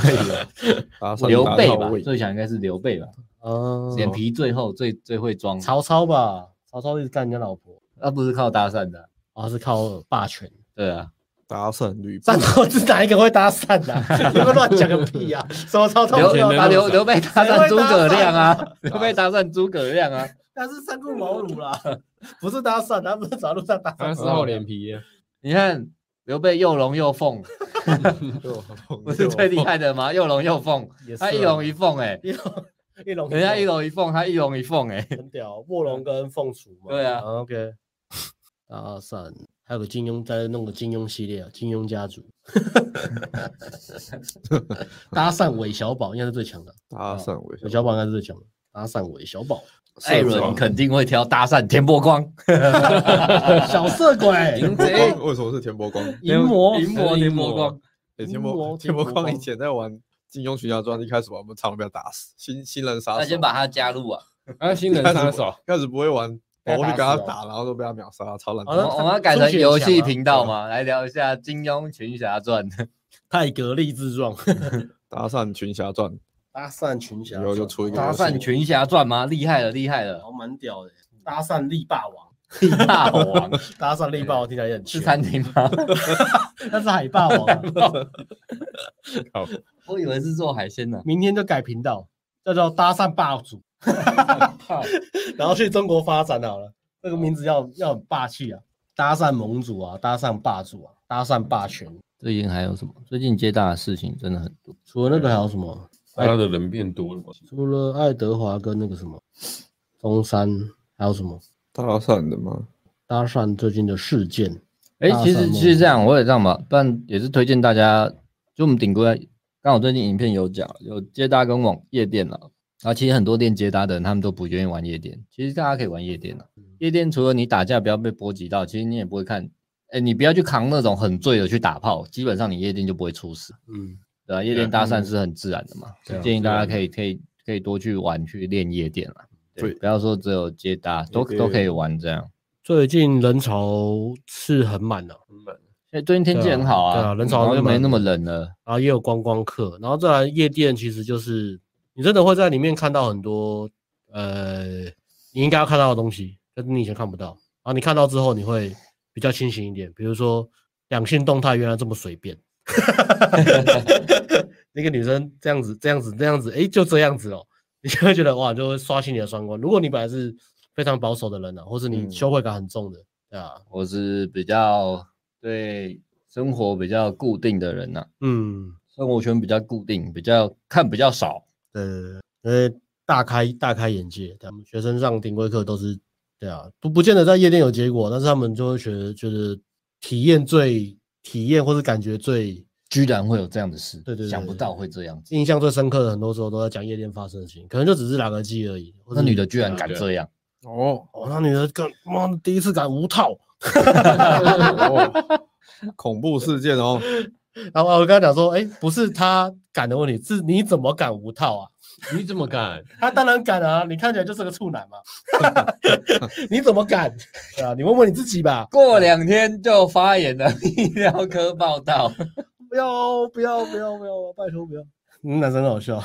S4: 讪
S2: 刘
S4: 搭
S2: 备
S4: 到
S2: 吧
S4: 位，
S2: 最强应该是刘备吧，
S3: 嗯，
S2: 脸皮最厚，最最会装。
S3: 曹操吧，曹操一直干人家老婆，
S2: 那不是靠搭讪的啊，
S3: 然哦后是靠霸权。
S2: 对啊，
S4: 搭讪吕布
S3: 战，斗是哪一个会搭讪的、 啊？你们乱讲个屁呀、啊！什 么曹操
S2: 刘
S3: 没有
S2: 刘
S3: 搭
S2: 刘
S3: 刘，
S2: 刘备搭
S3: 谁会
S2: 讪
S3: 搭
S2: 诸葛亮
S3: 讪
S2: 啊，刘备搭讪诸葛亮啊，
S3: 那是三顾茅庐啦， 不是搭讪，他不是走在路上搭
S1: 他
S3: 讪。
S1: 是厚脸皮耶，
S2: 你看刘备又龙又 凤， 不是最厉害的吗？又龙又凤，
S3: 也是啊
S2: 他一龙一凤哎、
S3: 一龙一龙，
S2: 人家一龙一凤，他一龙一凤哎、
S3: 很屌，卧龙跟凤雏嘛。
S2: 对啊
S3: ，OK。搭讪，还有个金庸，再弄个金庸系列啊，金庸家 族。搭讪韦小宝应该是最强的，
S4: 搭讪微
S3: 韦
S4: 笑，
S3: 小宝应该是最强的。搭讪韦小宝，
S2: 艾
S4: 啊
S2: 伦肯定会挑搭讪田伯 光，
S3: 小色鬼，
S2: 淫贼，
S4: 为什么是田伯光？
S3: 淫魔，
S2: 淫魔田伯光，
S4: 欸田
S3: 田伯
S4: 伯田伯
S3: 田伯
S4: 光以
S3: 光
S4: 前在玩《金庸群侠传》，一开始把我们常常被他打死，新新人杀手。
S2: 那先把他加入啊，
S1: 啊，新人杀手，
S4: 一开始不会玩，
S3: 被他
S4: 我会跟
S3: 打
S4: 他
S3: 死哦
S4: 打，然后都被他秒杀，超烂
S2: 我
S3: 好
S2: 们
S3: 那
S4: 的。
S3: 他
S2: 我们要改成
S3: 朱雪
S2: 游
S3: 强
S2: 戏
S3: 啊
S2: 频道嘛，来聊一下《金庸群侠 传》。
S3: 泰格立志状，
S4: 搭讪群侠传，
S3: 搭讪群侠
S4: 以后就出一个
S2: 搭
S4: 游戏
S2: 讪群侠传吗？厉害了，厉害了
S3: 好，蛮屌的，搭讪力霸王，
S2: 力霸王
S3: 搭讪力霸王听起来也很
S2: 是
S3: 炫
S2: 餐厅吗？
S3: 那是海霸王 啊，
S2: 我以为是做海鲜呢。
S3: 明天就改频道，叫做搭讪霸 主，然后去中国发展好了。这个名字要要很霸气啊，搭讪盟主啊，搭讪霸主啊，搭讪霸权。
S2: 最近还有什么？最近接大的事情真的很多。
S3: 除了那个还有什么？
S1: 哎他的人变多了嘛，
S3: 除了爱德华跟那个什么中山，还有什么
S4: 搭讪的吗？
S3: 搭讪最近的事件？
S2: 哎、
S3: 大
S2: 其
S3: 三
S2: 实
S3: 梦
S2: 其实这样，我也这样吧，不然也是推荐大家，就我们顶规，刚好最近影片有讲，有接搭跟网夜店了。然后其实很多店接搭的人，他们都不愿意玩夜店。其实大家可以玩夜店了。夜店除了你打架不要被波及到，其实你也不会看，哎，你不要去扛那种很醉的去打炮，基本上你夜店就不会出事，
S3: 嗯，
S2: 对啊吧、夜店搭讪是很自然的嘛，
S3: 对啊
S2: 建议大
S1: 自
S2: 家
S1: 然的
S2: 可以可以可以多去玩去练夜店了。
S4: 对
S2: 不要说只有接搭，都
S4: 夜店
S2: 都可以玩这样。
S3: 最近人潮是很满的、
S2: 哎，最近天气
S3: 对啊
S2: 很好啊，
S3: 对啊人潮
S2: 然后
S3: 那
S2: 又
S3: 么
S2: 没那么
S3: 多
S2: 冷了。
S3: 然后也有观光客，然后再来夜店，其实就是你真的会在里面看到很多呃你应该要看到的东西，但是你以前看不到。然后你看到之后，你会比较清醒一点，比如说两性动态原来这么随便， 那个女生这样子这样子这样子，诶，就这样子哦， 你就会觉得哇，就会刷新你的三观。如果你本来是非常保守的人呢、啊，或是你
S4: 嗯
S3: 羞愧感很重的，对啊，
S2: 我是比较对生活比较固定的人呐、
S3: 嗯，
S2: 生活圈比较固定，比较看比较少。
S3: 呃，因为大开大开眼界，他们学生上顶规课都是对啊，不不见得在夜店有结果，但是他们就会觉得觉得体验最体验或是感觉最
S2: 居然会有这样的事，
S3: 对对对
S2: 想不到会这样子。
S3: 印象最深刻的，很多时候都在讲夜店发生的事情，可能就只是打个鸡而已。或
S2: 那
S3: 是
S2: 女的居然
S3: 对啊
S2: 敢这样，
S4: 哦，
S3: 哦，那女的敢妈的第一次敢无套，
S4: 哦恐怖事件哦，
S3: 然后我跟她讲说，哎，不是她敢的问题，是你怎么敢无套啊？
S1: 你怎么敢？
S3: 他当然敢啊，你看起来就是个处 男嘛，你怎么敢？对啊，你问问你自己吧。
S2: 过两天就发言了， 医疗科报道。
S3: 不要哦不要不要不要，拜托不要。嗯男生很好笑，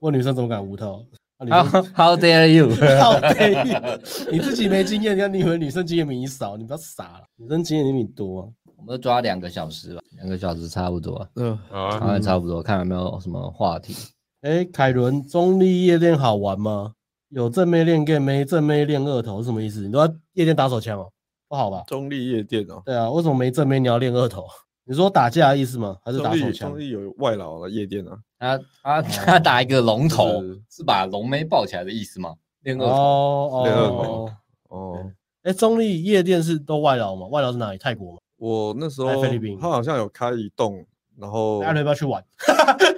S3: 问女生怎么敢无套？啊、女
S2: How
S3: 生
S2: how dare you？
S3: 好卑鄙，你自己没经验，你看你以为女生经验比你少？你不要傻了，女生经验比你多、啊。
S2: 我们抓两个小时吧，两个小时差不多啊，
S4: 嗯，
S1: 好 啊，
S2: 好像差不多，看有没有什么话题。
S3: 哎、凯伦，中立夜店好玩吗？有正妹练 gay，没正妹练二头是什么意思？你都要夜店打手枪哦，不好吧？
S4: 中立夜店哦，
S3: 对啊，为什么没正妹你要练二头？你说打架的意思吗？还是
S4: 中
S3: 打手
S4: 立
S3: 枪
S4: 中？立有外劳的夜店啊，
S2: 他
S3: 哦
S2: 他他打一个龙头
S4: 就是，
S2: 是把龙妹抱起来的意思吗？练二
S3: 哦
S2: 头。
S3: 哦
S4: 练二头
S3: 哦，
S4: 哦，
S3: 哎、中立夜店是都外劳吗？外劳是哪里？泰国吗？
S4: 我那时
S3: 在
S4: 候
S3: 菲律宾
S4: 他好像有开一栋，然后
S3: 大家要不要去 玩？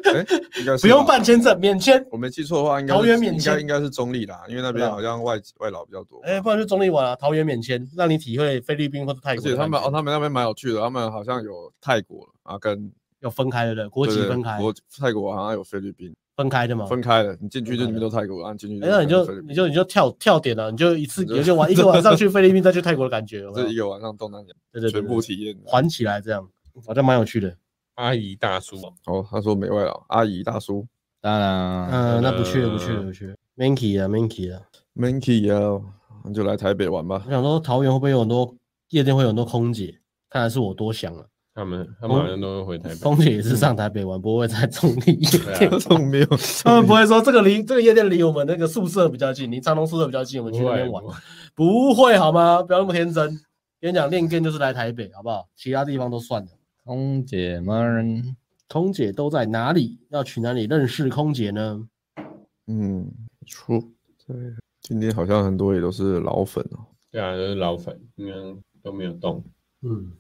S4: 哎，应哦该是
S3: 不用
S4: 吧
S3: 办签证，免签。
S4: 我没记错的话，应该
S3: 桃
S4: 是
S3: 园免
S4: 应
S3: 签
S4: 该应该是中立啦，因为那
S3: 对
S4: 边
S3: 啊
S4: 好像外籍外劳比较多。
S3: 哎、不然去中立玩啊，桃园免签，让你体会菲律宾或者泰
S4: 而
S3: 国
S4: 且
S3: 的
S4: 他
S3: 感觉。
S4: 们哦，他们那边蛮有趣的，他们好像有泰国啊，跟
S3: 有分开的，对不对，国
S4: 对
S3: 籍
S4: 对
S3: 分开，
S4: 国泰国好像有菲律宾
S3: 分开的嘛。
S4: 分开了，你进去
S3: 分
S4: 就里
S3: 开
S4: 面都泰国，然后进去
S3: 哎、那你
S4: 就
S3: 就
S4: 菲律宾
S3: 你就你就跳跳点啊了、你就一次
S4: 你就
S3: 你就 玩一个晚上去菲律宾，再去泰国的感觉，有没有
S4: 这一个晚上东南亚
S3: 对对对
S4: 全部
S3: 对
S4: 体验。
S3: 环起来这样，好像蛮有趣的。
S1: 阿姨大叔，
S4: 哦，他说没外劳，阿姨大叔
S2: 当然啊，
S3: 嗯、那
S1: 呃
S3: 不去了，不去了，不去了。Manky 啊，Manky 啊，
S4: ，Minky 啊，你就来台北 玩吧
S3: 我。想说桃园会不会有很多夜店会有很多空姐？看来是我多想了，啊
S1: 他们他们好像都会回台北。
S3: 空姐也是上台北玩，不会在中立 夜店。
S1: 对啊
S4: 这种没有，
S3: 他们不会说这个离这个夜店离我们那个宿舍比较近，离长隆宿舍比较近，我们去那边玩
S1: 不会。
S3: 不会好吗？不要那么天真。跟你讲，练根就是来台北，好不好？其他地方都算了。
S2: 空姐们，
S3: 空姐都在哪里？要去哪里认识空姐呢？
S4: 嗯，出对，今天好像很多也都是老粉哦，
S1: 对啊，就是老粉，应该都没有动。
S3: 嗯，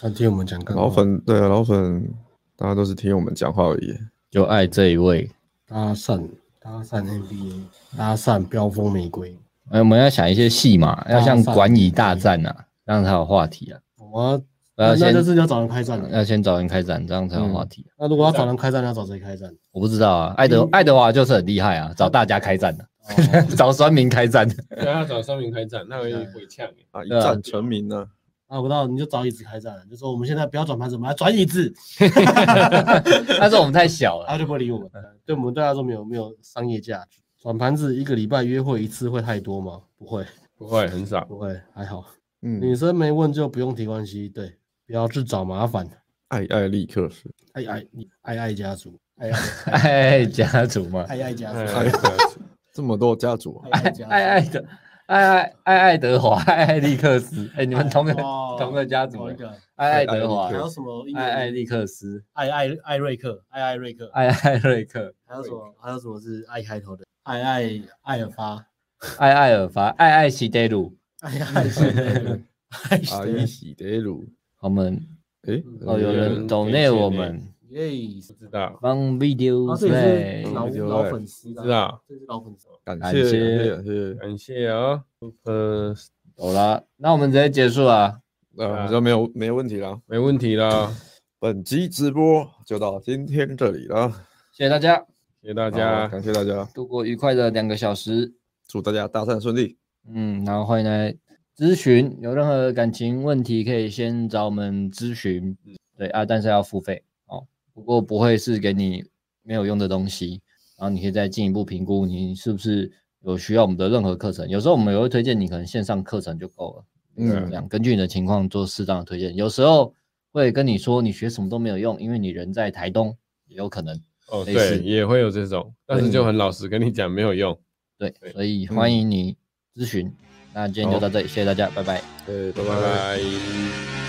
S3: 他听我们讲干话
S4: 老，粉对啊，老粉大家都是听我们讲话而已。
S2: 就爱这一位。
S3: 搭讪，搭讪 NBA，搭讪飙风玫瑰。
S2: 哎，我们要想一些戏嘛，要像
S3: 大战
S2: 管理大战啊，这样才有啊话题啊。
S3: 我
S2: 呃，
S3: 那
S2: 先呃
S3: 就是要找人开战了。
S2: 要先找人开战，这样才有话题啊、
S3: 那如果要找人开战，要找谁开战？
S2: 我不知道啊，爱德爱德华就是很厉害啊，找大家开战的、
S3: 哦
S2: 找酸民开 战的。
S1: 对啊，找商明开战，那个会呛欸
S4: 啊，一
S2: 对啊
S4: 战成名呢、
S3: 啊那我不知道，你就找椅子开战，就说我们现在不要转盘子，我们来转椅子，
S2: 但是我们太小了，
S3: 他就不会理我们。对我们对他来说没有没有商业价值。转盘子一个礼拜约会一次会太多吗？不会，
S1: 不会很少。
S3: 不会，还好。女
S4: 嗯，
S3: 生没问就不用提关系，对，不要去找麻烦。
S4: 艾艾利克斯，
S3: 爱爱你爱爱家族，爱爱
S2: 爱家族嘛，
S3: 爱爱家
S1: 哎
S3: 族，
S1: 对啊
S4: 这么多家族啊，
S3: 爱爱家
S2: 爱爱
S3: 族。
S2: 的爱爱爱爱德华，爱爱利克斯，哎、你们同个
S3: 哦
S2: 同个家族
S3: 同
S2: 欸
S3: 一，个，
S2: 爱爱德华
S4: 爱
S3: 还
S4: 爱利
S3: 有
S4: 克
S3: 什么英文？
S2: 爱爱利克斯，
S3: 爱爱爱瑞克，爱爱瑞克，
S2: 爱爱瑞克，
S3: 还有什么？还有什么是爱开头的？爱爱艾尔发，
S2: 爱爱尔法，爱爱西德鲁，
S3: 爱爱谁？爱
S4: 阿伊
S3: 谁？啊
S4: 喜德鲁，
S2: 我们
S4: 诶，
S2: 哦，有人
S1: 懂
S2: 懂内我们
S3: 耶！
S1: 不知道，
S2: 帮 video
S3: 啊，这也是
S2: play
S3: 老
S4: 对啊
S3: 老粉丝
S1: 不
S3: 啦，
S1: 知道，
S3: 这是老粉丝。
S4: 呃感
S2: 感
S4: 谢
S2: 谢
S4: 感谢，
S1: 感谢哦。呃，
S2: 好啦，那我们直接结束啊。
S4: 呃，好像没有没有问题啦。
S1: 没问题啦，
S4: 本集直播就到今天这里了，
S2: 谢谢大家，
S1: 谢谢大
S4: 大
S1: 家，
S4: 感谢大家，
S2: 度过愉快的两个小时。
S4: 祝大家搭讪顺利。
S2: 嗯，然后欢迎来咨询，有任何感情问题可以先找我们咨询。对啊，但是要付费哦，不过不会是给你没有用的东西，然后你可以再进一步评估你是不是有需要我们的任何课程。有时候我们也会推荐你可能线上课程就够了，嗯，
S4: 嗯
S2: 这样根据你的情况做适当的推荐。有时候会跟你说你学什么都没有用，因为你人在台东，也有可能。
S1: 哦，
S2: 类
S1: 对，
S2: 似
S1: 也会有这种，但是
S4: 嗯
S1: 就很老实跟你讲，没有用。
S2: 对
S1: 对，
S2: 所以
S4: 嗯
S2: 欢迎你咨询。那今天就到这里，谢谢大家，拜拜。
S4: 对，拜
S1: 拜拜。